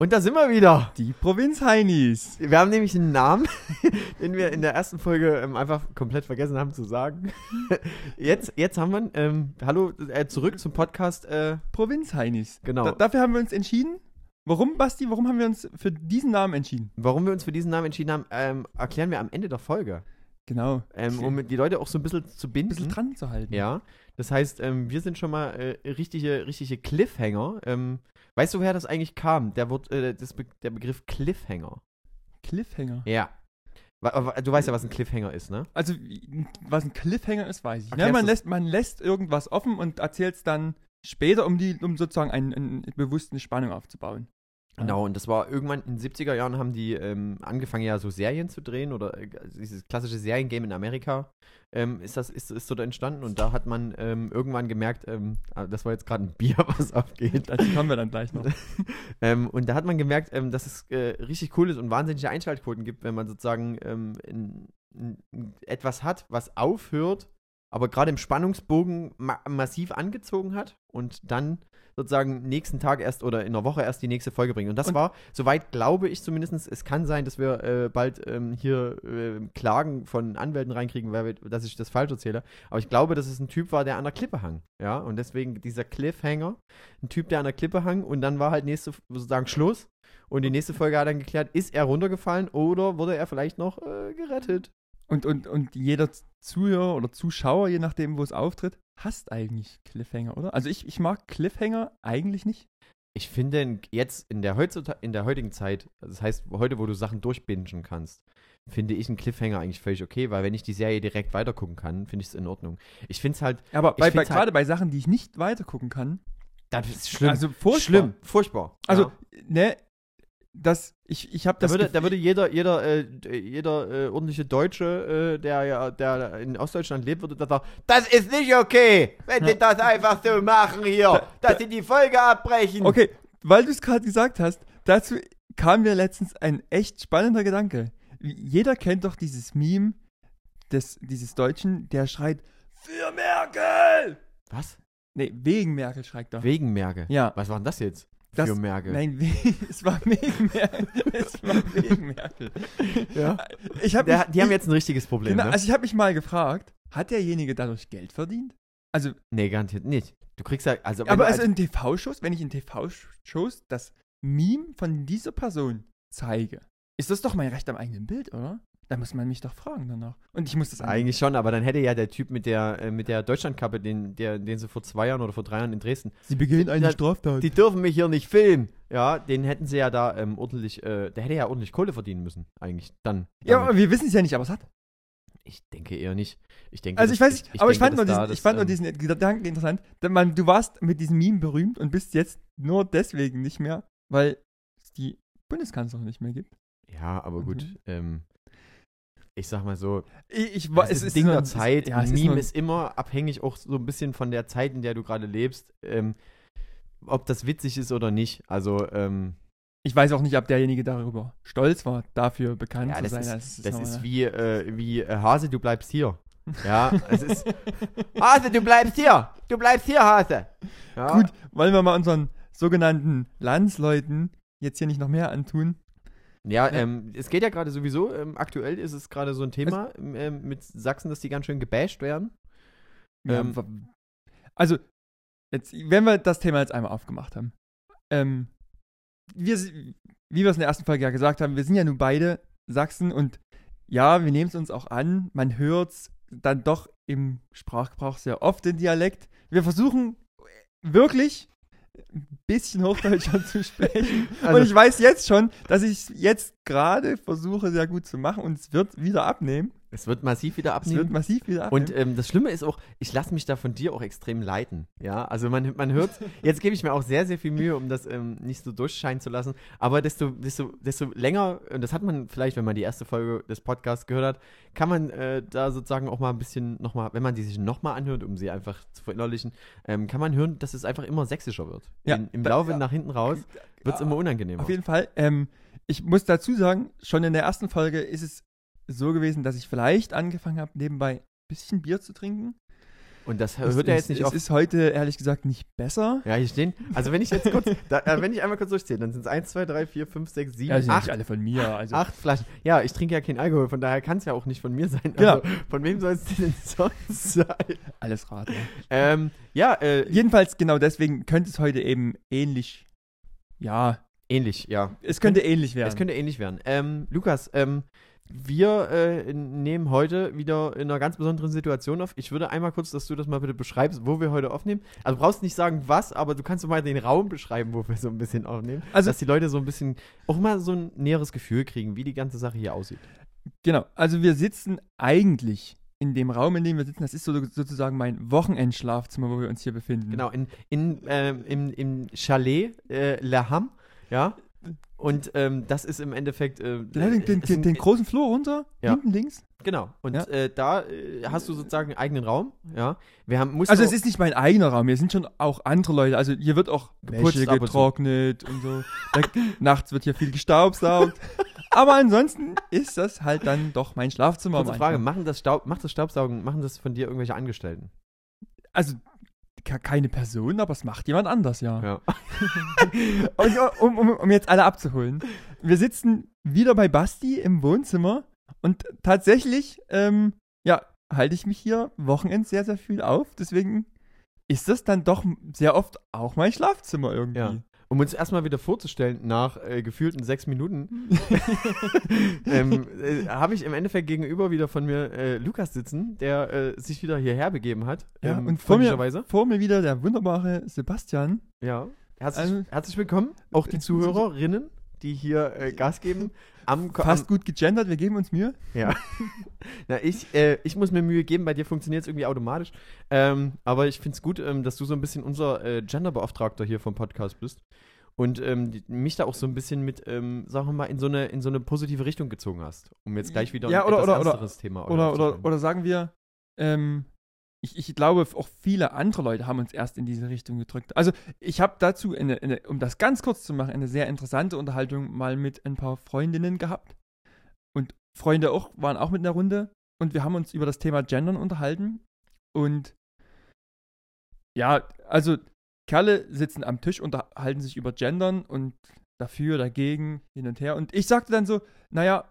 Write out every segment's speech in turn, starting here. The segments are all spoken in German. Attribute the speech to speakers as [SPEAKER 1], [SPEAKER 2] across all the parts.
[SPEAKER 1] Und da sind wir wieder.
[SPEAKER 2] Die Provinz Heinis.
[SPEAKER 1] Wir haben nämlich einen Namen, den wir in der ersten Folge ähm, einfach komplett vergessen haben zu sagen. jetzt, jetzt haben wir ihn. Ähm, hallo, äh, zurück zum Podcast. Äh,
[SPEAKER 2] Provinz Heinis.
[SPEAKER 1] Genau.
[SPEAKER 2] Da, dafür haben wir uns entschieden. Warum, Basti, warum haben wir uns für diesen Namen entschieden?
[SPEAKER 1] warum wir uns für diesen Namen entschieden haben, ähm, erklären wir am Ende der Folge.
[SPEAKER 2] Genau.
[SPEAKER 1] Ähm, um die Leute auch so ein bisschen zu
[SPEAKER 2] ein bisschen
[SPEAKER 1] binden.
[SPEAKER 2] dran zu halten.
[SPEAKER 1] Ja. Das heißt, ähm, wir sind schon mal äh, richtige, richtige Cliffhanger. Ähm, weißt du, woher das eigentlich kam? Der, Wort, äh, das Be der Begriff Cliffhanger.
[SPEAKER 2] Cliffhanger.
[SPEAKER 1] Ja. Wa- wa- Du weißt ja, was ein Cliffhanger ist, ne?
[SPEAKER 2] Also, wie- was ein Cliffhanger ist, weiß ich. Ne?
[SPEAKER 1] Erklärst
[SPEAKER 2] Man,
[SPEAKER 1] du's?
[SPEAKER 2] lässt, man lässt irgendwas offen und erzählt es dann später, um, die, um sozusagen einen, einen bewussten Spannung aufzubauen. Ja.
[SPEAKER 1] Genau, und das war irgendwann in den 70er Jahren haben die ähm, angefangen ja so Serien zu drehen oder äh, dieses klassische Seriengame in Amerika ähm, ist das ist, ist so da entstanden und da hat man ähm, irgendwann gemerkt, ähm, ah, das war jetzt gerade ein Bier, was abgeht.
[SPEAKER 2] Dazu kommen wir dann gleich noch.
[SPEAKER 1] Ähm, und da hat man gemerkt, ähm, dass es äh, richtig cool ist und wahnsinnige Einschaltquoten gibt, wenn man sozusagen ähm, in, in, in etwas hat, was aufhört, aber gerade im Spannungsbogen ma massiv angezogen hat und dann sozusagen nächsten Tag erst oder in einer Woche erst die nächste Folge bringt. Und das
[SPEAKER 2] Und-
[SPEAKER 1] war, soweit glaube ich zumindest, es kann sein, dass wir äh, bald ähm, hier äh, Klagen von Anwälten reinkriegen, weil wir, dass ich das falsch erzähle. Aber ich glaube, dass es ein Typ war, der an der Klippe hang. Ja, und deswegen dieser Cliffhanger ein Typ, der an der Klippe hang und dann war halt nächste, sozusagen Schluss. Und die nächste Folge hat dann geklärt, ist er runtergefallen oder wurde er vielleicht noch äh, gerettet?
[SPEAKER 2] Und, und, und jeder Zuhörer oder Zuschauer, je nachdem, wo es auftritt, hasst eigentlich Cliffhanger, oder? Also ich, ich mag Cliffhanger eigentlich nicht.
[SPEAKER 1] Ich finde jetzt in der, heutzuta- in der heutigen Zeit, das heißt heute, wo du Sachen durchbingen kannst, finde ich einen Cliffhanger eigentlich völlig okay, weil wenn ich die Serie direkt weitergucken kann, finde ich es in Ordnung. Ich finde es halt,
[SPEAKER 2] Aber bei, bei,
[SPEAKER 1] find's halt-
[SPEAKER 2] gerade bei Sachen, die ich nicht weitergucken kann,
[SPEAKER 1] das ist schlimm.
[SPEAKER 2] also furchtbar.
[SPEAKER 1] Schlimm, furchtbar.
[SPEAKER 2] Also,
[SPEAKER 1] ja.
[SPEAKER 2] ne, das, ich, ich habe
[SPEAKER 1] Da
[SPEAKER 2] das
[SPEAKER 1] würde,
[SPEAKER 2] Gef-
[SPEAKER 1] da würde jeder, jeder, äh, d- jeder äh, ordentliche Deutsche, äh, der ja, der in Ostdeutschland lebt, würde da sagen, das ist nicht okay, wenn sie das einfach so machen hier,
[SPEAKER 2] Da-
[SPEAKER 1] dass sie die Folge abbrechen.
[SPEAKER 2] Okay, weil du es gerade gesagt hast, dazu kam mir letztens ein echt spannender Gedanke. Jeder kennt doch dieses Meme des, dieses Deutschen, der schreit, für Merkel!
[SPEAKER 1] Was?
[SPEAKER 2] Nee, wegen Merkel schreit er.
[SPEAKER 1] Wegen Merkel?
[SPEAKER 2] Ja.
[SPEAKER 1] Was war denn das jetzt?
[SPEAKER 2] Das-
[SPEAKER 1] Für Merkel.
[SPEAKER 2] Nein, we es war wegen Merkel. Es war wegen Merkel.
[SPEAKER 1] Ja.
[SPEAKER 2] Ich hab
[SPEAKER 1] Der,
[SPEAKER 2] mich,
[SPEAKER 1] die haben jetzt ein richtiges Problem,
[SPEAKER 2] genau,
[SPEAKER 1] ne?
[SPEAKER 2] Also ich habe mich mal gefragt, hat derjenige dadurch Geld verdient? Also,
[SPEAKER 1] nee, garantiert nicht. Du kriegst ja, also, wenn
[SPEAKER 2] aber
[SPEAKER 1] du
[SPEAKER 2] also in TV-Shows, wenn ich in TV-Shows das Meme von dieser Person zeige, ist das doch mein Recht am eigenen Bild, oder? Da muss man mich doch fragen danach. Und ich muss das
[SPEAKER 1] Eigentlich schon, aber dann hätte ja der Typ mit der, äh, mit der Deutschlandkappe, den, der, den sie vor zwei Jahren oder vor drei Jahren in Dresden
[SPEAKER 2] Sie begehen
[SPEAKER 1] Ja,
[SPEAKER 2] Straftat.
[SPEAKER 1] Die dürfen mich hier nicht filmen. Ja, den hätten sie ja da ähm, ordentlich, äh, der hätte ja ordentlich Kohle verdienen müssen, eigentlich. Dann.
[SPEAKER 2] ja,
[SPEAKER 1] damit.
[SPEAKER 2] aber wir wissen es ja nicht, aber es hat.
[SPEAKER 1] ich denke eher nicht. Ich denke,
[SPEAKER 2] Also ich weiß
[SPEAKER 1] das-
[SPEAKER 2] nicht, aber ich
[SPEAKER 1] denke,
[SPEAKER 2] fand, nur
[SPEAKER 1] dass
[SPEAKER 2] diesen,
[SPEAKER 1] da
[SPEAKER 2] ich
[SPEAKER 1] das,
[SPEAKER 2] fand nur
[SPEAKER 1] ähm,
[SPEAKER 2] diesen Gedanken interessant. Denn man, du warst mit diesem Meme berühmt und bist jetzt nur deswegen nicht mehr, weil es die Bundeskanzlerin nicht mehr gibt.
[SPEAKER 1] Ja, aber gut.
[SPEAKER 2] Mhm.
[SPEAKER 1] Ähm, ich sag mal so,
[SPEAKER 2] Ich, ich,
[SPEAKER 1] das ist ein Ding
[SPEAKER 2] nur-
[SPEAKER 1] der Zeit.
[SPEAKER 2] ja, es
[SPEAKER 1] ein
[SPEAKER 2] ist
[SPEAKER 1] Meme
[SPEAKER 2] nur-
[SPEAKER 1] ist, immer abhängig auch so ein bisschen von der Zeit, in der du gerade lebst. Ähm, ob das witzig ist oder nicht. Also, ähm,
[SPEAKER 2] Ich weiß auch nicht, ob derjenige darüber stolz war, dafür bekannt
[SPEAKER 1] Ja,
[SPEAKER 2] zu
[SPEAKER 1] das
[SPEAKER 2] sein.
[SPEAKER 1] ist-
[SPEAKER 2] als-
[SPEAKER 1] das ist
[SPEAKER 2] nochmal-
[SPEAKER 1] wie, äh, wie äh, Hase, du bleibst hier. Ja, es ist. Hase, du bleibst hier! Du bleibst hier, Hase! Ja.
[SPEAKER 2] Gut, wollen wir mal unseren sogenannten Landsleuten jetzt hier nicht noch mehr antun.
[SPEAKER 1] Ja,
[SPEAKER 2] Ja.
[SPEAKER 1] Ähm, es geht ja gerade sowieso, ähm, aktuell ist es gerade so ein Thema ähm, mit Sachsen, dass die ganz schön gebasht werden. Ähm,
[SPEAKER 2] Ja, w- also, jetzt, wenn wir das Thema jetzt einmal aufgemacht haben. Ähm, wir, s- wie wir es in der ersten Folge ja gesagt haben, wir sind ja nun beide Sachsen und ja, wir nehmen es uns auch an. Man hört es dann doch im Sprachgebrauch sehr oft den Dialekt. Wir versuchen äh, wirklich ein bisschen Hochdeutscher zu sprechen.
[SPEAKER 1] Also
[SPEAKER 2] und ich weiß jetzt schon, dass ich jetzt gerade versuche, sehr gut zu machen und es wird wieder abnehmen.
[SPEAKER 1] es wird massiv wieder
[SPEAKER 2] Es wird
[SPEAKER 1] abnehmen.
[SPEAKER 2] massiv wieder abnehmen.
[SPEAKER 1] Und ähm, das Schlimme ist auch, ich lasse mich da von dir auch extrem leiten. Ja, also man, man hört, jetzt gebe ich mir auch sehr, sehr viel Mühe, um das ähm, nicht so durchscheinen zu lassen. Aber desto, desto, desto länger, und das hat man vielleicht, wenn man die erste Folge des Podcasts gehört hat, kann man äh, da sozusagen auch mal ein bisschen nochmal, wenn man die sich nochmal anhört, um sie einfach zu verinnerlichen, ähm, kann man hören, dass es einfach immer sächsischer wird.
[SPEAKER 2] Ja,
[SPEAKER 1] In, Im
[SPEAKER 2] da-
[SPEAKER 1] Laufe
[SPEAKER 2] ja. äh,
[SPEAKER 1] nach hinten raus wird es immer unangenehmer.
[SPEAKER 2] Auf jeden Fall. Ähm, ich muss dazu sagen, schon in der ersten Folge ist es so gewesen, dass ich vielleicht angefangen habe, nebenbei ein bisschen Bier zu trinken.
[SPEAKER 1] Und das
[SPEAKER 2] Es-
[SPEAKER 1] hört er jetzt
[SPEAKER 2] es-
[SPEAKER 1] nicht
[SPEAKER 2] Es
[SPEAKER 1] auf.
[SPEAKER 2] ist heute ehrlich gesagt nicht besser.
[SPEAKER 1] Ja, hier stehen. Also wenn ich jetzt kurz, da, äh, wenn ich einmal kurz durchzähle, dann sind es 1, 2, 3, 4, 5, 6, 7,
[SPEAKER 2] Ja, sind nicht
[SPEAKER 1] 8,
[SPEAKER 2] alle von mir. Also.
[SPEAKER 1] acht Flaschen. Ja, ich trinke ja keinen Alkohol, von daher kann es ja auch nicht von mir sein.
[SPEAKER 2] Ja.
[SPEAKER 1] Also, von wem soll es denn sonst sein?
[SPEAKER 2] Alles ne? raten.
[SPEAKER 1] Ähm, ja, äh,
[SPEAKER 2] Jedenfalls genau deswegen könnte es heute eben ähnlich. Ja,
[SPEAKER 1] ähnlich, ja.
[SPEAKER 2] es könnte ähnlich werden.
[SPEAKER 1] Es könnte ähnlich werden. Ähm, Lukas, ähm, wir äh, nehmen heute wieder in einer ganz besonderen Situation auf. Ich würde einmal kurz, dass du das mal bitte beschreibst, wo wir heute aufnehmen. Also du brauchst nicht sagen, was, aber du kannst doch mal den Raum beschreiben, wo wir so ein bisschen aufnehmen.
[SPEAKER 2] Also-
[SPEAKER 1] dass die Leute so ein bisschen auch mal so ein näheres Gefühl kriegen, wie die ganze Sache hier aussieht.
[SPEAKER 2] genau. Also wir sitzen eigentlich in dem Raum, in dem wir sitzen. Das ist so, sozusagen mein Wochenendschlafzimmer, wo wir uns hier befinden.
[SPEAKER 1] Genau, in, in, ähm, im, im Chalet äh, La Ham, ja. Und ähm, das ist im Endeffekt. Äh,
[SPEAKER 2] Den, den, den,
[SPEAKER 1] ist ein-
[SPEAKER 2] den, großen Flur runter,
[SPEAKER 1] Ja.
[SPEAKER 2] hinten links.
[SPEAKER 1] Genau. Und
[SPEAKER 2] Ja.
[SPEAKER 1] äh, da äh, hast du sozusagen einen eigenen Raum, ja. Wir haben, mussten
[SPEAKER 2] Also
[SPEAKER 1] auch-
[SPEAKER 2] es ist nicht mein eigener Raum, hier sind schon auch andere Leute. Also hier wird auch
[SPEAKER 1] Geputzt
[SPEAKER 2] Wäsche
[SPEAKER 1] ab und zu.
[SPEAKER 2] getrocknet und so. Da, nachts wird hier viel gestaubsaugt. Aber ansonsten ist das halt dann doch mein Schlafzimmer.
[SPEAKER 1] Kurze
[SPEAKER 2] manchmal.
[SPEAKER 1] Frage, machen das Staub, macht das Staubsaugen, machen das von dir irgendwelche Angestellten?
[SPEAKER 2] Also ke- keine Person, aber es macht jemand anders, ja.
[SPEAKER 1] Ja.
[SPEAKER 2] Und, um, um, um jetzt alle abzuholen. Wir sitzen wieder bei Basti im Wohnzimmer und tatsächlich, ähm, ja, halte ich mich hier Wochenends sehr, sehr viel auf. Deswegen ist das dann doch sehr oft auch mein Schlafzimmer irgendwie.
[SPEAKER 1] Ja. Um uns erstmal wieder vorzustellen, nach äh, gefühlten sechs Minuten,
[SPEAKER 2] Mhm.
[SPEAKER 1] ähm, äh, habe ich im Endeffekt gegenüber wieder von mir äh, Lukas sitzen, der äh, sich wieder hierher begeben hat.
[SPEAKER 2] Ja,
[SPEAKER 1] ähm,
[SPEAKER 2] und vor mir-
[SPEAKER 1] freundlicherweise.
[SPEAKER 2] Vor mir wieder der wunderbare Sebastian.
[SPEAKER 1] Ja. Herzlich,
[SPEAKER 2] Also-
[SPEAKER 1] herzlich willkommen, auch
[SPEAKER 2] äh,
[SPEAKER 1] die Zuhörerinnen, die hier äh, Gas geben. Am, Ko-
[SPEAKER 2] Fast gut gegendert, wir geben uns Mühe.
[SPEAKER 1] Na, ich, äh, ich muss mir Mühe geben, bei dir funktioniert es irgendwie automatisch. Ähm, aber ich finde es gut, ähm, dass du so ein bisschen unser äh, Genderbeauftragter hier vom Podcast bist. Und ähm, die, mich da auch so ein bisschen mit, ähm, sagen wir mal, in so, eine, in so eine positive Richtung gezogen hast. Um jetzt gleich wieder
[SPEAKER 2] Ja,
[SPEAKER 1] ein
[SPEAKER 2] oder-
[SPEAKER 1] etwas
[SPEAKER 2] oder- oder-
[SPEAKER 1] ernsteres Thema
[SPEAKER 2] Oder, oder,
[SPEAKER 1] aufzuschlagen.
[SPEAKER 2] oder sagen wir, ähm, ich, ich glaube, auch viele andere Leute haben uns erst in diese Richtung gedrückt. Also ich habe dazu, eine, eine, um das ganz kurz zu machen, eine sehr interessante Unterhaltung mal mit ein paar Freundinnen gehabt. Und Freunde auch, waren auch mit in der Runde. Und wir haben uns über das Thema Gendern unterhalten. Und ja, also Kerle sitzen am Tisch, unterhalten sich über Gendern und dafür, dagegen, hin und her. Und ich sagte dann so, naja,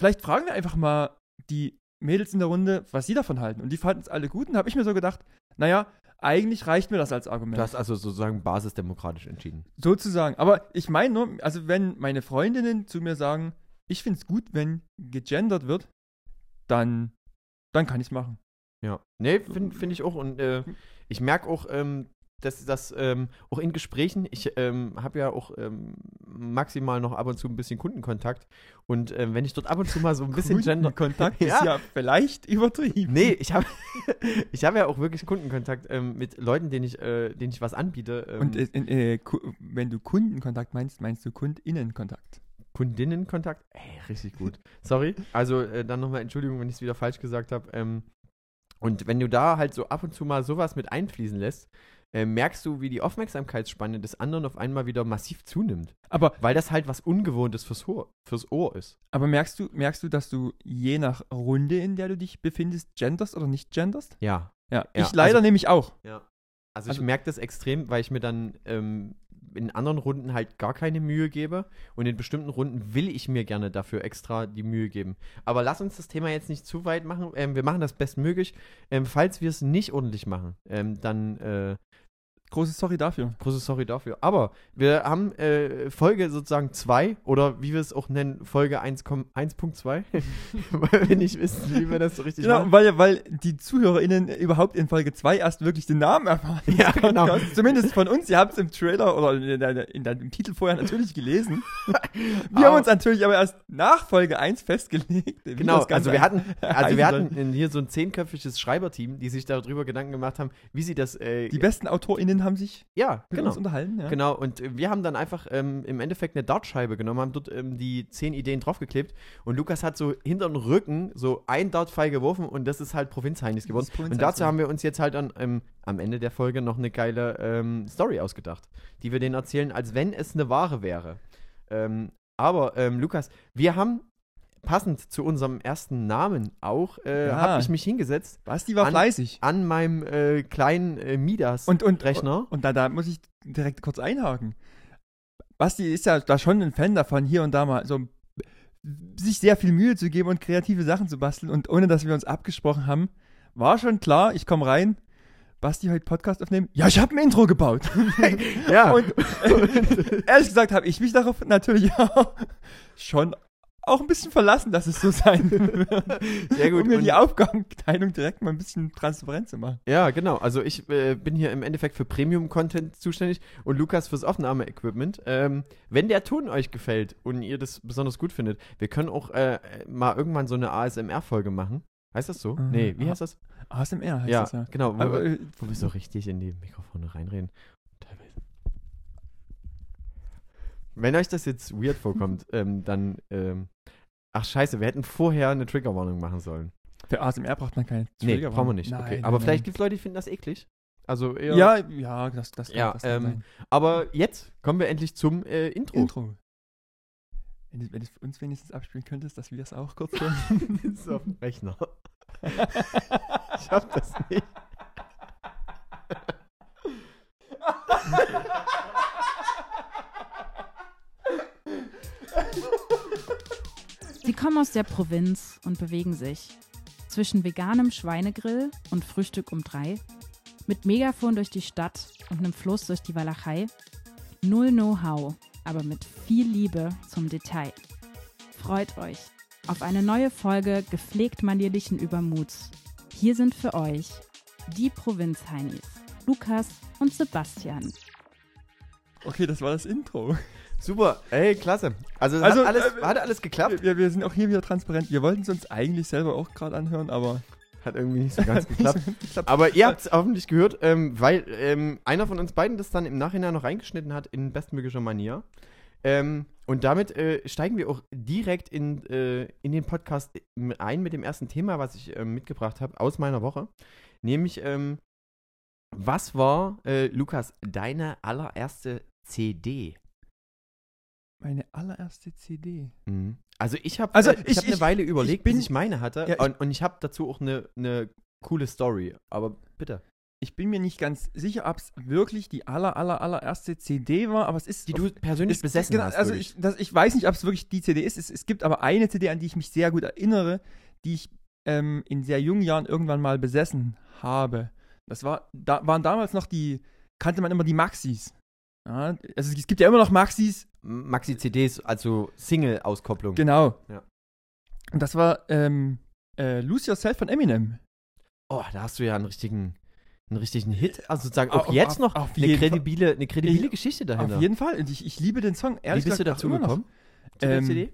[SPEAKER 2] vielleicht fragen wir einfach mal die Mädels in der Runde, was sie davon halten. Und die fanden es alle gut und habe ich mir so gedacht, naja, eigentlich reicht mir das als Argument.
[SPEAKER 1] Du hast also sozusagen basisdemokratisch entschieden.
[SPEAKER 2] Sozusagen. Aber ich meine nur, also wenn meine Freundinnen zu mir sagen, ich finde es gut, wenn gegendert wird, dann, dann kann ich es machen.
[SPEAKER 1] Ja.
[SPEAKER 2] Äh,
[SPEAKER 1] Nee, finde Ne, find ich auch. Und äh,
[SPEAKER 2] hm.
[SPEAKER 1] ich merke auch, ähm, dass das ähm, auch in Gesprächen, ich ähm, habe ja auch ähm, maximal noch ab und zu ein bisschen Kundenkontakt. Und ähm, wenn ich dort ab und zu mal so ein bisschen Gender.
[SPEAKER 2] Kontakt
[SPEAKER 1] Ja.
[SPEAKER 2] ist ja vielleicht übertrieben.
[SPEAKER 1] Nee, ich habe ich hab ja auch wirklich Kundenkontakt ähm, mit Leuten, denen ich, äh, denen ich was anbiete. Ähm,
[SPEAKER 2] Und äh, äh, Ku- wenn du Kundenkontakt meinst, meinst du Kundinnenkontakt.
[SPEAKER 1] Kundinnenkontakt? Ey, richtig gut. Sorry. Also äh, dann nochmal Entschuldigung, wenn ich es wieder falsch gesagt habe. Ähm, und wenn du da halt so ab und zu mal sowas mit einfließen lässt, äh, merkst du, wie die Aufmerksamkeitsspanne des anderen auf einmal wieder massiv zunimmt.
[SPEAKER 2] Aber,
[SPEAKER 1] Weil das halt was Ungewohntes fürs Ohr, fürs Ohr ist.
[SPEAKER 2] aber merkst, du, merkst du, dass du je nach Runde, in der du dich befindest, genderst oder nicht genderst?
[SPEAKER 1] Ja.
[SPEAKER 2] Ja,
[SPEAKER 1] Ja,
[SPEAKER 2] ich leider
[SPEAKER 1] also-
[SPEAKER 2] nämlich auch.
[SPEAKER 1] Also,
[SPEAKER 2] Also-
[SPEAKER 1] ich merke das extrem, weil ich mir dann ähm, in anderen Runden halt gar keine Mühe gebe. Und in bestimmten Runden will ich mir gerne dafür extra die Mühe geben. Aber lass uns das Thema jetzt nicht zu weit machen. Ähm, wir machen das bestmöglich. Ähm, falls wir es nicht ordentlich machen, ähm, dann äh,
[SPEAKER 2] Große Sorry dafür.
[SPEAKER 1] große Sorry dafür. Aber wir haben äh, Folge sozusagen 2 oder wie wir es auch nennen, Folge 1,1.2. weil wir nicht wissen, wie wir das so richtig
[SPEAKER 2] Genau,
[SPEAKER 1] machen.
[SPEAKER 2] weil, weil die ZuhörerInnen überhaupt in Folge 2 erst wirklich den Namen erfahren.
[SPEAKER 1] Ja, genau.
[SPEAKER 2] Podcast. Zumindest von uns. Ihr habt es im Trailer oder in, der- in, der- im Titel vorher natürlich gelesen. Wir haben
[SPEAKER 1] Aber-
[SPEAKER 2] uns natürlich aber erst nach Folge 1 festgelegt. wie
[SPEAKER 1] Genau,
[SPEAKER 2] das Ganze
[SPEAKER 1] also wir hatten, also
[SPEAKER 2] heißen
[SPEAKER 1] wir hatten in hier so ein zehnköpfiges Schreiberteam, die sich darüber Gedanken gemacht haben, wie sie das. Äh,
[SPEAKER 2] Die besten AutorInnen haben sich
[SPEAKER 1] ja,
[SPEAKER 2] mit
[SPEAKER 1] genau.
[SPEAKER 2] uns unterhalten. Ja.
[SPEAKER 1] Genau, und äh, wir haben dann einfach ähm, im Endeffekt eine Dartscheibe genommen, haben dort ähm, die zehn Ideen draufgeklebt und Lukas hat so hinter den Rücken so ein Dartpfeil geworfen und das ist halt Provinzheinis geworden.
[SPEAKER 2] Das ist Provinz
[SPEAKER 1] und dazu
[SPEAKER 2] Heinz.
[SPEAKER 1] haben wir uns jetzt halt an, ähm, am Ende der Folge noch eine geile ähm, Story ausgedacht, die wir denen erzählen, als wenn es eine Ware wäre. Ähm, aber ähm, Lukas, wir haben passend zu unserem ersten Namen auch, äh,
[SPEAKER 2] Ja.
[SPEAKER 1] habe ich mich hingesetzt
[SPEAKER 2] Basti war
[SPEAKER 1] An-
[SPEAKER 2] fleißig.
[SPEAKER 1] an meinem äh, kleinen äh, Midas.
[SPEAKER 2] Und, und,
[SPEAKER 1] Rechner.
[SPEAKER 2] Und da, da muss ich direkt kurz einhaken. Basti ist ja da schon ein Fan davon, hier und da mal so sich sehr viel Mühe zu geben und kreative Sachen zu basteln. Und ohne dass wir uns abgesprochen haben, war schon klar, ich komme rein, Basti heute Podcast aufnehmen. Ja, ich habe ein Intro gebaut.
[SPEAKER 1] ja.
[SPEAKER 2] Und äh, ehrlich gesagt habe ich mich darauf natürlich auch schon auch ein bisschen verlassen, dass es so sein wird.
[SPEAKER 1] Sehr gut.
[SPEAKER 2] Um mir
[SPEAKER 1] Und-
[SPEAKER 2] die Aufgabenteilung direkt mal ein bisschen transparent zu machen.
[SPEAKER 1] Ja, genau. Also ich äh, bin hier im Endeffekt für Premium-Content zuständig und Lukas fürs Aufnahme-Equipment. Ähm, wenn der Ton euch gefällt und ihr das besonders gut findet, wir können auch äh, mal irgendwann so eine ASMR-Folge machen. Heißt das so?
[SPEAKER 2] Mhm.
[SPEAKER 1] Nee, wie heißt das?
[SPEAKER 2] ASMR heißt
[SPEAKER 1] ja,
[SPEAKER 2] das ja.
[SPEAKER 1] genau. Wo,
[SPEAKER 2] Aber,
[SPEAKER 1] wir,
[SPEAKER 2] äh,
[SPEAKER 1] wo wir so richtig in die Mikrofone reinreden. Teilweise. Wenn euch das jetzt weird vorkommt, ähm, dann ähm, Ach scheiße, wir hätten vorher eine Triggerwarnung machen sollen.
[SPEAKER 2] Für ASMR braucht man keine
[SPEAKER 1] Nee,
[SPEAKER 2] Triggerwarnung.
[SPEAKER 1] brauchen wir nicht.
[SPEAKER 2] Nein,
[SPEAKER 1] okay.
[SPEAKER 2] nein,
[SPEAKER 1] Aber vielleicht
[SPEAKER 2] nein.
[SPEAKER 1] gibt es Leute, die finden das eklig. Also eher
[SPEAKER 2] Ja, ja, das, das kann,
[SPEAKER 1] Ja,
[SPEAKER 2] das kann
[SPEAKER 1] ähm,
[SPEAKER 2] sein.
[SPEAKER 1] Aber jetzt kommen wir endlich zum äh, Intro.
[SPEAKER 2] Intro. Wenn du, wenn du uns wenigstens abspielen könntest, dass wir das auch kurz hören.
[SPEAKER 1] Das ist auf dem Rechner. Ich hab das nicht.
[SPEAKER 3] Sie kommen aus der Provinz und bewegen sich zwischen veganem Schweinegrill und Frühstück um drei, mit Megafon durch die Stadt und einem Floß durch die Walachei. Null Know-how, aber mit viel Liebe zum Detail. Freut euch auf eine neue Folge gepflegt manierlichen Übermuts. Hier sind für euch die Provinzheinis, Lukas und Sebastian.
[SPEAKER 2] Okay, das war das Intro.
[SPEAKER 1] Super, ey, klasse. Also,
[SPEAKER 2] Also,
[SPEAKER 1] hat, alles,
[SPEAKER 2] äh,
[SPEAKER 1] hat alles geklappt?
[SPEAKER 2] Wir, wir sind auch hier wieder transparent. Wir wollten es uns eigentlich selber auch gerade anhören, aber
[SPEAKER 1] Hat irgendwie nicht so ganz geklappt.
[SPEAKER 2] klappt.
[SPEAKER 1] Aber ihr habt es hoffentlich gehört, ähm, weil ähm, einer von uns beiden das dann im Nachhinein noch reingeschnitten hat in bestmöglicher Manier. Ähm, und damit äh, steigen wir auch direkt in, äh, in den Podcast ein mit dem ersten Thema, was ich ähm, mitgebracht habe aus meiner Woche. Nämlich, ähm, was war, äh, Lukas, deine allererste CD?
[SPEAKER 2] Meine allererste CD.
[SPEAKER 1] Also ich habe
[SPEAKER 2] Also
[SPEAKER 1] also ich,
[SPEAKER 2] ich-
[SPEAKER 1] hab eine
[SPEAKER 2] ich-
[SPEAKER 1] Weile überlegt,
[SPEAKER 2] bin-
[SPEAKER 1] bis ich meine hatte.
[SPEAKER 2] Ja, ich-
[SPEAKER 1] und, und ich habe dazu auch eine, eine coole Story. Aber bitte.
[SPEAKER 2] Ich bin mir nicht ganz sicher, ob es wirklich die aller, aller, allererste CD war, aber es ist.
[SPEAKER 1] Die du persönlich
[SPEAKER 2] es,
[SPEAKER 1] besessen
[SPEAKER 2] genau,
[SPEAKER 1] hast.
[SPEAKER 2] Also
[SPEAKER 1] wirklich.
[SPEAKER 2] ich, das, ich weiß nicht, ob es wirklich die CD ist. Es, es gibt aber eine CD, an die ich mich sehr gut erinnere, die ich ähm, in sehr jungen Jahren irgendwann mal besessen habe. Das war, da waren damals noch die, kannte man immer die Maxis. Ja, also es gibt ja immer noch Maxis,
[SPEAKER 1] Mhm. Maxi-CDs, also Single-Auskopplung.
[SPEAKER 2] genau.
[SPEAKER 1] Ja.
[SPEAKER 2] Und das war ähm, äh, Lose Yourself von Eminem.
[SPEAKER 1] Oh, da hast du ja einen richtigen, einen richtigen Hit. Also sozusagen
[SPEAKER 2] Auf-
[SPEAKER 1] auch jetzt
[SPEAKER 2] auf-
[SPEAKER 1] noch
[SPEAKER 2] auf
[SPEAKER 1] eine,
[SPEAKER 2] jeden Fall.
[SPEAKER 1] kredibile, eine kredibile
[SPEAKER 2] Ich-
[SPEAKER 1] Geschichte
[SPEAKER 2] Auf
[SPEAKER 1] dahinter.
[SPEAKER 2] jeden Fall. Und ich, ich liebe den Song.
[SPEAKER 1] Wie
[SPEAKER 2] Ehrlich
[SPEAKER 1] bist du
[SPEAKER 2] gesagt, auch
[SPEAKER 1] dazu
[SPEAKER 2] immer noch.
[SPEAKER 1] gekommen? Zu der
[SPEAKER 2] Ähm,
[SPEAKER 1] CD?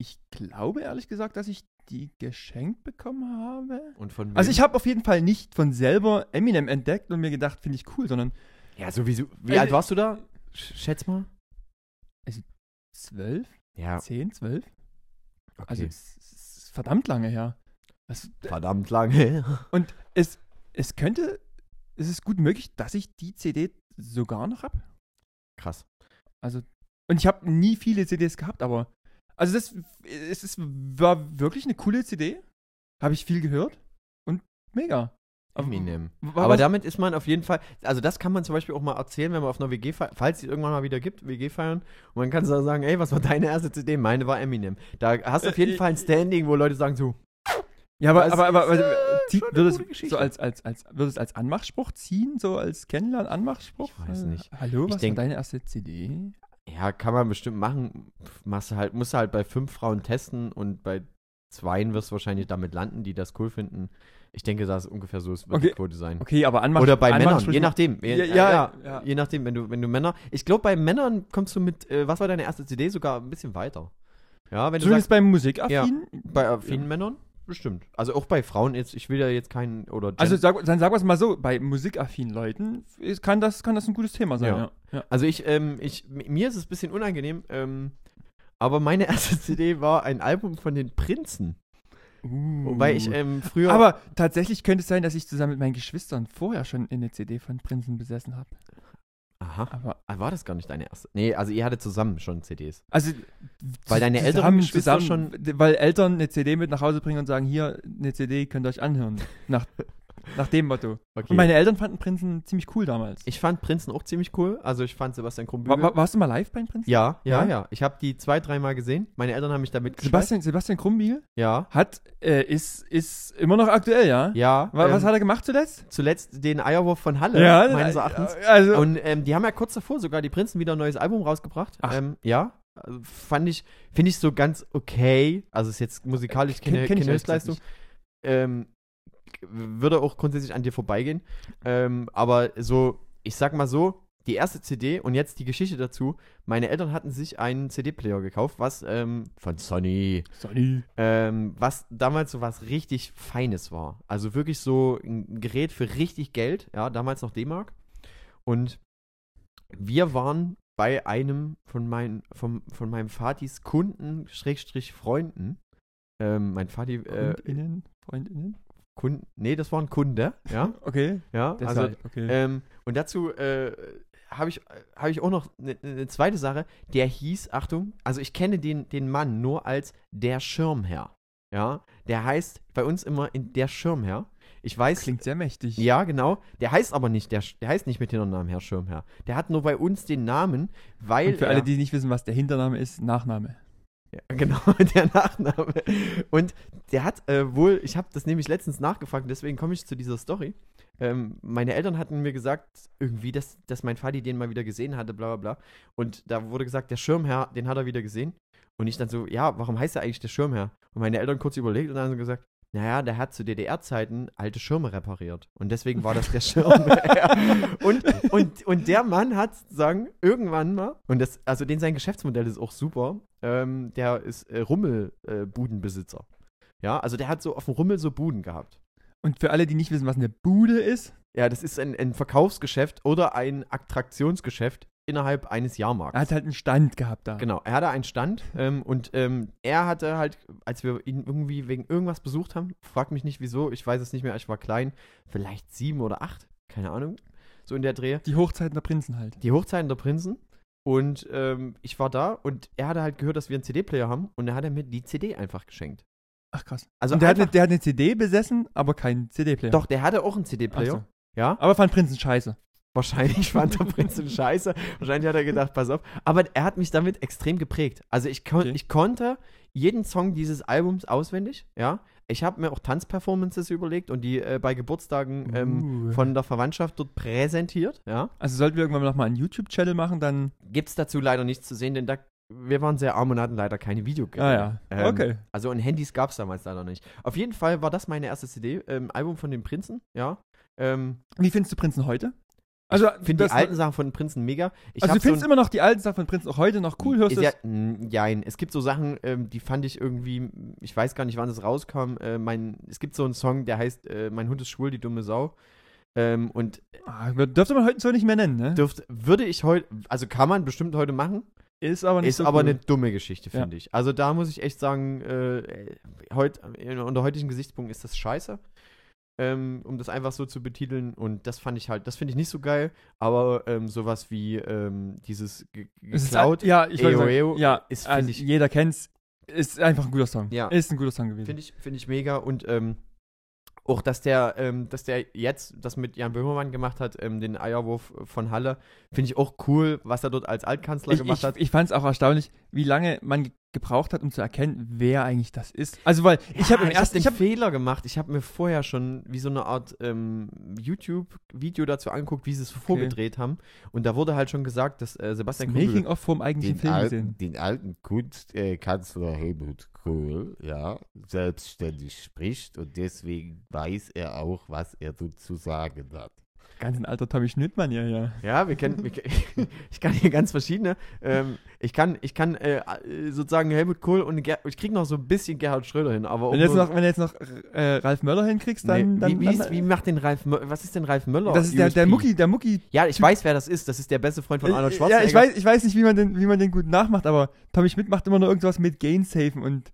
[SPEAKER 2] Ich glaube ehrlich gesagt, dass ich die geschenkt bekommen habe.
[SPEAKER 1] Und von
[SPEAKER 2] Also ich habe auf jeden Fall nicht von selber Eminem entdeckt und mir gedacht, finde ich cool, sondern
[SPEAKER 1] Ja, sowieso. Wie
[SPEAKER 2] Also-
[SPEAKER 1] alt warst du da? Sch- Schätz mal.
[SPEAKER 2] zwölf,
[SPEAKER 1] Ja,
[SPEAKER 2] zehn, zwölf.
[SPEAKER 1] okay.
[SPEAKER 2] Also es ist verdammt lange her. Es,
[SPEAKER 1] verdammt lange.
[SPEAKER 2] es, es könnte, es ist gut möglich, dass ich die CD sogar noch habe.
[SPEAKER 1] Krass.
[SPEAKER 2] Und ich habe nie viele CDs gehabt, aber also das es ist, war wirklich eine coole CD. Habe ich viel gehört und mega.
[SPEAKER 1] Eminem.
[SPEAKER 2] War-
[SPEAKER 1] Aber
[SPEAKER 2] was-
[SPEAKER 1] damit ist man auf jeden Fall, also das kann man zum Beispiel auch mal erzählen, wenn man auf einer WG, feiert, falls es irgendwann mal wieder gibt, WG feiern, und man kann so sagen, ey, was war deine erste CD? Meine war Eminem. Da hast du auf jeden
[SPEAKER 2] Äh,
[SPEAKER 1] Fall ein Standing, wo Leute sagen so,
[SPEAKER 2] Ja, aber,
[SPEAKER 1] Das
[SPEAKER 2] aber, aber,
[SPEAKER 1] ist,
[SPEAKER 2] aber
[SPEAKER 1] äh,
[SPEAKER 2] zieht,
[SPEAKER 1] schon eine
[SPEAKER 2] würde es
[SPEAKER 1] gute Geschichte.
[SPEAKER 2] so als, als, als, würde es als Anmachspruch ziehen, so als Kennenlern-Anmachspruch?
[SPEAKER 1] Ich weiß
[SPEAKER 2] Äh,
[SPEAKER 1] nicht.
[SPEAKER 2] Hallo,
[SPEAKER 1] Ich
[SPEAKER 2] was
[SPEAKER 1] denk- Hm.
[SPEAKER 2] war deine erste CD?
[SPEAKER 1] ja, kann man bestimmt machen, Pff, machst du halt, musst du halt bei fünf Frauen testen und bei zweien wirst du wahrscheinlich damit landen, die das cool finden. Ich denke, das ist ungefähr so, es wird die
[SPEAKER 2] Okay.
[SPEAKER 1] Quote sein.
[SPEAKER 2] Okay, aber Anmach
[SPEAKER 1] Oder bei Männern,
[SPEAKER 2] Anmachspruch-
[SPEAKER 1] je nachdem. Je,
[SPEAKER 2] Ja,
[SPEAKER 1] äh,
[SPEAKER 2] ja, ja.
[SPEAKER 1] Je nachdem, wenn du, wenn du Männer. Ich glaube, bei Männern kommst du mit, äh, was war deine erste CD, sogar ein bisschen weiter. Ja, wenn du sagst,
[SPEAKER 2] Zumindest also beim Musikaffin.
[SPEAKER 1] bei äh, vielen Männern, bestimmt. Also auch bei Frauen jetzt, ich will ja jetzt keinen oder Gen-
[SPEAKER 2] Also sag, dann sagen wir es mal so, bei musikaffinen Leuten ist- kann das, kann das ein gutes Thema sein,
[SPEAKER 1] Ja.
[SPEAKER 2] ja. ja.
[SPEAKER 1] Also ich, ähm, ich, m- mir ist es ein bisschen unangenehm, ähm, aber meine erste CD war ein Album von den Prinzen. Wobei ich ähm, früher.
[SPEAKER 2] Uh. Oh. aber tatsächlich könnte es sein, dass ich zusammen mit meinen Geschwistern vorher schon eine CD von Prinzen besessen habe.
[SPEAKER 1] Aha.
[SPEAKER 2] Aber,
[SPEAKER 1] Ah, War das gar nicht deine erste? Nee, also ihr hattet zusammen schon CDs.
[SPEAKER 2] also,
[SPEAKER 1] Weil deine älteren Geschwister
[SPEAKER 2] Weil Eltern eine CD mit nach Hause bringen und sagen, hier, eine CD könnt ihr euch anhören. Nach, nach dem Motto.
[SPEAKER 1] Okay.
[SPEAKER 2] Und meine Eltern fanden Prinzen ziemlich cool damals.
[SPEAKER 1] ich fand Prinzen auch ziemlich cool. Also ich fand Sebastian
[SPEAKER 2] Wa-
[SPEAKER 1] Krumbügel.
[SPEAKER 2] wa- warst du mal live bei den Prinzen?
[SPEAKER 1] ja, ja,
[SPEAKER 2] Ja?
[SPEAKER 1] ja, Ich habe die zwei, dreimal gesehen. Meine Eltern haben mich damit
[SPEAKER 2] Sebastian, Sebastian Krumbiegel
[SPEAKER 1] Ja,
[SPEAKER 2] hat, äh, ist, ist immer noch aktuell, ja?
[SPEAKER 1] ja.
[SPEAKER 2] Wa-
[SPEAKER 1] ähm,
[SPEAKER 2] Was hat er gemacht zuletzt?
[SPEAKER 1] zuletzt den Eierwurf von Halle, meines Erachtens.
[SPEAKER 2] Also,
[SPEAKER 1] Und ähm, die haben ja kurz davor sogar die Prinzen wieder ein neues Album rausgebracht.
[SPEAKER 2] Ach.
[SPEAKER 1] Ähm, ja. Also Fand ich, finde ich so ganz okay. Also ist jetzt musikalisch
[SPEAKER 2] Kenn-
[SPEAKER 1] keine,
[SPEAKER 2] kenn ich
[SPEAKER 1] keine
[SPEAKER 2] ehrlich gesagt
[SPEAKER 1] Höchstleistung. Ähm, k- würde auch grundsätzlich an dir vorbeigehen. Ähm, aber so, ich sag mal so, die erste CD und jetzt die Geschichte dazu. Meine Eltern hatten sich einen CD-Player gekauft, was ähm, von Sony,
[SPEAKER 2] Sonny.
[SPEAKER 1] ähm, was damals so was richtig Feines war. Also wirklich so ein Gerät für richtig Geld, ja, damals noch D-Mark. Und wir waren bei einem von, mein, von, von meinem Vatis Kunden, Schrägstrich Freunden. Ähm, mein Vati, äh,
[SPEAKER 2] Freundinnen, Freundinnen.
[SPEAKER 1] Kunden, nee, das war ein Kunde, ja,
[SPEAKER 2] Okay.
[SPEAKER 1] ja, also
[SPEAKER 2] Deshalb, okay.
[SPEAKER 1] ähm, und dazu äh, habe ich, hab ich auch noch eine ne zweite Sache. Der hieß, Achtung, also ich kenne den, den Mann nur als der Schirmherr. Ja, der heißt bei uns immer in der Schirmherr. Ich weiß,
[SPEAKER 2] Klingt sehr mächtig.
[SPEAKER 1] ja, genau. Der heißt aber nicht, der, Sch- der heißt nicht mit Hinternamen Herr Schirmherr. Der hat nur bei uns den Namen, weil.
[SPEAKER 2] Und für
[SPEAKER 1] er,
[SPEAKER 2] alle, die nicht wissen, was der Hintername ist, Nachname.
[SPEAKER 1] ja, genau, der Nachname. Und der hat äh, wohl, ich habe das nämlich letztens nachgefragt, deswegen komme ich zu dieser Story. Ähm, meine Eltern hatten mir gesagt, irgendwie, dass, dass mein Vati den mal wieder gesehen hatte, bla bla bla. Und da wurde gesagt, der Schirmherr, den hat er wieder gesehen. Und ich dann so, ja, warum heißt er eigentlich der Schirmherr? Und meine Eltern kurz überlegt und dann so gesagt, naja, der hat zu DDR-Zeiten alte Schirme repariert. Und deswegen war das der Schirmherr. und, und, und der Mann hat sozusagen irgendwann mal, und das, also den sein Geschäftsmodell ist auch super, ähm, der ist äh, Rummelbudenbesitzer. Äh, Budenbesitzer. ja, also der hat so auf dem Rummel so Buden gehabt.
[SPEAKER 2] Und für alle, die nicht wissen, was eine Bude ist,
[SPEAKER 1] Ja, das ist ein, ein Verkaufsgeschäft oder ein Attraktionsgeschäft innerhalb eines Jahrmarkts.
[SPEAKER 2] er hat halt einen Stand gehabt da.
[SPEAKER 1] Genau, er hatte einen Stand ähm, und ähm, er hatte halt, als wir ihn irgendwie wegen irgendwas besucht haben, frag mich nicht wieso, ich weiß es nicht mehr, ich war klein, vielleicht sieben oder acht, keine Ahnung, so in der Dreh
[SPEAKER 2] Die Hochzeiten der Prinzen halt.
[SPEAKER 1] die Hochzeiten der Prinzen. Und ähm, ich war da und er hatte halt gehört, dass wir einen CD-Player haben und er hat er mir die CD einfach geschenkt.
[SPEAKER 2] Ach krass.
[SPEAKER 1] Also
[SPEAKER 2] Und der, hat
[SPEAKER 1] einfach,
[SPEAKER 2] eine, der hat eine CD besessen, aber keinen CD-Player.
[SPEAKER 1] doch, der hatte auch einen
[SPEAKER 2] Ach
[SPEAKER 1] CD-Player.
[SPEAKER 2] so.
[SPEAKER 1] Ja,
[SPEAKER 2] Aber fand Prinzen scheiße.
[SPEAKER 1] wahrscheinlich fand der Prinzen scheiße. Wahrscheinlich hat er gedacht, pass auf. Aber er hat mich damit extrem geprägt. Also ich, kon
[SPEAKER 2] Okay.
[SPEAKER 1] ich konnte jeden Song dieses Albums auswendig, ja. Ich habe mir auch Tanzperformances überlegt und die äh, bei Geburtstagen ähm,
[SPEAKER 2] Uh.
[SPEAKER 1] von der Verwandtschaft dort präsentiert, ja.
[SPEAKER 2] also sollten wir irgendwann nochmal einen YouTube-Channel machen, dann.
[SPEAKER 1] Gibt es dazu leider nichts zu sehen, denn da, wir waren sehr arm und hatten leider keine Videogeräte.
[SPEAKER 2] Ah ja.
[SPEAKER 1] Ähm,
[SPEAKER 2] okay.
[SPEAKER 1] Also und Handys gab es damals leider nicht. Auf jeden Fall war das meine erste CD, ähm, Album von den Prinzen, ja. Ähm,
[SPEAKER 2] Wie findest du Prinzen heute? Also,
[SPEAKER 1] Finde die
[SPEAKER 2] das-
[SPEAKER 1] alten Sachen von den Prinzen mega. Ich
[SPEAKER 2] also du
[SPEAKER 1] hab so
[SPEAKER 2] findest
[SPEAKER 1] ein-
[SPEAKER 2] immer noch die alten Sachen von Prinzen auch heute noch cool, hörst
[SPEAKER 1] ist
[SPEAKER 2] du
[SPEAKER 1] ja,
[SPEAKER 2] das?
[SPEAKER 1] mh, Jein. Es gibt so Sachen, ähm, die fand ich irgendwie, ich weiß gar nicht, wann es rauskam. Äh, mein, es gibt so einen Song, der heißt äh, Mein Hund ist schwul, die dumme Sau. Ähm, und
[SPEAKER 2] Ah, wir- dürfte man heute so nicht mehr nennen, ne?
[SPEAKER 1] dürfte, würde ich heute, also kann man bestimmt heute machen,
[SPEAKER 2] Ist aber
[SPEAKER 1] ist
[SPEAKER 2] so
[SPEAKER 1] aber
[SPEAKER 2] cool.
[SPEAKER 1] eine dumme Geschichte,
[SPEAKER 2] Ja.
[SPEAKER 1] finde ich. Also da muss ich echt sagen, äh, heut, unter heutigen Gesichtspunkten ist das scheiße. Ähm, um das einfach so zu betiteln. Und das fand ich halt, das finde ich nicht so geil, aber ähm, sowas wie ähm, dieses ge
[SPEAKER 2] Es ist
[SPEAKER 1] geklaut.
[SPEAKER 2] halt- Ja, ich wollte
[SPEAKER 1] Eo,
[SPEAKER 2] sagen,
[SPEAKER 1] Eo,
[SPEAKER 2] ja,
[SPEAKER 1] ist,
[SPEAKER 2] also
[SPEAKER 1] find ich-
[SPEAKER 2] jeder kennt's. Ist einfach ein guter Song.
[SPEAKER 1] Ja.
[SPEAKER 2] Ist ein guter Song gewesen.
[SPEAKER 1] Finde ich, finde ich mega und ähm, auch, dass der, ähm, dass der jetzt das mit Jan Böhmermann gemacht hat, ähm, den Eierwurf von Halle, finde ich auch cool, was er dort als Altkanzler
[SPEAKER 2] ich,
[SPEAKER 1] gemacht
[SPEAKER 2] ich,
[SPEAKER 1] hat.
[SPEAKER 2] ich fand es auch erstaunlich, wie lange man ge- gebraucht hat, um zu erkennen, wer eigentlich das ist. Also, weil ich habe
[SPEAKER 1] Ah,
[SPEAKER 2] im ersten,
[SPEAKER 1] den
[SPEAKER 2] ich habe
[SPEAKER 1] Fehler gemacht. Ich habe mir vorher schon wie so eine Art ähm, YouTube-Video dazu angeguckt, wie sie es vorgedreht haben. Und da wurde halt schon gesagt, dass äh, Sebastian Kugel
[SPEAKER 2] Making-of vom eigentlichen Film gesehen.
[SPEAKER 4] den alten Kunstkanzler Helmut Kohl, ja, selbstständig spricht und deswegen weiß er auch, was er so zu sagen hat.
[SPEAKER 2] Ganz ein alter Tommy Schnittmann, ja, ja.
[SPEAKER 1] Ja, wir kennen, wir, ke- ich kann hier ganz verschiedene. Ähm, ich kann, ich kann äh, äh, sozusagen Helmut Kohl und Ger ich kriege noch so ein bisschen Gerhard Schröder hin, aber auch
[SPEAKER 2] Wenn du jetzt
[SPEAKER 1] nur-
[SPEAKER 2] noch, wenn du jetzt noch äh, Ralf Möller hinkriegst, dann.
[SPEAKER 1] Oh, nee,
[SPEAKER 2] dann,
[SPEAKER 1] wie, wie,
[SPEAKER 2] dann
[SPEAKER 1] ist, wie macht den Ralf Mö was ist denn Ralf Möller?
[SPEAKER 2] das ist der, der
[SPEAKER 1] USP?
[SPEAKER 2] Mucki, der Mucki.
[SPEAKER 1] Ja, ich weiß, wer das ist. Das ist der beste Freund von Arnold
[SPEAKER 2] Äh,
[SPEAKER 1] Schwarzenegger.
[SPEAKER 2] Ja, ich weiß, ich weiß nicht, wie man den, wie man den gut nachmacht, aber Tommy Schmidt macht immer nur irgendwas mit Gainsafen und.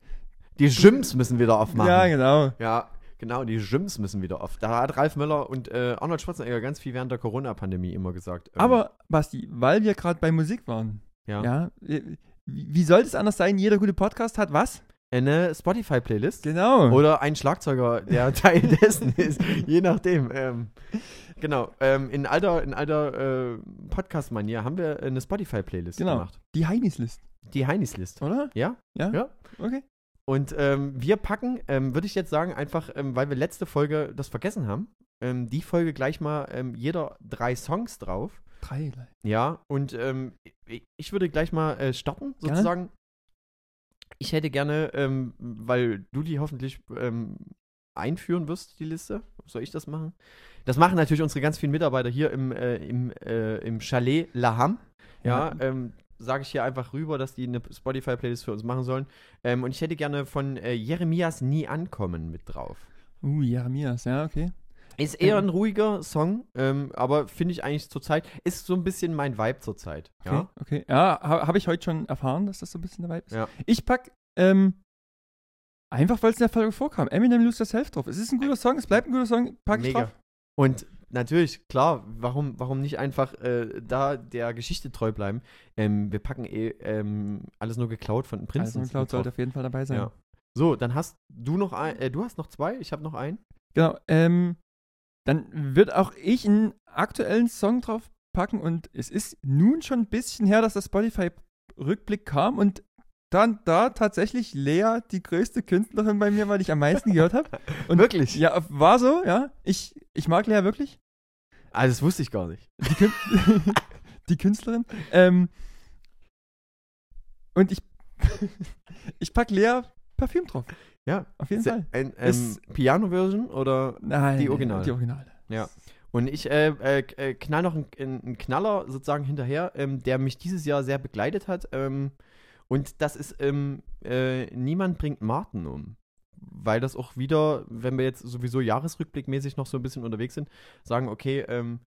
[SPEAKER 1] Die Gyms müssen wieder aufmachen.
[SPEAKER 2] Ja, genau.
[SPEAKER 1] Ja, Genau, die Gyms müssen wieder offen. Da hat Ralf Möller und äh, Arnold Schwarzenegger ganz viel während der Corona-Pandemie immer gesagt. ähm,
[SPEAKER 2] Aber, Basti, weil wir gerade bei Musik waren,
[SPEAKER 1] ja.
[SPEAKER 2] ja, äh, wie wie sollte es anders sein? Jeder gute Podcast hat was?
[SPEAKER 1] eine Spotify-Playlist
[SPEAKER 2] Genau.
[SPEAKER 1] oder ein Schlagzeuger, der Teil dessen ist, je nachdem. Ähm, genau, ähm, in alter, in alter äh, Podcast-Manier haben wir eine Spotify-Playlist
[SPEAKER 2] Genau.
[SPEAKER 1] gemacht.
[SPEAKER 2] Die Heinis-List,
[SPEAKER 1] Die Heinis-List.
[SPEAKER 2] oder?
[SPEAKER 1] Ja?
[SPEAKER 2] Ja.
[SPEAKER 1] Ja.
[SPEAKER 2] Okay.
[SPEAKER 1] Und ähm, wir packen, ähm, würde ich jetzt sagen, einfach, ähm, weil wir letzte Folge das vergessen haben, ähm, die Folge gleich mal ähm, jeder drei Songs drauf.
[SPEAKER 2] Drei gleich.
[SPEAKER 1] Ja, und ähm, ich- ich würde gleich mal äh, starten,
[SPEAKER 2] Gerne.
[SPEAKER 1] sozusagen. Ich hätte gerne, ähm, weil du die hoffentlich ähm, einführen wirst, die Liste. Soll ich das machen? Das machen natürlich unsere ganz vielen Mitarbeiter hier im, äh, im, äh, im Chalet La Ham. Ja,
[SPEAKER 2] Äh,
[SPEAKER 1] ähm, sage ich hier einfach rüber, dass die eine Spotify-Playlist für uns machen sollen. Ähm, und ich hätte gerne von äh, Jeremias Nie ankommen mit drauf.
[SPEAKER 2] Uh, Jeremias, ja, okay.
[SPEAKER 1] Ist eher
[SPEAKER 2] Ähm.
[SPEAKER 1] ein ruhiger Song, ähm, aber finde ich eigentlich zurzeit, ist so ein bisschen mein Vibe zurzeit.
[SPEAKER 2] Okay,
[SPEAKER 1] Ja.
[SPEAKER 2] okay. Ja, ha, habe ich heute schon erfahren, dass das so ein bisschen dabei ist.
[SPEAKER 1] Ja.
[SPEAKER 2] Ich pack ähm, einfach, weil es in der Folge vorkam. Eminem Lose Yourself drauf. Es ist ein guter Song, es bleibt ein guter Song. Pack ich
[SPEAKER 1] Äh, Mega.
[SPEAKER 2] drauf.
[SPEAKER 1] Und natürlich, klar, warum, warum nicht einfach äh, da der Geschichte treu bleiben? Ähm, wir packen eh ähm, alles nur geklaut von Prinz.
[SPEAKER 2] Also Cloud sollte auf jeden Fall dabei sein.
[SPEAKER 1] Ja. So, dann hast du noch ein, äh, du hast noch zwei, ich habe noch einen.
[SPEAKER 2] Genau. Ähm, dann wird auch ich einen aktuellen Song drauf packen und es ist nun schon ein bisschen her, dass der Spotify-Rückblick kam und dann da tatsächlich Lea die größte Künstlerin bei mir, weil ich am meisten gehört habe. Und-
[SPEAKER 1] wirklich?
[SPEAKER 2] Ja, war so, ja. Ich, ich mag Lea wirklich.
[SPEAKER 1] Ah, das wusste ich gar nicht.
[SPEAKER 2] die, Kün die Künstlerin. Ähm, und ich, ich pack Lea Parfüm drauf.
[SPEAKER 1] Ja.
[SPEAKER 2] Auf jeden Fall.
[SPEAKER 1] Ein, ähm,
[SPEAKER 2] Ist-
[SPEAKER 1] Piano-Version oder.
[SPEAKER 2] Nein,
[SPEAKER 1] die Originale.
[SPEAKER 2] Die Originale.
[SPEAKER 1] Und ich äh, äh, k- äh, knall noch einen- einen einen Knaller sozusagen hinterher, ähm, der mich dieses Jahr sehr begleitet hat. Ähm, und das ist ähm, äh, Niemand bringt Martin um. Weil das auch wieder, wenn wir jetzt sowieso jahresrückblickmäßig noch so ein bisschen unterwegs sind, sagen, okay, ähm,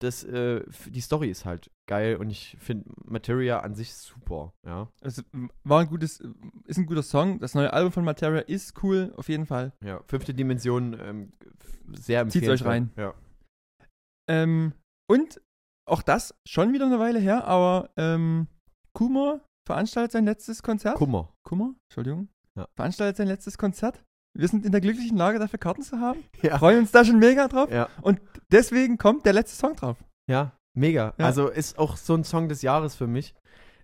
[SPEAKER 1] das, äh, f- die Story ist halt geil und ich finde Materia an sich super, ja.
[SPEAKER 2] Also, war ein gutes, ist ein guter Song. Das neue Album von Materia ist cool, auf jeden Fall.
[SPEAKER 1] Ja, fünfte Dimension, ähm, f- sehr
[SPEAKER 2] Zieht's
[SPEAKER 1] empfehlenswert.
[SPEAKER 2] euch rein.
[SPEAKER 1] Ja.
[SPEAKER 2] Ähm, und auch das schon wieder eine Weile her, aber ähm, Kummer veranstaltet sein letztes Konzert.
[SPEAKER 1] Kummer.
[SPEAKER 2] Kummer, Entschuldigung.
[SPEAKER 1] Ja.
[SPEAKER 2] Veranstaltet sein letztes Konzert. Wir sind in der glücklichen Lage, dafür Karten zu haben.
[SPEAKER 1] Ja.
[SPEAKER 2] Freuen uns da schon mega drauf.
[SPEAKER 1] Ja.
[SPEAKER 2] Und deswegen kommt der letzte Song drauf.
[SPEAKER 1] Ja, mega.
[SPEAKER 2] Ja.
[SPEAKER 1] Also ist auch so ein Song des Jahres für mich.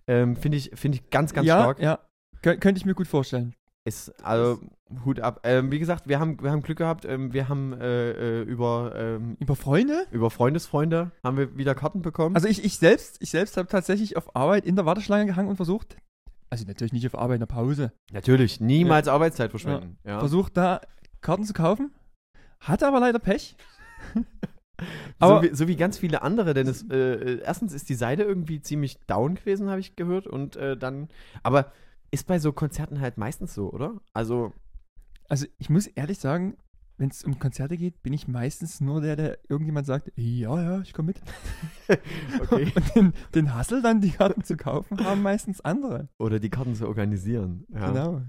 [SPEAKER 1] Ähm, Finde ich, find ich ganz, ganz
[SPEAKER 2] ja,
[SPEAKER 1] stark.
[SPEAKER 2] Ja, Kö könnte ich mir gut vorstellen.
[SPEAKER 1] Ist, also, Hut ab. Ähm, wie gesagt, wir haben, wir haben Glück gehabt. Ähm, wir haben äh, äh, über, ähm,
[SPEAKER 2] Über Freunde?
[SPEAKER 1] über Freundesfreunde haben wir wieder Karten bekommen.
[SPEAKER 2] Also ich, ich selbst, ich selbst habe tatsächlich auf Arbeit in der Warteschlange gehangen und versucht, also natürlich nicht auf Arbeit, in der Pause,
[SPEAKER 1] Natürlich, niemals Arbeitszeit verschwenden. Ja.
[SPEAKER 2] versucht da Karten zu kaufen, hatte aber leider Pech.
[SPEAKER 1] So,
[SPEAKER 2] aber-
[SPEAKER 1] wie, so wie ganz viele andere, denn es, äh, äh, erstens ist die Seite irgendwie ziemlich down gewesen, habe ich gehört. Und äh, dann, aber ist bei so Konzerten halt meistens so, oder? Also,
[SPEAKER 2] Also ich muss ehrlich sagen, wenn es um Konzerte geht, bin ich meistens nur der, der irgendjemand sagt, ja, ja, ich komme mit.
[SPEAKER 1] okay.
[SPEAKER 2] Und den, den Hassel dann, die Karten zu kaufen, haben meistens andere.
[SPEAKER 1] oder die Karten zu organisieren. Ja.
[SPEAKER 2] Genau.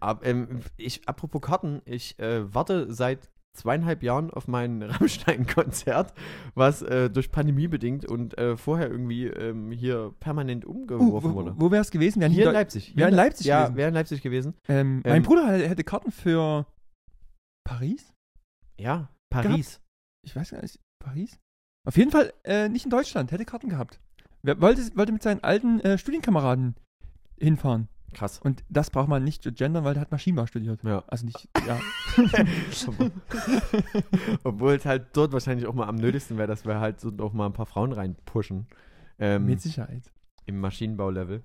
[SPEAKER 1] Ab, ähm, ich, apropos Karten, ich äh, warte seit zweieinhalb Jahren auf mein Rammstein-Konzert, was äh, durch Pandemie bedingt und äh, vorher irgendwie ähm, hier permanent
[SPEAKER 2] Uh,
[SPEAKER 1] umgeworfen wurde.
[SPEAKER 2] wo wo wäre es gewesen? Wäre
[SPEAKER 1] hier in
[SPEAKER 2] Leipzig.
[SPEAKER 1] Leipzig.
[SPEAKER 2] wäre in Leipzig
[SPEAKER 1] Ja,
[SPEAKER 2] gewesen.
[SPEAKER 1] wäre in Leipzig gewesen.
[SPEAKER 2] Ähm,
[SPEAKER 1] Ähm,
[SPEAKER 2] mein Bruder hätte hätte Karten für Paris?
[SPEAKER 1] Ja, Paris.
[SPEAKER 2] ich weiß gar nicht, Paris? Auf jeden Fall äh, nicht in Deutschland, hätte Karten gehabt. Wer wollte, wollte mit seinen alten äh, Studienkameraden hinfahren.
[SPEAKER 1] Krass.
[SPEAKER 2] Und das braucht man nicht zu gendern, weil der hat Maschinenbau studiert.
[SPEAKER 1] Ja.
[SPEAKER 2] Also nicht, ja.
[SPEAKER 1] Obwohl es halt dort wahrscheinlich auch mal am nötigsten wäre, dass wir halt so auch mal ein paar Frauen reinpushen. Ähm,
[SPEAKER 2] mit Sicherheit.
[SPEAKER 1] im Maschinenbau-Level.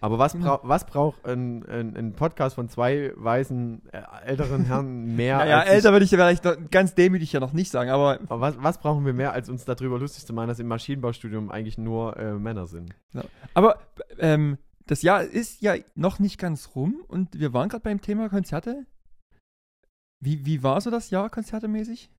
[SPEAKER 1] Aber was,
[SPEAKER 2] Genau.
[SPEAKER 1] brau was braucht ein, ein, ein Podcast von zwei weißen äh, älteren Herren mehr?
[SPEAKER 2] Ja, ja,
[SPEAKER 1] als sich-
[SPEAKER 2] älter würde ich ja vielleicht noch, ganz demütig ja noch nicht sagen, aber
[SPEAKER 1] Aber was, was brauchen wir mehr, als uns darüber lustig zu machen, dass im Maschinenbaustudium eigentlich nur äh, Männer sind?
[SPEAKER 2] Aber ähm, das Jahr ist ja noch nicht ganz rum und wir waren gerade beim Thema Konzerte. Wie, wie war so das Jahr konzertemäßig?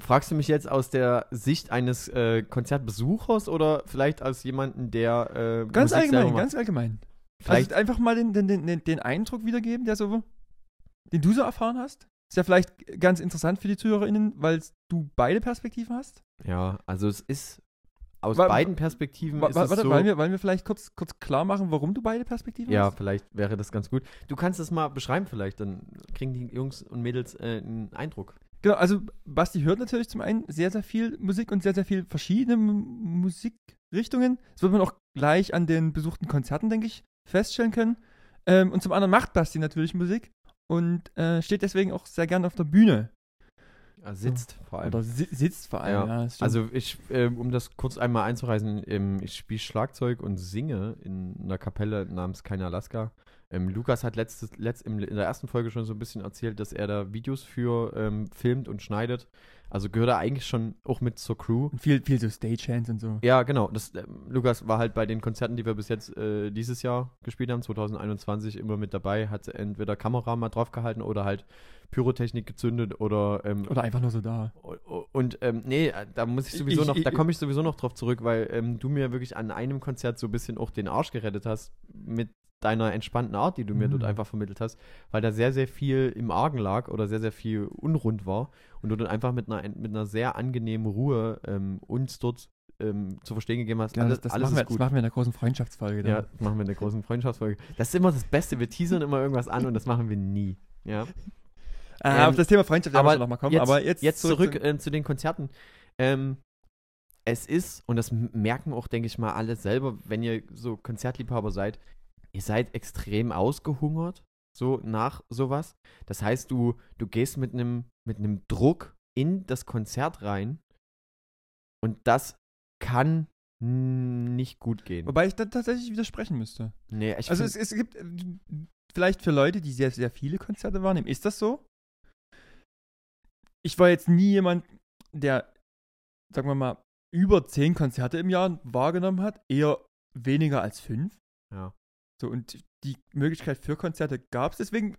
[SPEAKER 1] Fragst du mich jetzt aus der Sicht eines äh, Konzertbesuchers oder vielleicht als jemanden, der äh,
[SPEAKER 2] Ganz
[SPEAKER 1] Musik selber
[SPEAKER 2] allgemein,
[SPEAKER 1] macht?
[SPEAKER 2] ganz allgemein.
[SPEAKER 1] vielleicht
[SPEAKER 2] Also einfach mal den, den, den, den Eindruck wiedergeben, der so, den du so erfahren hast. Ist ja vielleicht ganz interessant für die ZuhörerInnen, weil du beide Perspektiven hast.
[SPEAKER 1] Ja, also es ist aus
[SPEAKER 2] Wa-
[SPEAKER 1] beiden Perspektiven
[SPEAKER 2] Wa-
[SPEAKER 1] ist
[SPEAKER 2] wa-
[SPEAKER 1] es
[SPEAKER 2] warte,
[SPEAKER 1] so.
[SPEAKER 2] wollen, wir, wollen wir vielleicht kurz, kurz klar machen, warum du beide Perspektiven
[SPEAKER 1] ja,
[SPEAKER 2] hast?
[SPEAKER 1] vielleicht wäre das ganz gut. Du kannst es mal beschreiben vielleicht, dann kriegen die Jungs und Mädels äh, einen Eindruck.
[SPEAKER 2] Genau, also Basti hört natürlich zum einen sehr, sehr viel Musik und sehr, sehr viel verschiedene M- Musikrichtungen. Das wird man auch gleich an den besuchten Konzerten, denke ich, feststellen können. Ähm, und zum anderen macht Basti natürlich Musik und äh, steht deswegen auch sehr gern auf der Bühne.
[SPEAKER 1] Er Ah, sitzt vor allem.
[SPEAKER 2] Oder si sitzt vor allem. Ja. das stimmt.
[SPEAKER 1] Also ich, ähm, um das kurz einmal einzureißen, ähm, ich spiele Schlagzeug und singe in einer Kapelle namens Kein Alaska. Ähm, Lukas hat letztes, letzt, im, in der ersten Folge schon so ein bisschen erzählt, dass er da Videos für ähm, filmt und schneidet. Also gehört er eigentlich schon auch mit zur Crew.
[SPEAKER 2] und viel, viel so Stagehands und so.
[SPEAKER 1] Ja, genau. Das, ähm, Lukas war halt bei den Konzerten, die wir bis jetzt äh, dieses Jahr gespielt haben, 2021, immer mit dabei. Hat entweder Kamera mal draufgehalten oder halt Pyrotechnik gezündet oder ähm,
[SPEAKER 2] Oder einfach nur so da.
[SPEAKER 1] und ähm, nee, da muss ich sowieso
[SPEAKER 2] Ich-
[SPEAKER 1] noch,
[SPEAKER 2] ich-
[SPEAKER 1] da komme ich sowieso noch drauf zurück, weil ähm, du mir wirklich an einem Konzert so ein bisschen auch den Arsch gerettet hast mit deiner entspannten Art, die du mir
[SPEAKER 2] Mhm.
[SPEAKER 1] dort einfach vermittelt hast, weil da sehr sehr viel im Argen lag oder sehr sehr viel unrund war und du dann einfach mit einer mit einer sehr angenehmen Ruhe ähm, uns dort ähm, zu verstehen gegeben hast,
[SPEAKER 2] Ja,
[SPEAKER 1] alles,
[SPEAKER 2] das, das,
[SPEAKER 1] alles
[SPEAKER 2] machen wir,
[SPEAKER 1] ist
[SPEAKER 2] das
[SPEAKER 1] gut.
[SPEAKER 2] machen wir genau. in der großen Freundschaftsfolge. dann.
[SPEAKER 1] ja, das machen wir in der großen Freundschaftsfolge. Das ist immer das Beste. Wir teasern immer irgendwas an und das machen wir nie. Ja.
[SPEAKER 2] Ah,
[SPEAKER 1] Ähm,
[SPEAKER 2] auf das Thema Freundschaft werden
[SPEAKER 1] aber
[SPEAKER 2] wir schon nochmal kommen. aber jetzt,
[SPEAKER 1] zurück,
[SPEAKER 2] zu-
[SPEAKER 1] äh, zu den Konzerten. Ähm, es ist, und das m- merken auch, denke ich mal, alle selber, wenn ihr so Konzertliebhaber seid, ihr seid extrem ausgehungert, so nach sowas. Das heißt, du, du gehst mit einem mit einem Druck in das Konzert rein und das kann n- nicht gut gehen.
[SPEAKER 2] Wobei ich da tatsächlich widersprechen müsste.
[SPEAKER 1] Nee, ich
[SPEAKER 2] also
[SPEAKER 1] find-
[SPEAKER 2] es, es gibt äh, vielleicht für Leute, die sehr, sehr viele Konzerte wahrnehmen, ist das so? Ich war jetzt nie jemand, der, sagen wir mal, über zehn Konzerte im Jahr wahrgenommen hat, eher weniger als fünf.
[SPEAKER 1] Ja.
[SPEAKER 2] So, und die Möglichkeit für Konzerte gab es, deswegen.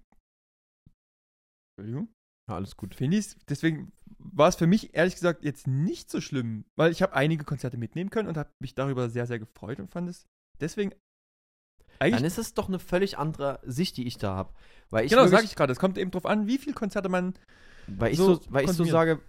[SPEAKER 2] Entschuldigung.
[SPEAKER 1] ja, alles gut.
[SPEAKER 2] Finde ich, deswegen war es für mich ehrlich gesagt jetzt nicht so schlimm, weil ich habe einige Konzerte mitnehmen können und habe mich darüber sehr, sehr gefreut und fand es deswegen
[SPEAKER 1] Dann
[SPEAKER 2] eigentlich.
[SPEAKER 1] ist es doch eine völlig andere Sicht, die ich da habe. Weil ich
[SPEAKER 2] genau,
[SPEAKER 1] wirklich-
[SPEAKER 2] sage ich gerade. Es kommt eben drauf an, wie viele Konzerte man.
[SPEAKER 1] Weil ich so,
[SPEAKER 2] so
[SPEAKER 1] weil ich so
[SPEAKER 2] konsumieren.
[SPEAKER 1] sage,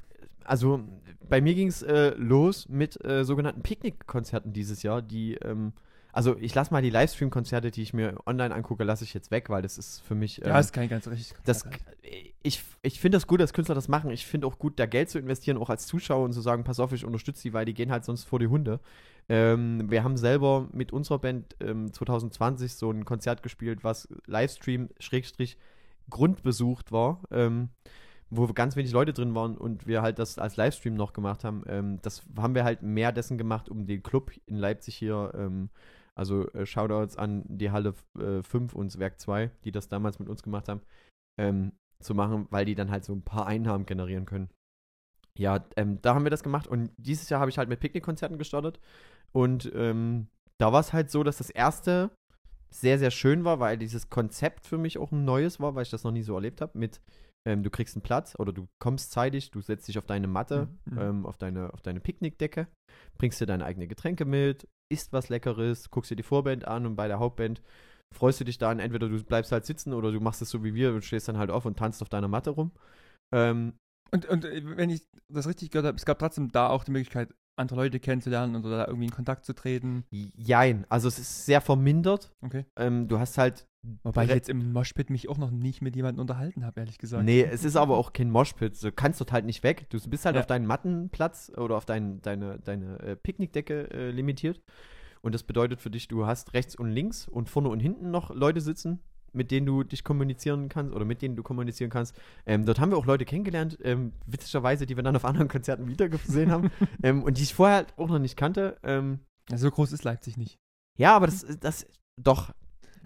[SPEAKER 1] also bei mir ging es äh, los mit äh, sogenannten Picknickkonzerten dieses Jahr, die, ähm, also ich lasse mal die Livestream-Konzerte, die ich mir online angucke, lasse ich jetzt weg, weil das ist für mich. ähm,
[SPEAKER 2] ja, ist kein ganz richtiges
[SPEAKER 1] das,
[SPEAKER 2] Konzert.
[SPEAKER 1] ich ich finde das gut, dass Künstler das machen. Ich finde auch gut, da Geld zu investieren, auch als Zuschauer und zu sagen, pass auf, ich unterstütze die, weil die gehen halt sonst vor die Hunde. Ähm, wir haben selber mit unserer Band ähm, 2020 so ein Konzert gespielt, was Livestream Schrägstrich grundbesucht war, ähm, wo ganz wenig Leute drin waren und wir halt das als Livestream noch gemacht haben. Ähm, das haben wir halt mehr dessen gemacht, um den Club in Leipzig hier ähm, also äh, Shoutouts an die Halle äh, 5 und das Werk 2, die das damals mit uns gemacht haben, ähm, zu machen, weil die dann halt so ein paar Einnahmen generieren können. Ja, ähm, da haben wir das gemacht und dieses Jahr habe ich halt mit Picknickkonzerten gestartet und ähm, da war es halt so, dass das erste sehr, sehr schön war, weil dieses Konzept für mich auch ein neues war, weil ich das noch nie so erlebt habe mit ähm, du kriegst einen Platz oder du kommst zeitig, du setzt dich auf deine Matte,
[SPEAKER 2] Mhm.
[SPEAKER 1] ähm, auf, deine, auf deine Picknickdecke, bringst dir deine eigenen Getränke mit, isst was Leckeres, guckst dir die Vorband an und bei der Hauptband freust du dich dann, entweder du bleibst halt sitzen oder du machst es so wie wir und stehst dann halt auf und tanzt auf deiner Matte rum. Ähm,
[SPEAKER 2] Und, und äh, wenn ich das richtig gehört habe, es gab trotzdem da auch die Möglichkeit, andere Leute kennenzulernen oder da irgendwie in Kontakt zu treten.
[SPEAKER 1] jein, also es ist sehr vermindert.
[SPEAKER 2] Okay.
[SPEAKER 1] Ähm, du hast halt
[SPEAKER 2] Wobei ich
[SPEAKER 1] Re-
[SPEAKER 2] jetzt im Moshpit mich auch noch nicht mit jemandem unterhalten habe, ehrlich gesagt.
[SPEAKER 1] Nee, es ist aber auch kein Moshpit. Du kannst dort halt nicht weg. Du bist halt
[SPEAKER 2] Ja.
[SPEAKER 1] auf deinen Mattenplatz oder auf deinen, deine, deine äh, Picknickdecke äh, limitiert. Und das bedeutet für dich, du hast rechts und links und vorne und hinten noch Leute sitzen, mit denen du dich kommunizieren kannst oder mit denen du kommunizieren kannst. Ähm, dort haben wir auch Leute kennengelernt, ähm, witzigerweise, die wir dann auf anderen Konzerten wiedergesehen haben ähm, und die ich vorher halt auch noch nicht kannte. Ähm,
[SPEAKER 2] Ja, Also so groß ist Leipzig nicht.
[SPEAKER 1] ja, aber das, das doch.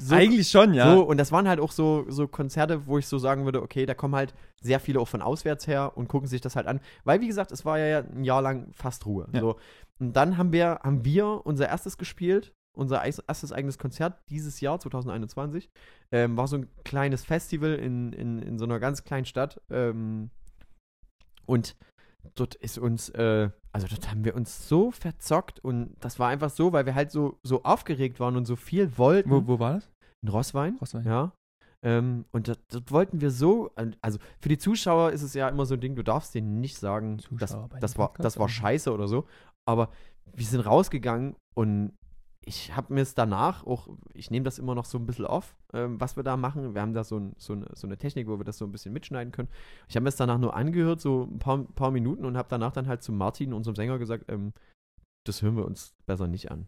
[SPEAKER 1] So,
[SPEAKER 2] Eigentlich schon, ja.
[SPEAKER 1] so, und das waren halt auch so, so Konzerte, wo ich so sagen würde, okay, da kommen halt sehr viele auch von auswärts her und gucken sich das halt an. Weil, wie gesagt, es war ja ein Jahr lang fast Ruhe.
[SPEAKER 2] Ja.
[SPEAKER 1] So. Und dann haben wir, haben wir unser erstes gespielt, unser eis- erstes eigenes Konzert dieses Jahr, 2021. Ähm, war so ein kleines Festival in, in, in so einer ganz kleinen Stadt. Ähm, und dort ist uns, äh, also dort haben wir uns so verzockt und das war einfach so, weil wir halt so, so aufgeregt waren und so viel wollten.
[SPEAKER 2] Wo, wo war das?
[SPEAKER 1] In Rosswein.
[SPEAKER 2] Rosswein.
[SPEAKER 1] Ja. Ähm, und das, das wollten wir so, also für die Zuschauer ist es ja immer so ein Ding, du darfst denen nicht sagen, das,
[SPEAKER 2] Zuschauer bei
[SPEAKER 1] das,
[SPEAKER 2] dem
[SPEAKER 1] war,
[SPEAKER 2] Podcast
[SPEAKER 1] das war
[SPEAKER 2] auch.
[SPEAKER 1] scheiße oder so. Aber wir sind rausgegangen und ich habe mir es danach auch, ich nehme das immer noch so ein bisschen auf, ähm, was wir da machen. Wir haben da so, ein, so, eine, so eine Technik, wo wir das so ein bisschen mitschneiden können. Ich habe mir es danach nur angehört, so ein paar, paar Minuten und habe danach dann halt zu Martin, unserem Sänger, gesagt, ähm, das hören wir uns besser nicht an.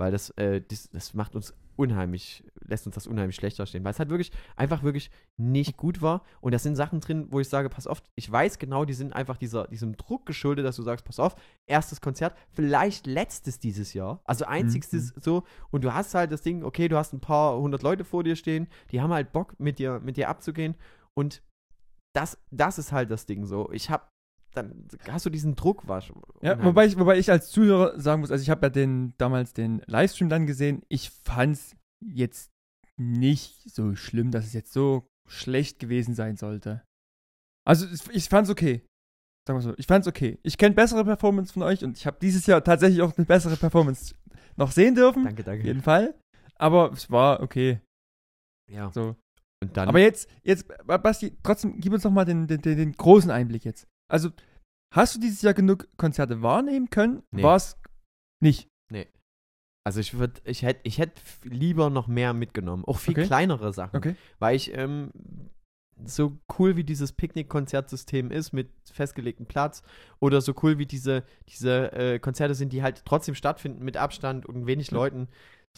[SPEAKER 1] Weil das, äh, das, das macht uns unheimlich, lässt uns das unheimlich schlechter stehen. Weil es halt wirklich, einfach wirklich nicht gut war. Und das sind Sachen drin, wo ich sage, pass auf, ich weiß genau, die sind einfach dieser, diesem Druck geschuldet, dass du sagst, pass auf, erstes Konzert, vielleicht letztes dieses Jahr. Also einzigstes so. Und du hast halt das Ding, okay, du hast ein paar hundert Leute vor dir stehen, die haben halt Bock, mit dir, mit dir abzugehen. Und das, das ist halt das Ding so. Ich hab, dann hast du diesen Druck, was.
[SPEAKER 2] Ja, wobei ich, wobei ich als Zuhörer sagen muss, also ich habe ja den, damals den Livestream dann gesehen. Ich fand es jetzt nicht so schlimm, dass es jetzt so schlecht gewesen sein sollte. Also es- ich fand es okay. Sagen wir so, ich fand es okay. Ich kenne bessere Performance von euch und ich habe dieses Jahr tatsächlich auch eine bessere Performance noch sehen dürfen.
[SPEAKER 1] Danke,
[SPEAKER 2] Auf
[SPEAKER 1] danke.
[SPEAKER 2] jeden Fall. Aber es war okay.
[SPEAKER 1] Ja.
[SPEAKER 2] So.
[SPEAKER 1] Und dann.
[SPEAKER 2] Aber jetzt, jetzt, Basti, trotzdem, gib uns noch mal den, den, den den großen Einblick jetzt. Also, hast du dieses Jahr genug Konzerte wahrnehmen können?
[SPEAKER 1] Nee.
[SPEAKER 2] War es nicht?
[SPEAKER 1] Also ich würde, ich hätte ich hätt f- lieber noch mehr mitgenommen. Auch viel
[SPEAKER 2] Okay.
[SPEAKER 1] kleinere Sachen.
[SPEAKER 2] Okay.
[SPEAKER 1] Weil ich, ähm, so cool wie dieses Picknick-Konzertsystem ist mit festgelegtem Platz oder so cool wie diese, diese äh, Konzerte sind, die halt trotzdem stattfinden mit Abstand und wenig Leuten,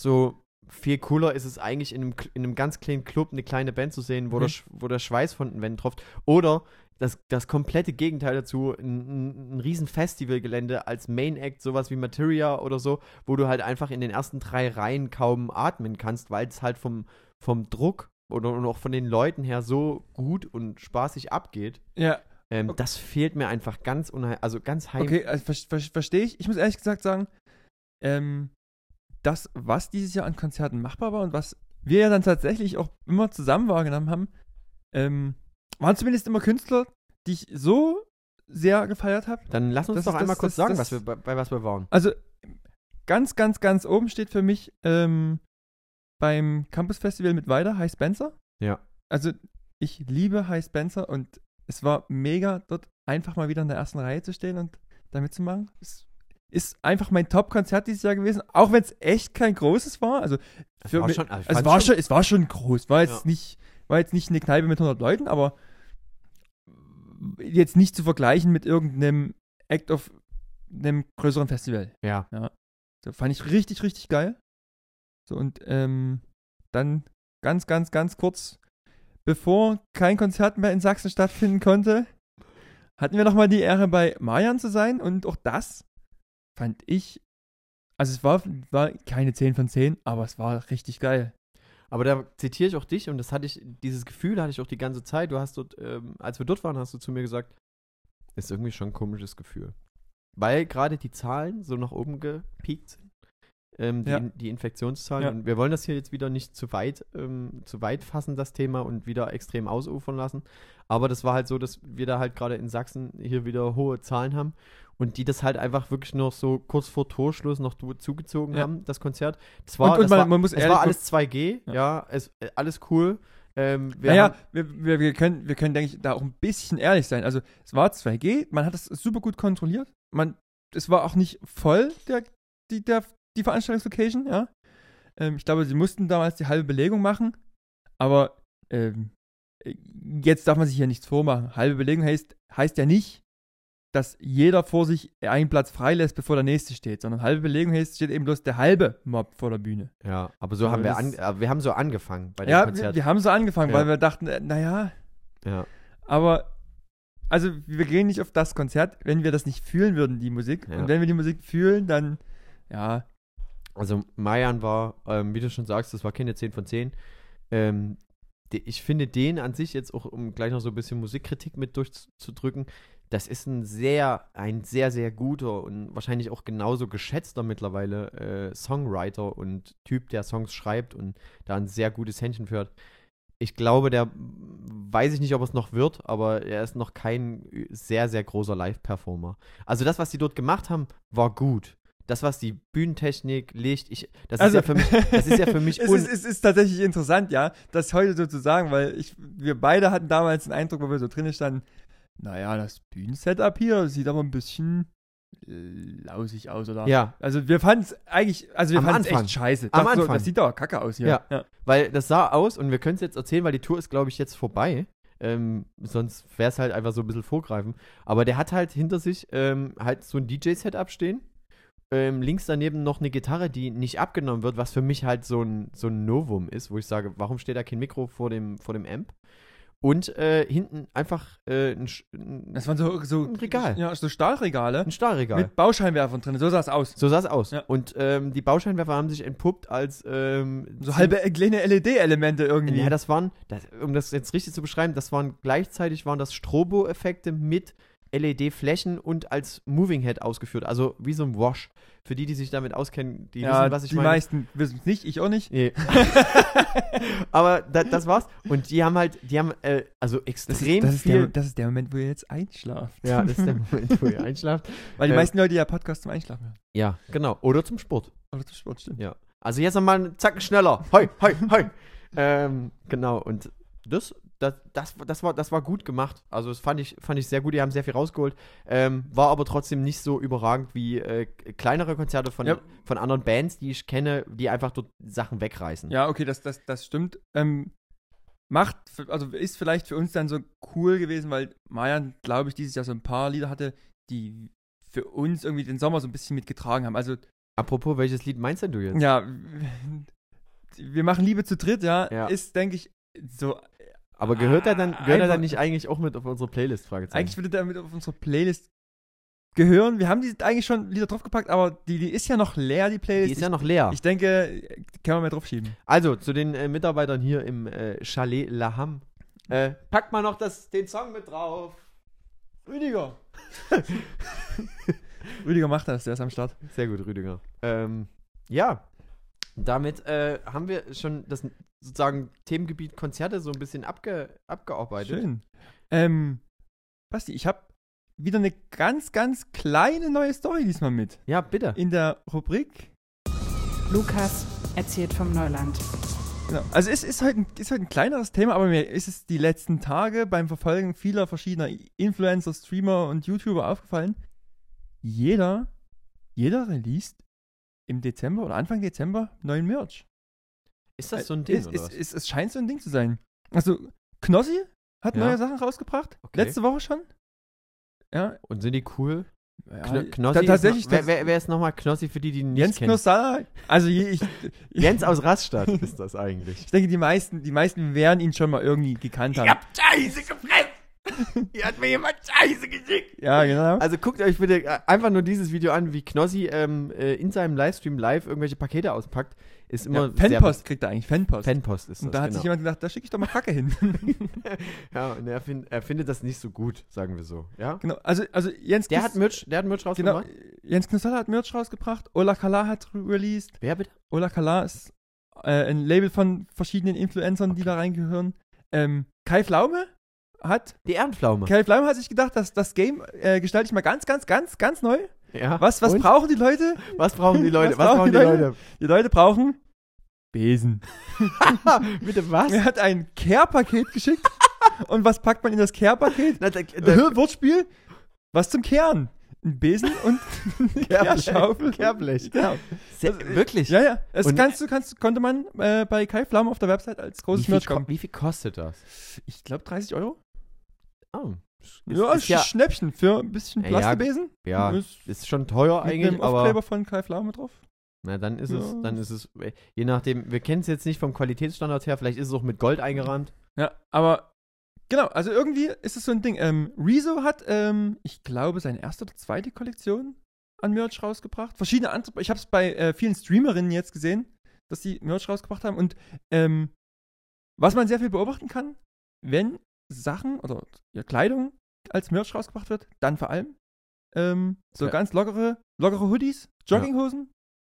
[SPEAKER 1] so viel cooler ist es eigentlich in einem, Cl- in einem ganz kleinen Club eine kleine Band zu sehen, wo,
[SPEAKER 2] Okay.
[SPEAKER 1] der, Sch- wo der Schweiß von den Wänden tropft. Oder das, das komplette Gegenteil dazu, ein, ein, ein riesen Festivalgelände als Main Act, sowas wie Materia oder so, wo du halt einfach in den ersten drei Reihen kaum atmen kannst, weil es halt vom, vom Druck oder und auch von den Leuten her so gut und spaßig abgeht.
[SPEAKER 2] Ja,
[SPEAKER 1] Ähm,
[SPEAKER 2] Okay.
[SPEAKER 1] Das fehlt mir einfach ganz unheim, also ganz heim.
[SPEAKER 2] okay, also, ver ver verstehe ich. Ich muss ehrlich gesagt sagen, ähm, das, was dieses Jahr an Konzerten machbar war und was wir ja dann tatsächlich auch immer zusammen wahrgenommen haben, ähm, waren zumindest immer Künstler, die ich so sehr gefeiert habe.
[SPEAKER 1] Dann lass uns
[SPEAKER 2] Das
[SPEAKER 1] doch
[SPEAKER 2] ist-
[SPEAKER 1] einmal
[SPEAKER 2] das-
[SPEAKER 1] kurz
[SPEAKER 2] das-
[SPEAKER 1] sagen,
[SPEAKER 2] das-
[SPEAKER 1] was wir, bei, bei was wir waren.
[SPEAKER 2] Also ganz, ganz, ganz oben steht für mich ähm, beim Campus Festival mit Weider High Spencer.
[SPEAKER 1] Ja.
[SPEAKER 2] Also ich liebe High Spencer und es war mega, dort einfach mal wieder in der ersten Reihe zu stehen und da mitzumachen. Es ist einfach mein Top-Konzert dieses Jahr gewesen, auch wenn es echt kein großes war. Also
[SPEAKER 1] Es
[SPEAKER 2] Für
[SPEAKER 1] war
[SPEAKER 2] mich-
[SPEAKER 1] schon, also ich
[SPEAKER 2] es
[SPEAKER 1] fand's
[SPEAKER 2] war schon, es war schon groß. War jetzt
[SPEAKER 1] Ja.
[SPEAKER 2] nicht, war jetzt nicht eine Kneipe mit 100 Leuten, aber jetzt nicht zu vergleichen mit irgendeinem Act of einem größeren Festival.
[SPEAKER 1] Ja,
[SPEAKER 2] So, fand ich richtig, richtig geil. So, und ähm, dann ganz, ganz, ganz kurz, bevor kein Konzert mehr in Sachsen stattfinden konnte, hatten wir nochmal die Ehre, bei Marian zu sein. Und auch das fand ich, also es war, war keine 10 von 10, aber es war richtig geil.
[SPEAKER 1] aber da zitiere ich auch dich und das hatte ich, dieses Gefühl hatte ich auch die ganze Zeit. Du hast dort, ähm, als wir dort waren, hast du zu mir gesagt, ist irgendwie schon ein komisches Gefühl. Weil gerade die Zahlen so nach oben gepiekt sind, ähm, die,
[SPEAKER 2] Ja.
[SPEAKER 1] die Infektionszahlen.
[SPEAKER 2] Ja.
[SPEAKER 1] Und wir wollen das hier jetzt wieder nicht zu weit, ähm, zu weit fassen, das Thema, und wieder extrem ausufern lassen. Aber das war halt so, dass wir da halt gerade in Sachsen hier wieder hohe Zahlen haben und die das halt einfach wirklich noch so kurz vor Torschluss noch du- zugezogen
[SPEAKER 2] Ja.
[SPEAKER 1] haben, das Konzert. Das war,
[SPEAKER 2] und und
[SPEAKER 1] das
[SPEAKER 2] man,
[SPEAKER 1] war,
[SPEAKER 2] man muss
[SPEAKER 1] es
[SPEAKER 2] ehrlich
[SPEAKER 1] war alles 2G, ja, es, äh, alles cool. Ähm, wir
[SPEAKER 2] naja,
[SPEAKER 1] haben,
[SPEAKER 2] wir, wir, wir können, wir können, denke ich, da auch ein bisschen ehrlich sein. Also es war 2G, man hat es super gut kontrolliert. Man, es war auch nicht voll, der, die, der, die Veranstaltungslocation, ja. Ähm, ich glaube, sie mussten damals die halbe Belegung machen, aber ähm, äh, jetzt darf man sich hier nichts vormachen. Halbe Belegung heißt, heißt ja nicht, dass jeder vor sich einen Platz freilässt, bevor der nächste steht, sondern halbe Belegung heißt, steht eben bloß der halbe Mob vor der Bühne.
[SPEAKER 1] ja, aber so
[SPEAKER 2] aber
[SPEAKER 1] haben wir,
[SPEAKER 2] das-
[SPEAKER 1] an, aber wir haben so angefangen bei dem
[SPEAKER 2] Ja, wir,
[SPEAKER 1] Konzert.
[SPEAKER 2] wir haben so angefangen,
[SPEAKER 1] Ja.
[SPEAKER 2] weil wir dachten, äh, naja,
[SPEAKER 1] ja.
[SPEAKER 2] Aber, also, wir gehen nicht auf das Konzert, wenn wir das nicht fühlen würden, die Musik.
[SPEAKER 1] Ja.
[SPEAKER 2] Und wenn wir die Musik fühlen, dann, ja,
[SPEAKER 1] Also Mayan war, ähm, wie du schon sagst, das war keine 10 von 10. Ähm, de- ich finde den an sich jetzt auch, um gleich noch so ein bisschen Musikkritik mit durchzudrücken, das ist ein sehr, ein sehr, sehr guter und wahrscheinlich auch genauso geschätzter mittlerweile äh, Songwriter und Typ, der Songs schreibt und da ein sehr gutes Händchen für hat. Ich glaube, der weiß ich nicht, ob es noch wird, aber er ist noch kein sehr, sehr großer Live-Performer. Also das, was die dort gemacht haben, war gut. das, was die Bühnentechnik, Licht, ich, das
[SPEAKER 2] Also-
[SPEAKER 1] ist ja für mich, das ist ja für mich
[SPEAKER 2] es,
[SPEAKER 1] un
[SPEAKER 2] ist, es ist tatsächlich interessant, ja, das heute so zu sagen, weil ich, wir beide hatten damals den Eindruck, wo wir so drinnen standen, naja, das Bühnensetup hier sieht aber ein bisschen äh, lausig aus, oder?
[SPEAKER 1] ja,
[SPEAKER 2] Also wir fanden es eigentlich, also wir
[SPEAKER 1] Am
[SPEAKER 2] fanden es
[SPEAKER 1] Anfang.
[SPEAKER 2] echt scheiße.
[SPEAKER 1] Am
[SPEAKER 2] Dachte so,
[SPEAKER 1] Anfang.
[SPEAKER 2] das sieht doch kacke aus hier.
[SPEAKER 1] Ja. weil das sah aus und wir können es jetzt erzählen, weil die Tour ist, glaube ich, jetzt vorbei. Ähm, sonst wäre es halt einfach so ein bisschen vorgreifen. Aber der hat halt hinter sich ähm, halt so ein DJ-Setup stehen. Ähm, links daneben noch eine Gitarre, die nicht abgenommen wird, was für mich halt so ein, so ein Novum ist, wo ich sage, warum steht da kein Mikro vor dem, vor dem Amp? Und äh, hinten einfach äh, ein, Sch- ein,
[SPEAKER 2] Das waren so, so
[SPEAKER 1] Ein Regal.
[SPEAKER 2] Ja, so Stahlregale
[SPEAKER 1] ein Stahlregal.
[SPEAKER 2] mit Bauscheinwerfern drin. So sah es aus.
[SPEAKER 1] So sah es aus.
[SPEAKER 2] Ja.
[SPEAKER 1] Und ähm, die Bauscheinwerfer haben sich entpuppt als ähm,
[SPEAKER 2] So halbe äh, kleine LED-Elemente irgendwie.
[SPEAKER 1] Ja, das waren, das, um das jetzt richtig zu beschreiben, das waren gleichzeitig waren das Strobo-Effekte mit LED-Flächen und als Moving Head ausgeführt, also wie so ein Wash. Für die, die sich damit auskennen, die
[SPEAKER 2] Ja,
[SPEAKER 1] wissen, was ich
[SPEAKER 2] die
[SPEAKER 1] meine.
[SPEAKER 2] meisten wissen es nicht, ich auch nicht.
[SPEAKER 1] Nee. Aber da, das war's. Und die haben halt, die haben äh, also extrem
[SPEAKER 2] das, ist der,
[SPEAKER 1] viel.
[SPEAKER 2] das ist der Moment, wo ihr jetzt einschlaft.
[SPEAKER 1] ja, das ist der Moment, wo ihr einschlaft.
[SPEAKER 2] Weil die
[SPEAKER 1] Ähm,
[SPEAKER 2] meisten Leute ja Podcasts zum Einschlafen hören.
[SPEAKER 1] Ja, genau. Oder zum Sport.
[SPEAKER 2] Oder zum Sport, stimmt.
[SPEAKER 1] Ja. Also jetzt nochmal einen Zacken schneller. Hoi, hoi, hoi. ähm, genau, und das, das, das, das, war, das war gut gemacht. Also das fand ich, fand ich sehr gut. Die haben sehr viel rausgeholt. Ähm, war aber trotzdem nicht so überragend wie äh, kleinere Konzerte von,
[SPEAKER 2] Ja.
[SPEAKER 1] von anderen Bands, die ich kenne, die einfach dort Sachen wegreißen.
[SPEAKER 2] Ja, okay, das, das, das stimmt. Ähm, macht, f- also ist vielleicht für uns dann so cool gewesen, weil Marian, glaube ich, dieses Jahr so ein paar Lieder hatte, die für uns irgendwie den Sommer so ein bisschen mitgetragen haben. Also,
[SPEAKER 1] Apropos, welches Lied meinst denn du jetzt?
[SPEAKER 2] ja, wir machen Liebe zu dritt, ja,
[SPEAKER 1] Ja.
[SPEAKER 2] ist, denke ich, so.
[SPEAKER 1] Aber gehört er dann,
[SPEAKER 2] Ah,
[SPEAKER 1] gehört er
[SPEAKER 2] einfach-
[SPEAKER 1] dann nicht eigentlich auch mit auf unsere Playlist? Fragezeichen.
[SPEAKER 2] Eigentlich würde damit auf unsere Playlist gehören. Wir haben die eigentlich schon Lieder draufgepackt, aber die, die ist ja noch leer, die Playlist.
[SPEAKER 1] die ist ja noch leer.
[SPEAKER 2] ich, ich denke, die können wir mehr draufschieben.
[SPEAKER 1] Also, zu den äh, Mitarbeitern hier im äh, Chalet La Ham. Äh, packt mal noch das, den Song mit drauf.
[SPEAKER 2] Rüdiger! Rüdiger macht das, der ist am Start.
[SPEAKER 1] Sehr gut, Rüdiger. Ähm, ja, damit äh, haben wir schon das sozusagen Themengebiet Konzerte so ein bisschen abge abgearbeitet.
[SPEAKER 2] Schön. Ähm, Basti, ich habe wieder eine ganz, ganz kleine neue Story diesmal mit.
[SPEAKER 1] Ja, bitte.
[SPEAKER 2] In der Rubrik.
[SPEAKER 3] Lukas erzählt vom Neuland.
[SPEAKER 2] Genau. Also es ist heute, ein, ist heute ein kleineres Thema, aber mir ist es die letzten Tage beim Verfolgen vieler verschiedener Influencer, Streamer und YouTuber aufgefallen. Jeder, jeder released im Dezember oder Anfang Dezember neuen Merch. Äh,
[SPEAKER 1] Ist das so ein Ding?
[SPEAKER 2] Es,
[SPEAKER 1] oder
[SPEAKER 2] es,
[SPEAKER 1] was?
[SPEAKER 2] es, es scheint so ein Ding zu sein. Also Knossi hat
[SPEAKER 1] Ja.
[SPEAKER 2] neue Sachen rausgebracht.
[SPEAKER 1] Okay.
[SPEAKER 2] Letzte Woche schon. Ja,
[SPEAKER 1] Und sind die cool?
[SPEAKER 2] Ja,
[SPEAKER 1] Kno
[SPEAKER 2] ta-
[SPEAKER 1] Knossi?
[SPEAKER 2] tatsächlich.
[SPEAKER 1] Ist noch, wer,
[SPEAKER 2] das-
[SPEAKER 1] wer, wer ist nochmal Knossi für die, die ihn nicht
[SPEAKER 2] Jens
[SPEAKER 1] kennen?
[SPEAKER 2] Knossala, also je- ich,
[SPEAKER 1] Jens aus Rastatt ist das eigentlich.
[SPEAKER 2] ich denke, die meisten, die meisten werden ihn schon mal irgendwie gekannt haben.
[SPEAKER 4] habt Scheiße gefressen! Hier hat mir jemand Scheiße geschickt!
[SPEAKER 2] Ja, genau.
[SPEAKER 1] Also guckt euch bitte äh, einfach nur dieses Video an, wie Knossi ähm, äh, in seinem Livestream live irgendwelche Pakete auspackt. Ist immer
[SPEAKER 2] Ja,
[SPEAKER 1] sehr-
[SPEAKER 2] Fanpost kriegt er eigentlich, Fanpost.
[SPEAKER 1] Fanpost genau. ist das. genau.
[SPEAKER 2] und da hat sich jemand gedacht, da schicke ich doch mal Kacke hin.
[SPEAKER 1] ja, und er, find, er findet das nicht so gut, sagen wir so. Ja.
[SPEAKER 2] genau, also, also Jens
[SPEAKER 1] Der
[SPEAKER 2] Knus-
[SPEAKER 1] hat Merch, der hat Merch
[SPEAKER 2] genau,
[SPEAKER 1] rausgebracht.
[SPEAKER 2] Jens Knussala hat Merch rausgebracht, Ola Kala hat released,
[SPEAKER 1] Wer bitte?
[SPEAKER 2] Ola Kala ist äh, ein Label von verschiedenen Influencern, die da reingehören. Ähm, Kai Flaume hat,
[SPEAKER 1] Die Ehrenpflaume.
[SPEAKER 2] Kai Flaume hat sich gedacht, dass das Game äh, gestalte ich mal ganz, ganz, ganz, ganz neu.
[SPEAKER 1] Ja.
[SPEAKER 2] Was, was
[SPEAKER 1] Und?
[SPEAKER 2] brauchen die Leute?
[SPEAKER 1] was brauchen die Leute? Was brauchen die Leute?
[SPEAKER 2] Die Leute brauchen Besen.
[SPEAKER 1] bitte was?
[SPEAKER 2] Er hat ein Care-Paket geschickt. und was packt man in das Care-Paket?
[SPEAKER 1] Na, da, da,
[SPEAKER 2] Äh, Wortspiel? Was zum Kehren? Ein Besen und eine
[SPEAKER 1] Kehrblech.
[SPEAKER 2] Kehrschaufel.
[SPEAKER 1] Kehrblech.
[SPEAKER 2] Genau.
[SPEAKER 1] sehr, wirklich?
[SPEAKER 2] Ja, ja. Das
[SPEAKER 1] Und-
[SPEAKER 2] kannst du, kannst, konnte man äh, bei Kai Flamme auf der Website als
[SPEAKER 1] Wie
[SPEAKER 2] großes
[SPEAKER 1] viel,
[SPEAKER 2] Merch
[SPEAKER 1] ko
[SPEAKER 2] kaufen.
[SPEAKER 1] wie viel kostet das?
[SPEAKER 2] Ich glaube 30 Euro.
[SPEAKER 1] Oh.
[SPEAKER 2] ja,
[SPEAKER 1] ist
[SPEAKER 2] ist
[SPEAKER 1] ja-
[SPEAKER 2] ein Schnäppchen für ein bisschen
[SPEAKER 1] Ja, ja,
[SPEAKER 2] Plastikbesen.
[SPEAKER 1] Ja,
[SPEAKER 2] Ist
[SPEAKER 1] ist schon teuer
[SPEAKER 2] mit einem
[SPEAKER 1] eigentlich,
[SPEAKER 2] Aufkleber
[SPEAKER 1] aber
[SPEAKER 2] von Kai Flamme drauf.
[SPEAKER 1] na, Ne, dann ist es,
[SPEAKER 2] Ja.
[SPEAKER 1] dann ist es, äh, je nachdem, wir kennen es jetzt nicht vom Qualitätsstandard her, vielleicht ist es auch mit Gold eingerahmt.
[SPEAKER 2] Ja, aber genau, also irgendwie ist es so ein Ding. Ähm, Rezo hat, ähm, ich glaube, seine erste oder zweite Kollektion an Merch rausgebracht. Verschiedene andere, ich habe es bei äh, vielen Streamerinnen jetzt gesehen, dass die Merch rausgebracht haben. Und ähm, was man sehr viel beobachten kann, wenn Sachen oder ja, Kleidung als Merch rausgebracht wird, dann vor allem ähm, so
[SPEAKER 1] Ja.
[SPEAKER 2] ganz lockere, lockere Hoodies, Jogginghosen.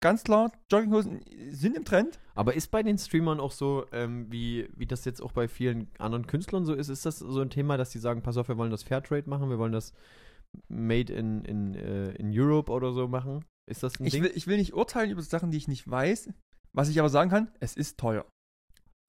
[SPEAKER 2] Ganz klar, Jogginghosen sind im Trend.
[SPEAKER 1] Aber ist bei den Streamern auch so, ähm, wie, wie das jetzt auch bei vielen anderen Künstlern so ist? Ist das so ein Thema, dass die sagen, pass auf, wir wollen das Fairtrade machen, wir wollen das Made in, in, äh, in Europe oder so machen? Ist das ein
[SPEAKER 2] Ich
[SPEAKER 1] Ding?
[SPEAKER 2] will, ich will nicht urteilen über Sachen, die ich nicht weiß. Was ich aber sagen kann, es ist teuer.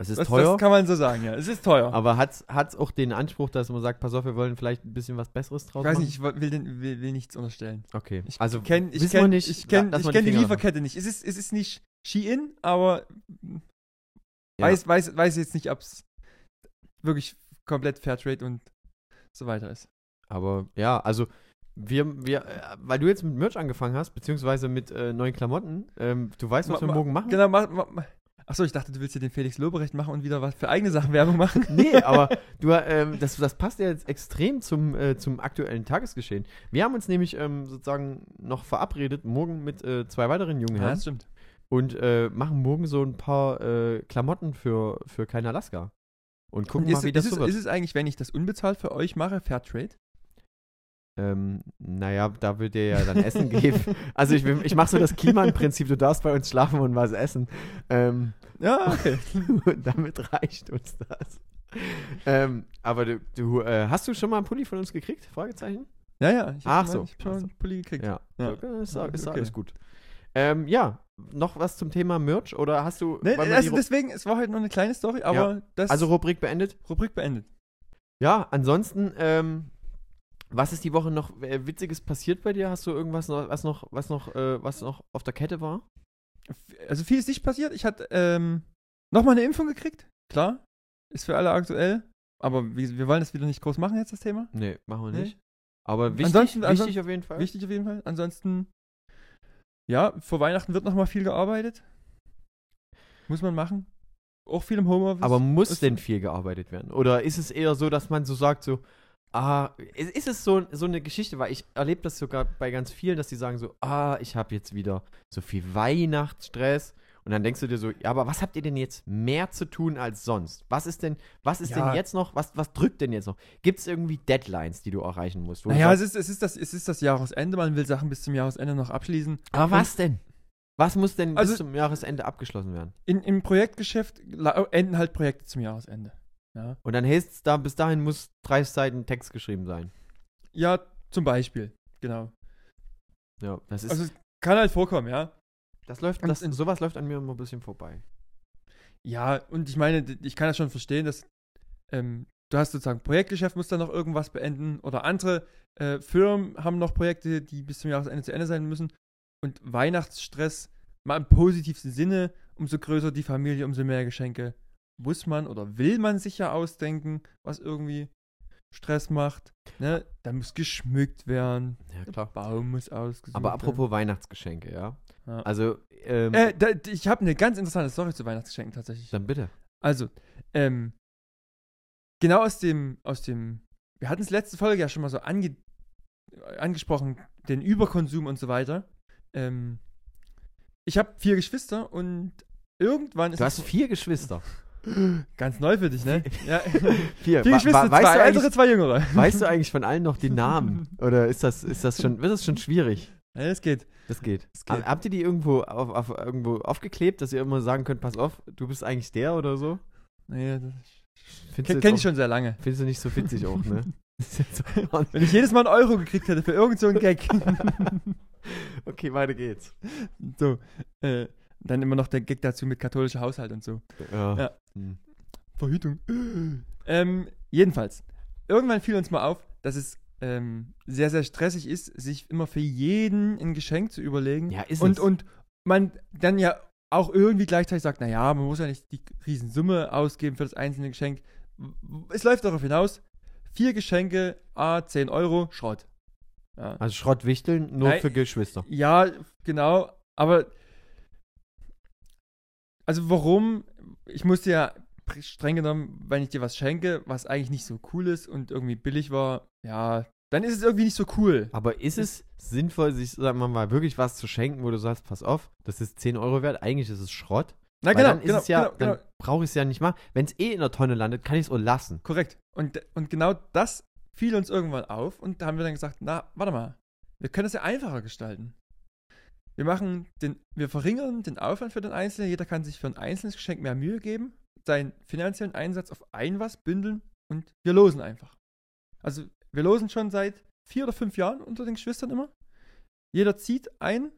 [SPEAKER 1] Es ist
[SPEAKER 2] das,
[SPEAKER 1] teuer,
[SPEAKER 2] das kann man so sagen, ja. Es ist teuer.
[SPEAKER 1] aber hat es auch den Anspruch, dass man sagt, pass auf, wir wollen vielleicht ein bisschen was Besseres draus
[SPEAKER 2] ich weiß
[SPEAKER 1] machen?
[SPEAKER 2] nicht, ich will, den, will, will nichts unterstellen.
[SPEAKER 1] Okay.
[SPEAKER 2] Ich
[SPEAKER 1] also
[SPEAKER 2] kenn, ich
[SPEAKER 1] wissen
[SPEAKER 2] kenn,
[SPEAKER 1] wir nicht,
[SPEAKER 2] ich kenn,
[SPEAKER 1] dass
[SPEAKER 2] ich
[SPEAKER 1] man
[SPEAKER 2] kenn die
[SPEAKER 1] Finger-
[SPEAKER 2] Lieferkette nicht. Es ist, es ist nicht Shein, aber
[SPEAKER 1] Ja.
[SPEAKER 2] weiß, weiß, weiß jetzt nicht, ob es wirklich komplett Fairtrade und so weiter ist.
[SPEAKER 1] Aber ja, also wir, wir, äh, weil du jetzt mit Merch angefangen hast, beziehungsweise mit äh, neuen Klamotten, ähm, du weißt, was
[SPEAKER 2] Ma-
[SPEAKER 1] wir
[SPEAKER 2] ma-
[SPEAKER 1] morgen machen?
[SPEAKER 2] Genau, mach, mach, mach. Achso, ich dachte, du willst hier den Felix Lobrecht machen und wieder was für eigene Sachen Werbung machen.
[SPEAKER 1] Nee, aber du, ähm, das, das passt ja jetzt extrem zum, äh, zum aktuellen Tagesgeschehen. Wir haben uns nämlich ähm, sozusagen noch verabredet, morgen mit äh, zwei weiteren jungen
[SPEAKER 2] Ja,
[SPEAKER 1] Herren
[SPEAKER 2] das stimmt.
[SPEAKER 1] und äh, machen morgen so ein paar äh, Klamotten für, für Kein Alaska. Und gucken
[SPEAKER 2] Und ist,
[SPEAKER 1] mal, wie
[SPEAKER 2] ist,
[SPEAKER 1] das so
[SPEAKER 2] es,
[SPEAKER 1] wird.
[SPEAKER 2] ist es eigentlich, wenn ich das unbezahlt für euch mache, Fairtrade?
[SPEAKER 1] Ähm, naja, da wird dir ja dann Essen geben. Also ich, will- ich mache so das Klima-Prinzip, du darfst bei uns schlafen und was essen. Ähm,
[SPEAKER 2] Ja, okay.
[SPEAKER 1] und damit reicht uns das. Ähm, aber du, du äh, hast du schon mal einen Pulli von uns gekriegt? Fragezeichen?
[SPEAKER 2] ja, ja. Ich hab
[SPEAKER 1] Ach
[SPEAKER 2] schon
[SPEAKER 1] so.
[SPEAKER 2] mal- Ich hab schon mal einen Pulli gekriegt.
[SPEAKER 1] Ja.
[SPEAKER 2] Ja.
[SPEAKER 1] So, Ist, da- ist da
[SPEAKER 2] Okay.
[SPEAKER 1] alles gut. Ähm, ja, noch was zum Thema Merch oder hast du.
[SPEAKER 2] Nee,
[SPEAKER 1] wollen wir die
[SPEAKER 2] also
[SPEAKER 1] Ru-
[SPEAKER 2] deswegen, es war halt nur eine kleine Story, aber das
[SPEAKER 1] also Rubrik beendet?
[SPEAKER 2] Rubrik beendet.
[SPEAKER 1] Ja, ansonsten, ähm, was ist die Woche noch äh, Witziges passiert bei dir? Hast du irgendwas, noch, was, noch, was, noch, äh, was noch auf der Kette war?
[SPEAKER 2] F- Also viel ist nicht passiert. Ich hatte ähm, nochmal eine Impfung gekriegt. Klar, ist für alle aktuell. Aber wir, wir wollen das wieder nicht groß machen jetzt, das Thema.
[SPEAKER 1] Nee, machen wir
[SPEAKER 2] Nee?
[SPEAKER 1] nicht. Aber wichtig,
[SPEAKER 2] Ansonsten-
[SPEAKER 1] wichtig
[SPEAKER 2] ansonsten-
[SPEAKER 1] auf jeden Fall.
[SPEAKER 2] Wichtig auf jeden Fall. Ansonsten, ja, vor Weihnachten wird nochmal viel gearbeitet. Muss man machen. Auch viel im Homeoffice.
[SPEAKER 1] Aber muss
[SPEAKER 2] ist-
[SPEAKER 1] denn viel gearbeitet werden? Oder ist es eher so, dass man so sagt, so, ah, ist, ist es so, so eine Geschichte, weil ich erlebe das sogar bei ganz vielen, dass die sagen so, ah, ich habe jetzt wieder so viel Weihnachtsstress. Und dann denkst du dir so, ja, aber was habt ihr denn jetzt mehr zu tun als sonst? Was ist denn, was ist
[SPEAKER 2] Ja.
[SPEAKER 1] denn jetzt noch, was, was drückt denn jetzt noch? Gibt es irgendwie Deadlines, die du erreichen musst? wo du
[SPEAKER 2] naja, es
[SPEAKER 1] sagst,
[SPEAKER 2] ist, es, ist das, es ist das Jahresende. Man will Sachen bis zum Jahresende noch abschließen.
[SPEAKER 1] aber ah, was denn? Was muss denn
[SPEAKER 2] Also-
[SPEAKER 1] bis zum Jahresende abgeschlossen werden?
[SPEAKER 2] In, Im Projektgeschäft la- enden halt Projekte zum Jahresende. Ja,
[SPEAKER 1] Und dann heißt es da, bis dahin muss 30 Seiten Text geschrieben sein.
[SPEAKER 2] ja zum Beispiel. Genau.
[SPEAKER 1] Ja, das ist,
[SPEAKER 2] Also es kann halt vorkommen, ja.
[SPEAKER 1] das läuft,
[SPEAKER 2] und-
[SPEAKER 1] das, sowas läuft an mir immer ein bisschen vorbei.
[SPEAKER 2] Ja, und ich meine, d- ich kann das schon verstehen, dass ähm, du hast sozusagen Projektgeschäft, musst dann noch irgendwas beenden oder andere äh, Firmen haben noch Projekte, die bis zum Jahresende zu Ende sein müssen. Und Weihnachtsstress, mal im positivsten Sinne, umso größer die Familie, umso mehr Geschenke muss man oder will man sich ja ausdenken, was irgendwie Stress macht. Ne? Da muss geschmückt werden,
[SPEAKER 1] Ja,
[SPEAKER 2] der Baum muss ausgesucht
[SPEAKER 1] Aber apropos Weihnachtsgeschenke, ja.
[SPEAKER 2] Ja.
[SPEAKER 1] Also, ähm,
[SPEAKER 2] werden. Äh, da, ich habe eine ganz interessante Story zu Weihnachtsgeschenken tatsächlich.
[SPEAKER 1] dann bitte.
[SPEAKER 2] Also, ähm, genau aus dem, aus dem, wir hatten es letzte Folge ja schon mal so ange, angesprochen, den Überkonsum und so weiter. Ähm, ich habe vier Geschwister und irgendwann ist
[SPEAKER 1] Du hast
[SPEAKER 2] es
[SPEAKER 1] vier Geschwister.
[SPEAKER 2] ganz neu für dich, ne? ja.
[SPEAKER 1] Vier,
[SPEAKER 2] Vier
[SPEAKER 1] Wa-
[SPEAKER 2] Geschwister,
[SPEAKER 1] wa- weißt,
[SPEAKER 2] zwei
[SPEAKER 1] du
[SPEAKER 2] ältere,
[SPEAKER 1] eigentlich,
[SPEAKER 2] zwei jüngere.
[SPEAKER 1] weißt du eigentlich von allen noch die Namen? Oder ist das, ist das schon, wird das schon schwierig?
[SPEAKER 2] Ja, das geht.
[SPEAKER 1] Das geht.
[SPEAKER 2] Das geht.
[SPEAKER 1] Ha- Habt ihr die irgendwo, auf, auf, irgendwo aufgeklebt, dass ihr immer sagen könnt, pass auf, du bist eigentlich der oder so?
[SPEAKER 2] Naja, das
[SPEAKER 1] Findest
[SPEAKER 2] kenn,
[SPEAKER 1] du
[SPEAKER 2] kenn
[SPEAKER 1] jetzt
[SPEAKER 2] ich schon sehr lange.
[SPEAKER 1] auch- Findest du nicht so witzig auch, ne? Ist jetzt auch-
[SPEAKER 2] Wenn ich jedes Mal einen Euro gekriegt hätte für irgend so einen Gag.
[SPEAKER 1] okay, weiter geht's.
[SPEAKER 2] so, äh, dann immer noch der Gag dazu mit katholischer Haushalt und so.
[SPEAKER 1] Ja.
[SPEAKER 2] Ja.
[SPEAKER 1] Hm.
[SPEAKER 2] Verhütung. Ähm, jedenfalls, irgendwann fiel uns mal auf, dass es ähm, sehr, sehr stressig ist, sich immer für jeden ein Geschenk zu überlegen.
[SPEAKER 1] Ja, ist
[SPEAKER 2] und,
[SPEAKER 1] es.
[SPEAKER 2] und man dann ja auch irgendwie gleichzeitig sagt, naja, man muss ja nicht die Riesensumme ausgeben für das einzelne Geschenk. Es läuft darauf hinaus, vier Geschenke, a 10 Euro, Schrott. Ja.
[SPEAKER 1] Also Schrottwichteln nur
[SPEAKER 2] Nein.
[SPEAKER 1] für Geschwister.
[SPEAKER 2] Ja, genau, aber also warum? Ich musste ja pr- streng genommen, wenn ich dir was schenke, was eigentlich nicht so cool ist und irgendwie billig war, ja, dann ist es irgendwie nicht so cool.
[SPEAKER 1] Aber ist es sinnvoll, sich, sagen wir mal, wirklich was zu schenken, wo du sagst, pass auf, das ist 10 Euro wert, eigentlich ist es Schrott.
[SPEAKER 2] Na
[SPEAKER 1] Weil
[SPEAKER 2] genau,
[SPEAKER 1] dann ist
[SPEAKER 2] genau,
[SPEAKER 1] es ja,
[SPEAKER 2] genau, genau,
[SPEAKER 1] dann brauche ich es ja nicht mal. Wenn es eh in der Tonne landet, kann ich es auch lassen.
[SPEAKER 2] korrekt. Und, und genau das fiel uns irgendwann auf und da haben wir dann gesagt, na, warte mal, wir können das ja einfacher gestalten. Wir machen den, wir verringern den Aufwand für den Einzelnen, jeder kann sich für ein einzelnes Geschenk mehr Mühe geben, seinen finanziellen Einsatz auf ein was bündeln und wir losen einfach. Also wir losen schon seit vier oder fünf Jahren unter den Geschwistern immer. Jeder zieht ein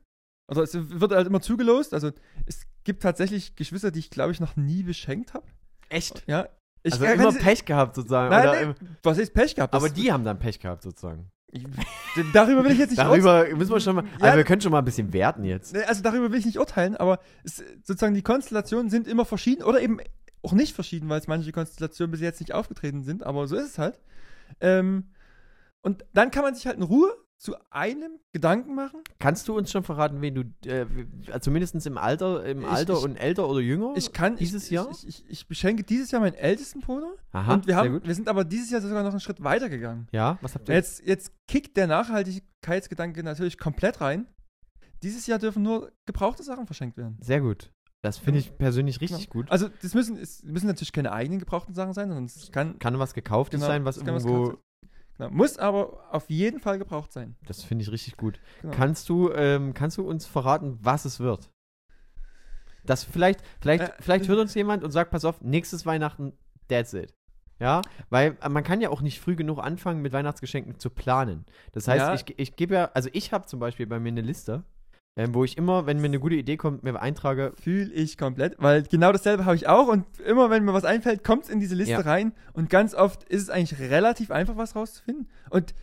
[SPEAKER 2] Also es wird halt immer zugelost. Also es gibt tatsächlich Geschwister, die ich, glaube ich, noch nie beschenkt habe.
[SPEAKER 1] Echt?
[SPEAKER 2] Ja. Ich
[SPEAKER 1] Also
[SPEAKER 2] kann-
[SPEAKER 1] immer
[SPEAKER 2] kann-
[SPEAKER 1] Pech gehabt sozusagen.
[SPEAKER 2] Nein,
[SPEAKER 1] oder,
[SPEAKER 2] nein, was ist Pech gehabt?
[SPEAKER 1] aber
[SPEAKER 2] das,
[SPEAKER 1] die haben dann Pech gehabt sozusagen.
[SPEAKER 2] ich, darüber will ich jetzt nicht
[SPEAKER 1] Darüber müssen wir schon mal.
[SPEAKER 2] Ja.
[SPEAKER 1] Also wir können schon mal ein bisschen werten jetzt.
[SPEAKER 2] Nee, Also darüber will ich nicht urteilen, aber es, sozusagen die Konstellationen sind immer verschieden oder eben auch nicht verschieden, weil es manche Konstellationen bis jetzt nicht aufgetreten sind, aber so ist es halt. Ähm, und dann kann man sich halt in Ruhe zu einem Gedanken machen.
[SPEAKER 1] Kannst du uns schon verraten, wen du, äh, also mindestens im Alter, im
[SPEAKER 2] Ich-
[SPEAKER 1] Alter
[SPEAKER 2] ich-
[SPEAKER 1] und älter oder jünger?
[SPEAKER 2] Ich kann
[SPEAKER 1] Dieses
[SPEAKER 2] ich,
[SPEAKER 1] Jahr?
[SPEAKER 2] Ich, ich, ich beschenke dieses Jahr meinen ältesten Bruder
[SPEAKER 1] Aha,
[SPEAKER 2] und wir
[SPEAKER 1] sehr
[SPEAKER 2] haben
[SPEAKER 1] gut.
[SPEAKER 2] wir sind aber dieses Jahr sogar noch einen Schritt weiter gegangen.
[SPEAKER 1] Ja, was habt ihr?
[SPEAKER 2] Jetzt jetzt kickt der Nachhaltigkeitsgedanke natürlich komplett rein. Dieses Jahr dürfen nur gebrauchte Sachen verschenkt werden.
[SPEAKER 1] Sehr gut. Das finde ich persönlich richtig gut.
[SPEAKER 2] Also das müssen, es müssen natürlich keine eigenen gebrauchten Sachen sein, sondern es kann,
[SPEAKER 1] Kann was gekauftes
[SPEAKER 2] genau,
[SPEAKER 1] sein, was
[SPEAKER 2] es kann
[SPEAKER 1] irgendwo.
[SPEAKER 2] gekauft sein. genau, muss aber auf jeden Fall gebraucht sein.
[SPEAKER 1] das finde ich richtig gut.
[SPEAKER 2] Genau.
[SPEAKER 1] Kannst du, ähm, kannst du uns verraten, was es wird? Das vielleicht, vielleicht,
[SPEAKER 2] Äh,
[SPEAKER 1] vielleicht hört uns jemand und sagt, pass auf, nächstes Weihnachten, that's it. Ja, weil äh, man kann ja auch nicht früh genug anfangen, mit Weihnachtsgeschenken zu planen. Das heißt,
[SPEAKER 2] Ja.
[SPEAKER 1] ich, ich gebe ja, also ich habe zum Beispiel bei mir eine Liste, ähm, wo ich immer, wenn mir eine gute Idee kommt, mir eintrage,
[SPEAKER 2] Fühle ich komplett, weil genau dasselbe habe ich auch und immer wenn mir was einfällt, kommt es in diese Liste
[SPEAKER 1] Ja.
[SPEAKER 2] rein und ganz oft ist es eigentlich relativ einfach, was rauszufinden. Und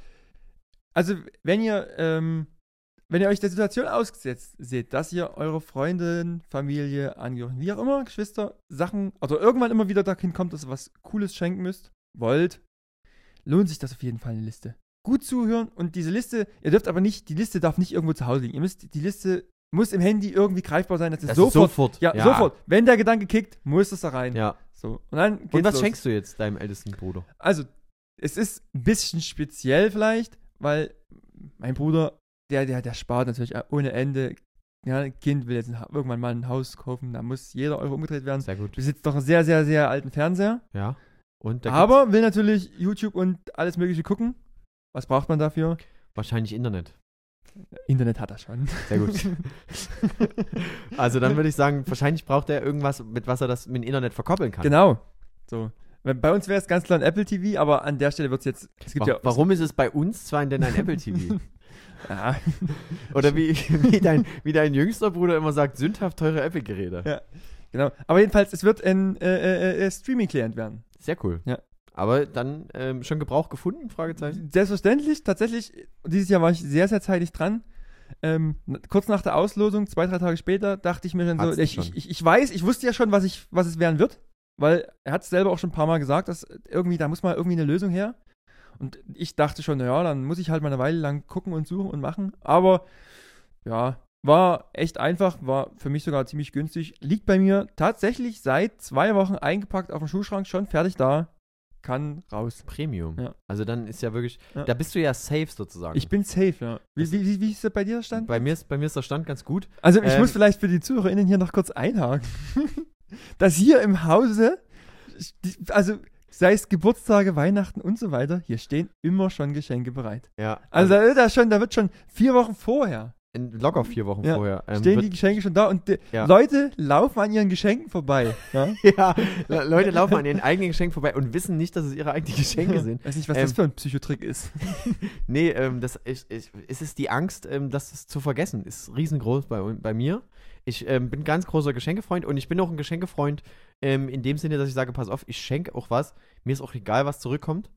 [SPEAKER 2] also wenn ihr, ähm, wenn ihr euch der Situation ausgesetzt seht, dass ihr eure Freundin, Familie, Angehörigen, wie auch immer, Geschwister, Sachen, also irgendwann immer wieder dahin kommt, dass ihr was Cooles schenken müsst, wollt, lohnt sich das auf jeden Fall eine Liste. Gut zuhören und diese Liste, ihr dürft aber nicht, die Liste darf nicht irgendwo zu Hause liegen. Ihr müsst, die Liste muss im Handy irgendwie greifbar sein, dass ihr
[SPEAKER 1] das ist
[SPEAKER 2] sofort,
[SPEAKER 1] sofort.
[SPEAKER 2] ja, sofort, wenn der Gedanke kickt, muss es da rein.
[SPEAKER 1] Ja.
[SPEAKER 2] So, und dann geht's
[SPEAKER 1] Und was
[SPEAKER 2] los.
[SPEAKER 1] schenkst du jetzt deinem ältesten Bruder?
[SPEAKER 2] Also, es ist ein bisschen speziell vielleicht, weil mein Bruder, der, der, der spart natürlich ohne Ende. Ja, ein Kind will jetzt ein Ha- irgendwann mal ein Haus kaufen, da muss jeder Euro umgedreht werden.
[SPEAKER 1] Sehr gut.
[SPEAKER 2] Besitzt doch einen sehr, sehr, sehr alten Fernseher.
[SPEAKER 1] Ja. Und da gibt's
[SPEAKER 2] aber will natürlich YouTube und alles Mögliche gucken. Was braucht man dafür?
[SPEAKER 1] wahrscheinlich Internet.
[SPEAKER 2] Internet hat er schon.
[SPEAKER 1] Sehr gut. also dann würde ich sagen, wahrscheinlich braucht er irgendwas, mit was er das mit dem Internet verkoppeln kann.
[SPEAKER 2] Genau. So. Weil Bei uns wäre es ganz klar ein Apple TV, aber an der Stelle wird es jetzt. Es gibt
[SPEAKER 1] Wa-
[SPEAKER 2] ja.
[SPEAKER 1] Warum ist es bei uns zwar denn ein Apple TV?
[SPEAKER 2] Ja,
[SPEAKER 1] Oder wie, wie, dein, wie dein jüngster Bruder immer sagt, sündhaft teure Apple-Geräte.
[SPEAKER 2] Ja. genau. Aber jedenfalls, es wird ein äh, äh, äh, Streaming-Client werden.
[SPEAKER 1] Sehr cool.
[SPEAKER 2] Ja. Hm.
[SPEAKER 1] Aber dann ähm, schon Gebrauch gefunden? Fragezeichen.
[SPEAKER 2] Selbstverständlich, tatsächlich, dieses Jahr war ich sehr, sehr zeitig dran. Ähm, n- kurz nach der Auslosung, zwei, drei Tage später, dachte ich mir dann
[SPEAKER 1] Hat's
[SPEAKER 2] so, ich,
[SPEAKER 1] schon.
[SPEAKER 2] ich, ich, ich weiß, ich wusste ja schon, was, ich, was es werden wird, weil er hat es selber auch schon ein paar Mal gesagt, dass äh, irgendwie, da muss mal irgendwie eine Lösung her. Und ich dachte schon, naja, dann muss ich halt mal eine Weile lang gucken und suchen und machen. Aber ja, war echt einfach, war für mich sogar ziemlich günstig. Liegt bei mir tatsächlich seit zwei Wochen eingepackt auf dem Schuhschrank, schon fertig da, kann raus.
[SPEAKER 1] Premium.
[SPEAKER 2] Ja.
[SPEAKER 1] Also dann ist ja wirklich,
[SPEAKER 2] Ja.
[SPEAKER 1] da bist du ja safe sozusagen.
[SPEAKER 2] Ich bin safe, ja. Wie, wie, wie, wie ist das bei dir der Stand?
[SPEAKER 1] bei mir, ist, bei mir ist der Stand ganz gut.
[SPEAKER 2] Also ich
[SPEAKER 1] Ähm,
[SPEAKER 2] muss vielleicht für die ZuhörerInnen hier noch kurz einhaken, dass hier im Hause, die- also sei es Geburtstage, Weihnachten und so weiter, hier stehen immer schon Geschenke bereit.
[SPEAKER 1] Ja.
[SPEAKER 2] Also da wird, da schon, da wird schon vier Wochen vorher,
[SPEAKER 1] in locker vier Wochen
[SPEAKER 2] Ja.
[SPEAKER 1] vorher. ähm,
[SPEAKER 2] stehen
[SPEAKER 1] wird-
[SPEAKER 2] die Geschenke schon da und die
[SPEAKER 1] Ja.
[SPEAKER 2] Leute laufen an ihren Geschenken vorbei. Ja?
[SPEAKER 1] Ja, Le- Leute laufen an ihren eigenen Geschenken vorbei und wissen nicht, dass es ihre eigenen Geschenke sind.
[SPEAKER 2] Weiß nicht, was
[SPEAKER 1] Ähm,
[SPEAKER 2] das für ein Psychotrick ist.
[SPEAKER 1] Nee, ähm, das ist, ist, ist es die Angst, ähm, das zu vergessen, ist riesengroß bei, un- bei mir. Ich ähm, bin ein ganz großer Geschenkefreund und ich bin auch ein Geschenkefreund ähm, in dem Sinne, dass ich sage, pass auf, ich schenke auch was. Mir ist auch egal, was zurückkommt.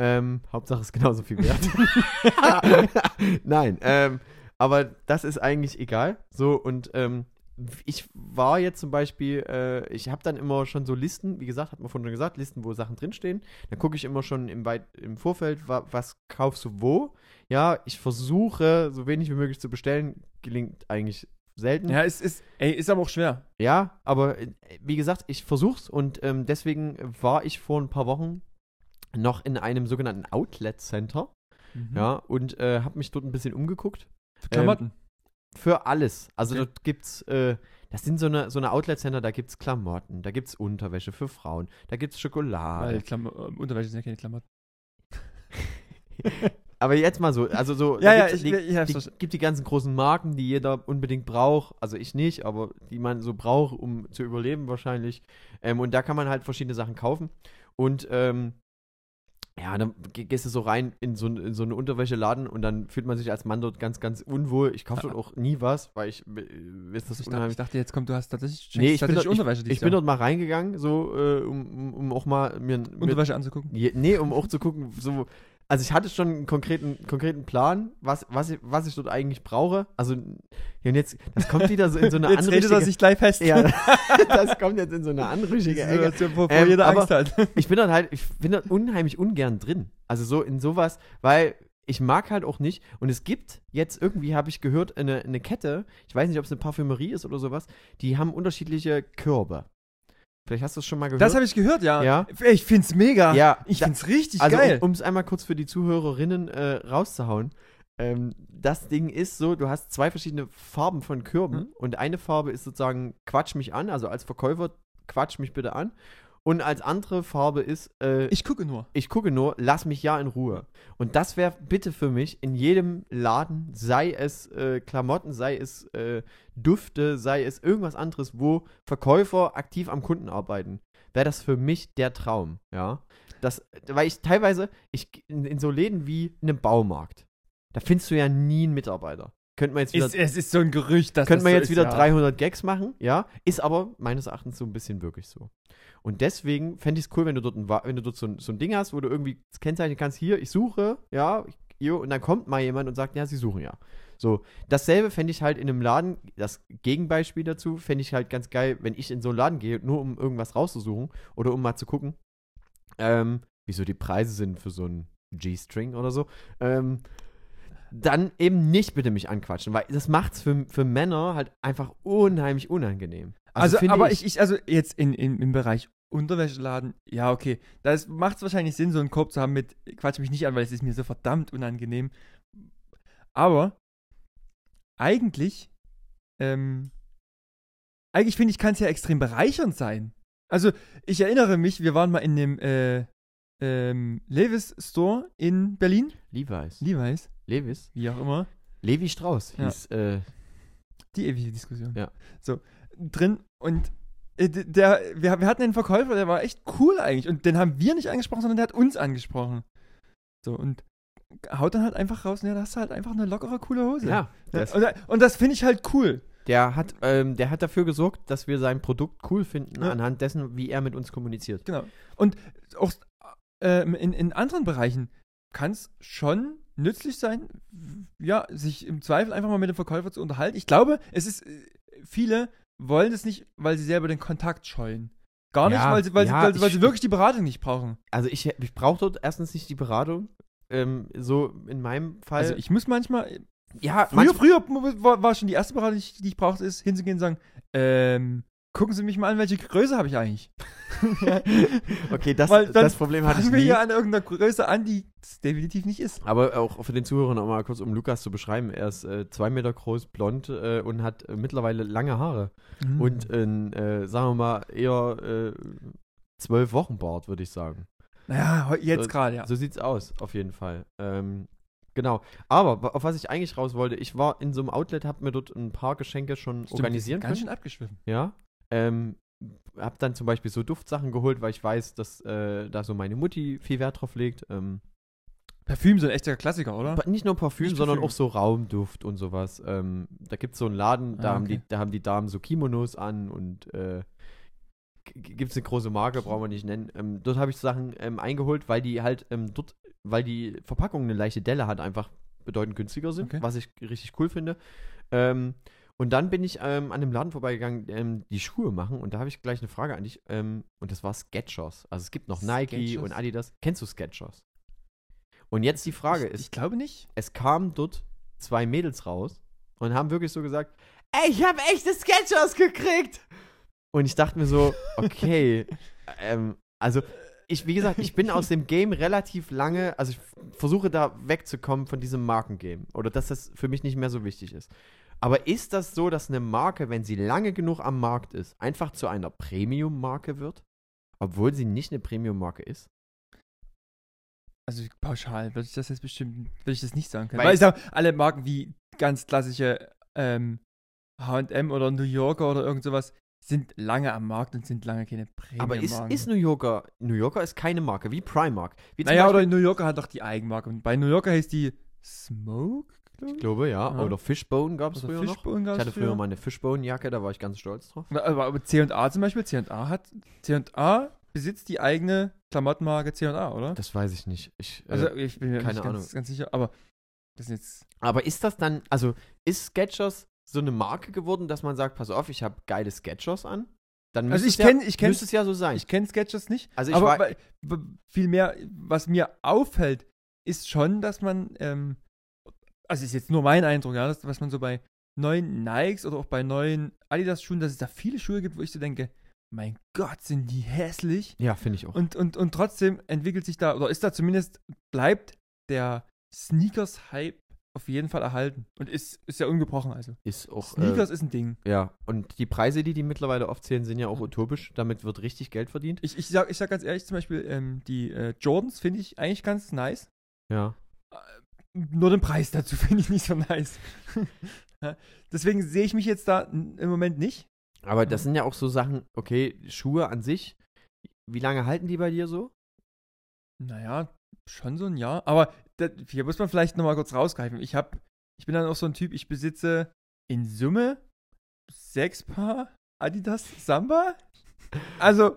[SPEAKER 1] Ähm, Hauptsache es ist genauso viel wert. Nein, ähm, aber das ist eigentlich egal. So und ähm, ich war jetzt zum Beispiel, äh, ich habe dann immer schon so Listen, wie gesagt, hat man vorhin schon gesagt, Listen, wo Sachen drinstehen. Dann gucke ich immer schon im, weit, im Vorfeld, wa was kaufst du wo. Ja, ich versuche, so wenig wie möglich zu bestellen. Gelingt eigentlich selten.
[SPEAKER 2] Ja, es ist, ey, ist aber auch schwer.
[SPEAKER 1] Ja, aber äh, wie gesagt, ich versuch's und ähm, deswegen war ich vor ein paar Wochen noch in einem sogenannten Outlet Center, ja, und äh, habe mich dort ein bisschen umgeguckt
[SPEAKER 2] Für Mhm. Klamotten.
[SPEAKER 1] für alles. Also
[SPEAKER 2] Okay.
[SPEAKER 1] dort gibt's äh, das sind so eine so eine Outlet Center, da gibt's Klamotten, da gibt's Unterwäsche für Frauen, da gibt's
[SPEAKER 2] Weil
[SPEAKER 1] Schokolade.
[SPEAKER 2] Klam äh, Unterwäsche sind ja keine Klamotten.
[SPEAKER 1] Aber jetzt mal so, also so da gibt's die, die,
[SPEAKER 2] verstanden.
[SPEAKER 1] gibt die ganzen großen Marken, die jeder unbedingt braucht. Also ich nicht, aber die man so braucht, um zu überleben wahrscheinlich. Ähm, und da kann man halt verschiedene Sachen kaufen. Und ähm, Ja, dann ge- gehst du so rein in so, n- in so einen Unterwäscheladen und dann fühlt man sich als Mann dort ganz, ganz unwohl. Ich kaufe dort auch nie was, weil ich äh, ist das
[SPEAKER 2] ich, dachte,
[SPEAKER 1] unheimlich.
[SPEAKER 2] ich dachte, jetzt kommt, du hast tatsächlich,
[SPEAKER 1] Nee, ich bin
[SPEAKER 2] tatsächlich
[SPEAKER 1] doch-
[SPEAKER 2] Unterwäsche
[SPEAKER 1] Ich bin dort mal reingegangen, so, äh, um, um, um auch mal mir, mir
[SPEAKER 2] Unterwäsche anzugucken.
[SPEAKER 1] Je, nee, um auch zu gucken, so. Also ich hatte schon einen konkreten, konkreten Plan, was, was, ich, was ich dort eigentlich brauche. Also, ja, und jetzt, das kommt wieder so in so eine
[SPEAKER 2] Jetzt
[SPEAKER 1] anrüchige...
[SPEAKER 2] redet er sich gleich fest.
[SPEAKER 1] ja, das kommt jetzt in so eine anrüchige
[SPEAKER 2] Diese
[SPEAKER 1] Ecke.
[SPEAKER 2] Situation, wovor
[SPEAKER 1] Ähm,
[SPEAKER 2] jeder
[SPEAKER 1] aber-
[SPEAKER 2] Angst hat.
[SPEAKER 1] Ich bin dort halt, ich bin dort unheimlich ungern drin. Also so in sowas, weil ich mag halt auch nicht. Und es gibt jetzt irgendwie, habe ich gehört, eine, eine Kette, ich weiß nicht, ob es eine Parfümerie ist oder sowas, die haben unterschiedliche Körbe. Vielleicht hast du es schon mal gehört.
[SPEAKER 2] Das habe ich gehört, ja.
[SPEAKER 1] Ja.
[SPEAKER 2] Ich find's mega.
[SPEAKER 1] Ja,
[SPEAKER 2] Ich
[SPEAKER 1] da-
[SPEAKER 2] find's richtig
[SPEAKER 1] also,
[SPEAKER 2] geil.
[SPEAKER 1] um es einmal kurz für die Zuhörerinnen äh, rauszuhauen. Ähm, das Ding ist so, du hast zwei verschiedene Farben von Kürben
[SPEAKER 2] Mhm.
[SPEAKER 1] und eine Farbe ist sozusagen quatsch mich an, also als Verkäufer quatsch mich bitte an und als andere Farbe ist äh, ich,
[SPEAKER 2] ich gucke nur.
[SPEAKER 1] gucke nur, lass mich ja in Ruhe. Und das wäre bitte für mich in jedem Laden, sei es äh, Klamotten, sei es äh, Düfte, sei es irgendwas anderes, wo Verkäufer aktiv am Kunden arbeiten, wäre das für mich der Traum, ja. Das, weil ich teilweise, ich in, in so Läden wie in einem Baumarkt, da findest du ja nie einen Mitarbeiter. Könnte man jetzt wieder,
[SPEAKER 2] Ist, es ist so ein Gerücht, dass
[SPEAKER 1] könnte
[SPEAKER 2] das
[SPEAKER 1] man
[SPEAKER 2] so
[SPEAKER 1] jetzt
[SPEAKER 2] ist,
[SPEAKER 1] wieder
[SPEAKER 2] ja.
[SPEAKER 1] 300 Gags machen, ja. Ist aber meines Erachtens so ein bisschen wirklich so. Und deswegen fände ich es cool, wenn du dort, ein, Wa- wenn du dort so, ein- so ein Ding hast, wo du irgendwie kennzeichnen kannst, hier, ich suche, ja, ich, hier, und dann kommt mal jemand und sagt, ja, sie suchen ja. So, dasselbe fände ich halt in einem Laden, das Gegenbeispiel dazu, fände ich halt ganz geil, wenn ich in so einen Laden gehe, nur um irgendwas rauszusuchen oder um mal zu gucken, ähm, wieso die Preise sind für so einen G-String oder so, ähm, dann eben nicht bitte mich anquatschen, weil das macht's für, für Männer halt einfach unheimlich unangenehm.
[SPEAKER 2] Also,
[SPEAKER 1] finde
[SPEAKER 2] aber ich, ich, also jetzt in, in, im Bereich Unterwäscheladen, ja, okay. Da macht es wahrscheinlich Sinn, so einen Korb zu haben mit Quatsch mich nicht an, weil es ist mir so verdammt unangenehm. Aber eigentlich, ähm, eigentlich finde ich, kann es ja extrem bereichernd sein. Also, ich erinnere mich, wir waren mal in dem äh, ähm, Levis Store in Berlin.
[SPEAKER 1] Levi's.
[SPEAKER 2] Levi's,
[SPEAKER 1] Levi's?
[SPEAKER 2] wie auch immer.
[SPEAKER 1] Levi Strauss
[SPEAKER 2] Ja.
[SPEAKER 1] hieß, äh,
[SPEAKER 2] Die ewige Diskussion.
[SPEAKER 1] Ja.
[SPEAKER 2] So, drin und äh, d- der, wir, wir hatten einen Verkäufer, der war echt cool eigentlich. Und den haben wir nicht angesprochen, sondern der hat uns angesprochen. So, und haut dann halt einfach raus, und ja, da hast du halt einfach eine lockere, coole Hose.
[SPEAKER 1] ja,
[SPEAKER 2] Ja,
[SPEAKER 1] das,
[SPEAKER 2] und, und das finde ich halt cool.
[SPEAKER 1] der hat, ähm, der hat dafür gesorgt, dass wir sein Produkt cool finden,
[SPEAKER 2] Ja.
[SPEAKER 1] anhand dessen, wie er mit uns kommuniziert.
[SPEAKER 2] Genau. Und auch ähm, in, in anderen Bereichen kann es schon nützlich sein, ja, sich im Zweifel einfach mal mit dem Verkäufer zu unterhalten. Ich glaube, es ist, äh, viele wollen es nicht, weil sie selber den Kontakt scheuen. Gar nicht,
[SPEAKER 1] Ja,
[SPEAKER 2] weil sie, weil,
[SPEAKER 1] ja,
[SPEAKER 2] sie, weil, sie- weil
[SPEAKER 1] ich-
[SPEAKER 2] sie wirklich die Beratung nicht brauchen.
[SPEAKER 1] Also ich, ich brauche dort erstens nicht die Beratung, ähm, so in meinem Fall.
[SPEAKER 2] Also ich muss
[SPEAKER 1] äh,
[SPEAKER 2] manchmal,
[SPEAKER 1] ja,
[SPEAKER 2] früher, früher mu- war, war schon die erste Beratung, die ich, die ich brauchte, ist hinzugehen und sagen, ähm, gucken Sie mich mal an, welche Größe habe ich eigentlich?
[SPEAKER 1] okay, das,
[SPEAKER 2] Weil dann
[SPEAKER 1] das Problem hatte ich
[SPEAKER 2] Fangen wir
[SPEAKER 1] nie.
[SPEAKER 2] hier an irgendeiner Größe an, die es definitiv nicht ist.
[SPEAKER 1] Aber auch für den Zuhörer noch mal kurz, um Lukas zu beschreiben. Er ist äh, zwei Meter groß, blond äh, und hat äh, mittlerweile lange Haare.
[SPEAKER 2] Hm.
[SPEAKER 1] Und ein, äh, sagen wir mal, eher äh, zwölf Wochen Bart, würde ich sagen.
[SPEAKER 2] Naja, heu- jetzt
[SPEAKER 1] So-
[SPEAKER 2] gerade, ja.
[SPEAKER 1] So sieht's aus, auf jeden Fall. Ähm, genau. Aber wa- auf was ich eigentlich raus wollte, ich war in so einem Outlet, habe mir dort ein paar Geschenke schon
[SPEAKER 2] Stimmt,
[SPEAKER 1] organisieren
[SPEAKER 2] die sind Ganz
[SPEAKER 1] können.
[SPEAKER 2] schön abgeschwiffen.
[SPEAKER 1] Ja. Ähm, hab dann zum Beispiel so Duftsachen geholt, weil ich weiß, dass äh, da so meine Mutti viel Wert drauf legt. Ähm,
[SPEAKER 2] Parfüm so ein echter Klassiker, oder?
[SPEAKER 1] Pa- Nicht nur Parfüm,
[SPEAKER 2] Nicht
[SPEAKER 1] sondern
[SPEAKER 2] Parfüm.
[SPEAKER 1] auch so Raumduft und sowas. Ähm, da gibt es so einen Laden, da,
[SPEAKER 2] Ah,
[SPEAKER 1] haben
[SPEAKER 2] okay.
[SPEAKER 1] die, da haben die Damen so Kimonos an und äh, gibt es eine große Marke, brauchen wir nicht nennen. Ähm, dort habe ich Sachen ähm, eingeholt, weil die halt ähm, dort, weil die Verpackung eine leichte Delle hat, einfach bedeutend günstiger sind,
[SPEAKER 2] Okay.
[SPEAKER 1] was ich richtig cool finde. Ähm, und dann bin ich ähm, an dem Laden vorbeigegangen, ähm, die Schuhe machen und da habe ich gleich eine Frage an dich. Ähm, und das war Skechers. Also es gibt noch Nike
[SPEAKER 2] Skechers?
[SPEAKER 1] und Adidas. Kennst du Skechers? Und jetzt die Frage
[SPEAKER 2] ich,
[SPEAKER 1] ist,
[SPEAKER 2] Ich glaube nicht.
[SPEAKER 1] es kamen dort zwei Mädels raus und haben wirklich so gesagt, ey, ich habe echte Sketchers gekriegt. Und ich dachte mir so, okay, ähm, also ich, wie gesagt, ich bin aus dem Game relativ lange, also ich f- versuche da wegzukommen von diesem Markengame oder dass das für mich nicht mehr so wichtig ist. Aber ist das so, dass eine Marke, wenn sie lange genug am Markt ist, einfach zu einer Premium-Marke wird, obwohl sie nicht eine Premium-Marke ist?
[SPEAKER 2] Also pauschal würde ich das jetzt bestimmt, würde ich das nicht sagen können.
[SPEAKER 1] Weil-
[SPEAKER 2] Weil, ich sage, alle Marken wie ganz klassische ähm, H&M oder New Yorker oder irgend sowas sind lange am Markt und sind lange keine Premium.
[SPEAKER 1] Aber ist, ist New Yorker, New Yorker ist keine Marke, wie Primark. Wie zum
[SPEAKER 2] naja,
[SPEAKER 1] Beispiel-
[SPEAKER 2] oder New Yorker hat doch die Eigenmarke. Und bei New Yorker heißt die Smoke, glaube
[SPEAKER 1] ich
[SPEAKER 2] ich.
[SPEAKER 1] glaube, ja.
[SPEAKER 2] Ja.
[SPEAKER 1] Oder Fishbone gab es
[SPEAKER 2] Also
[SPEAKER 1] früher noch.
[SPEAKER 2] Fishbone
[SPEAKER 1] Ich
[SPEAKER 2] gab's
[SPEAKER 1] hatte früher mal eine Fishbone-Jacke, da war ich ganz stolz drauf.
[SPEAKER 2] Na, Aber, aber C&A zum Beispiel, C&A hat, C&A besitzt die eigene Klamottenmarke C&A, oder?
[SPEAKER 1] Das weiß ich nicht. Ich, äh,
[SPEAKER 2] Also ich bin mir
[SPEAKER 1] keine
[SPEAKER 2] nicht
[SPEAKER 1] Ahnung.
[SPEAKER 2] ganz, ganz sicher, aber das sind jetzt,
[SPEAKER 1] aber ist das dann, also ist Sketchers so eine Marke geworden, dass man sagt, pass auf, ich habe geile Sketchers an? Dann
[SPEAKER 2] also
[SPEAKER 1] müsste
[SPEAKER 2] ich
[SPEAKER 1] es ja-
[SPEAKER 2] kenne, ich kenne,
[SPEAKER 1] müsste es ja so sein.
[SPEAKER 2] ich kenne Sketchers nicht,
[SPEAKER 1] also ich
[SPEAKER 2] aber
[SPEAKER 1] war,
[SPEAKER 2] weil- b- vielmehr, was mir auffällt, ist schon, dass man, ähm, also ist jetzt nur mein Eindruck, ja, dass, was man so bei neuen Nikes oder auch bei neuen Adidas-Schuhen, dass es da viele Schuhe gibt, wo ich so denke, mein Gott, sind die hässlich.
[SPEAKER 1] ja, finde ich auch.
[SPEAKER 2] Und, und, und trotzdem entwickelt sich da, oder ist da zumindest, bleibt der Sneakers-Hype auf jeden Fall erhalten. Und ist, ist ja ungebrochen, also.
[SPEAKER 1] Ist auch,
[SPEAKER 2] Sneakers ist ein Ding.
[SPEAKER 1] äh, ja. Und die Preise, die die mittlerweile aufzählen, sind ja auch utopisch. Damit wird richtig Geld verdient.
[SPEAKER 2] Ich, ich, sag, ich sag ganz ehrlich, zum Beispiel, ähm, die äh, Jordans finde ich eigentlich ganz nice.
[SPEAKER 1] Ja.
[SPEAKER 2] Nur den Preis dazu finde ich nicht so nice. Ja, Deswegen sehe ich mich jetzt da n- im Moment nicht.
[SPEAKER 1] Aber das sind ja auch so Sachen, okay, Schuhe an sich, wie lange halten die bei dir so?
[SPEAKER 2] Naja, schon so ein Jahr. Aber da, hier muss man vielleicht nochmal kurz rausgreifen. Ich hab, ich bin dann auch so ein Typ, ich besitze in Summe sechs Paar Adidas Samba. Also,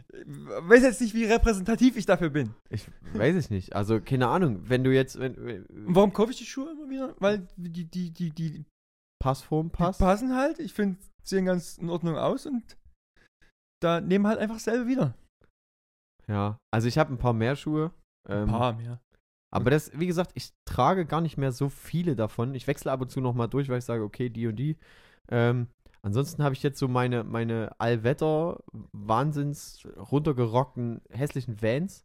[SPEAKER 2] weiß jetzt nicht, wie repräsentativ ich dafür bin.
[SPEAKER 1] Ich weiß ich nicht. Also, keine Ahnung. Wenn du jetzt. Wenn,
[SPEAKER 2] Und warum kaufe ich die Schuhe immer wieder? Weil die, die, die, die, die
[SPEAKER 1] Passform passt?
[SPEAKER 2] passen halt. Ich finde, sehen ganz in Ordnung aus und da nehmen halt einfach selber wieder.
[SPEAKER 1] ja. Also, ich habe ein paar mehr Schuhe. Ähm,
[SPEAKER 2] Ein paar mehr.
[SPEAKER 1] Aber das, wie gesagt, ich trage gar nicht mehr so viele davon. Ich wechsle ab und zu nochmal durch, weil ich sage, okay, die und die. Ähm, ansonsten habe ich jetzt so meine, meine Allwetter, wahnsinns runtergerockten, hässlichen Vans,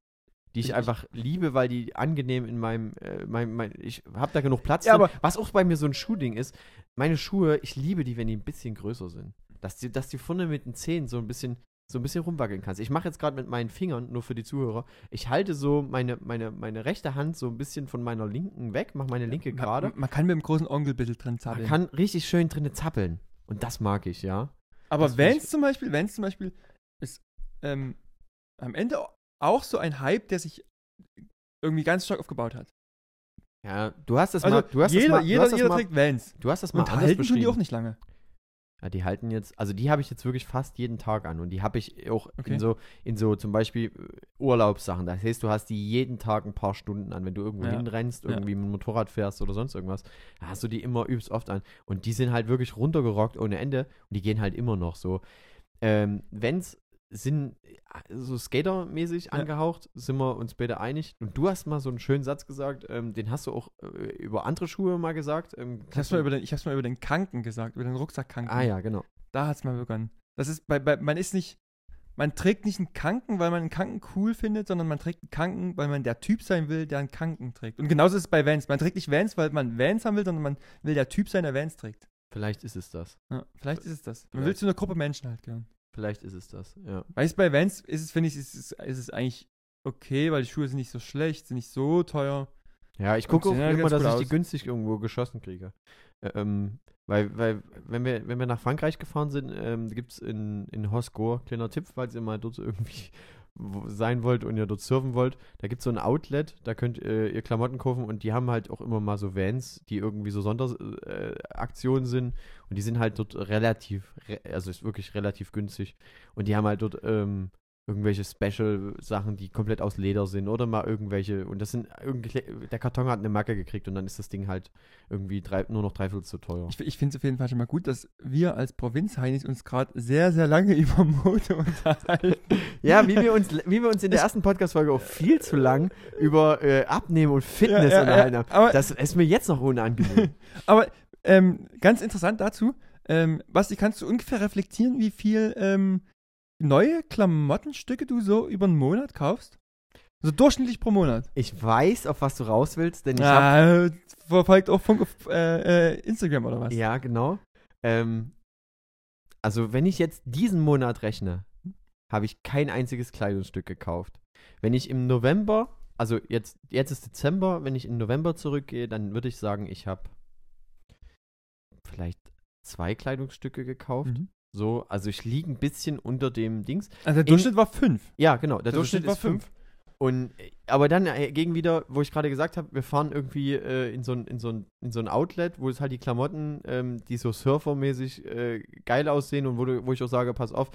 [SPEAKER 1] die ich,
[SPEAKER 2] Ich-
[SPEAKER 1] einfach liebe, weil die angenehm in meinem, äh, mein, mein, ich habe da genug Platz.
[SPEAKER 2] Ja,
[SPEAKER 1] drin.
[SPEAKER 2] aber-
[SPEAKER 1] Was auch bei mir so ein Schuhding ist, meine Schuhe, ich liebe die, wenn die ein bisschen größer sind. Dass die, dass die vorne mit den Zehen so ein bisschen so ein bisschen rumwackeln kannst. Ich mache jetzt gerade mit meinen Fingern, nur für die Zuhörer, ich halte so meine, meine, meine rechte Hand so ein bisschen von meiner linken weg, mache meine linke gerade.
[SPEAKER 2] Man, man kann mit dem großen Onkel ein bisschen drin
[SPEAKER 1] Man
[SPEAKER 2] zappeln.
[SPEAKER 1] kann richtig schön drinne zappeln. Und das mag ich, ja. Das
[SPEAKER 2] Aber
[SPEAKER 1] find
[SPEAKER 2] wenn
[SPEAKER 1] ich-
[SPEAKER 2] es zum Beispiel, wenn es zum Beispiel ist, ähm, am Ende auch so ein Hype, der sich irgendwie ganz stark aufgebaut hat.
[SPEAKER 1] Ja, du hast das
[SPEAKER 2] also
[SPEAKER 1] mal, du hast
[SPEAKER 2] jeder,
[SPEAKER 1] das mal, du
[SPEAKER 2] jeder,
[SPEAKER 1] hast das
[SPEAKER 2] jeder
[SPEAKER 1] mal,
[SPEAKER 2] trägt Vans.
[SPEAKER 1] du hast das mal
[SPEAKER 2] Und
[SPEAKER 1] anders
[SPEAKER 2] halten tun die
[SPEAKER 1] beschrieben.
[SPEAKER 2] auch nicht lange.
[SPEAKER 1] Ja, die halten jetzt, also die habe ich jetzt wirklich fast jeden Tag an und die habe ich auch
[SPEAKER 2] Okay.
[SPEAKER 1] in so in so zum Beispiel äh, Urlaubssachen. Das heißt, du hast die jeden Tag ein paar Stunden an, wenn du irgendwo
[SPEAKER 2] Ja.
[SPEAKER 1] hinrennst,
[SPEAKER 2] Ja.
[SPEAKER 1] irgendwie mit dem Motorrad fährst oder sonst irgendwas, da hast du die immer übelst oft an und die sind halt wirklich runtergerockt ohne Ende und die gehen halt immer noch so. Ähm, wenn's sind äh, so Skater-mäßig angehaucht, sind wir uns beide einig. Und du hast mal so einen schönen Satz gesagt, ähm, den hast du auch äh, über andere Schuhe mal gesagt. Ähm,
[SPEAKER 2] Ich hab's,
[SPEAKER 1] kannst
[SPEAKER 2] mal
[SPEAKER 1] du-
[SPEAKER 2] über den, ich hab's mal über den Kanken gesagt, über den Rucksackkanken.
[SPEAKER 1] ah ja, genau.
[SPEAKER 2] Da hat's mal begonnen. Das ist bei, bei man ist nicht, man trägt nicht einen Kanken, weil man einen Kanken cool findet, sondern man trägt einen Kanken, weil man der Typ sein will, der einen Kanken trägt. Und genauso ist es bei Vans. Man trägt nicht Vans, weil man Vans haben will, sondern man will der Typ sein, der Vans trägt.
[SPEAKER 1] Vielleicht ist es das.
[SPEAKER 2] Ja, vielleicht ist es das. Man
[SPEAKER 1] Vielleicht.
[SPEAKER 2] will zu einer Gruppe Menschen halt gehören.
[SPEAKER 1] Vielleicht ist es das, ja.
[SPEAKER 2] Weißt du, bei Vans ist es, finde ich, ist, es- ist es eigentlich okay, weil die Schuhe sind nicht so schlecht, sind nicht so teuer.
[SPEAKER 1] Ja, ich gucke
[SPEAKER 2] Und
[SPEAKER 1] auch
[SPEAKER 2] sehen halt
[SPEAKER 1] immer,
[SPEAKER 2] ganz
[SPEAKER 1] dass
[SPEAKER 2] cool
[SPEAKER 1] ich die
[SPEAKER 2] aus.
[SPEAKER 1] günstig irgendwo geschossen kriege. Ä- Ähm, weil, weil, wenn wir, wenn wir nach Frankreich gefahren sind, ähm, gibt es in, in Hosgor, kleiner Tipp, falls ihr mal dort so irgendwie wo- sein wollt und ihr dort surfen wollt, da gibt es so ein Outlet, da könnt äh, ihr Klamotten kaufen und die haben halt auch immer mal so Vans, die irgendwie so Sonderaktionen äh, Aktionen sind und die sind halt dort relativ, re also ist wirklich relativ günstig und die haben halt dort ähm, irgendwelche Special-Sachen, die komplett aus Leder sind oder mal irgendwelche. Und das sind irgendwie, der Karton hat eine Macke gekriegt und dann ist das Ding halt irgendwie drei, nur noch dreiviertel zu teuer.
[SPEAKER 2] Ich, ich finde es auf jeden Fall schon mal gut, dass wir als Provinz-Heinis uns gerade sehr, sehr lange über Mode unterhalten.
[SPEAKER 1] Ja, wie wir uns, wie wir uns in der ersten Podcast-Folge auch viel zu lang über äh, Abnehmen und Fitness
[SPEAKER 2] Äh, Ja, ja,
[SPEAKER 1] unterhalten
[SPEAKER 2] ja.
[SPEAKER 1] haben.
[SPEAKER 2] Aber,
[SPEAKER 1] Das ist mir jetzt noch unangenehm.
[SPEAKER 2] aber ähm, ganz interessant dazu, ähm, Basti, kannst du ungefähr reflektieren, wie viel ähm, neue Klamottenstücke du so über einen Monat kaufst? So durchschnittlich pro Monat.
[SPEAKER 1] Ich weiß, auf was du raus willst, denn ich habe
[SPEAKER 2] Ah, verfolgt auch Funk auf äh, äh, Instagram oder was?
[SPEAKER 1] Ja, genau. Ähm, also, wenn ich jetzt diesen Monat rechne, habe ich kein einziges Kleidungsstück gekauft. Wenn ich im November, also jetzt, jetzt ist Dezember, wenn ich im November zurückgehe, dann würde ich sagen, ich habe vielleicht zwei Kleidungsstücke gekauft.
[SPEAKER 2] Mhm.
[SPEAKER 1] So, also ich liege ein bisschen unter dem Dings.
[SPEAKER 2] Also der Durchschnitt war 5.
[SPEAKER 1] Ja, genau. Der, Durchschnitt,
[SPEAKER 2] war
[SPEAKER 1] ist 5. Und äh, aber dann äh, gegen wieder, wo ich gerade gesagt habe, wir fahren irgendwie äh, in so ein in so ein in so ein Outlet, wo es halt die Klamotten, ähm, die so surfermäßig äh, geil aussehen und wo, du, wo ich auch sage, pass auf,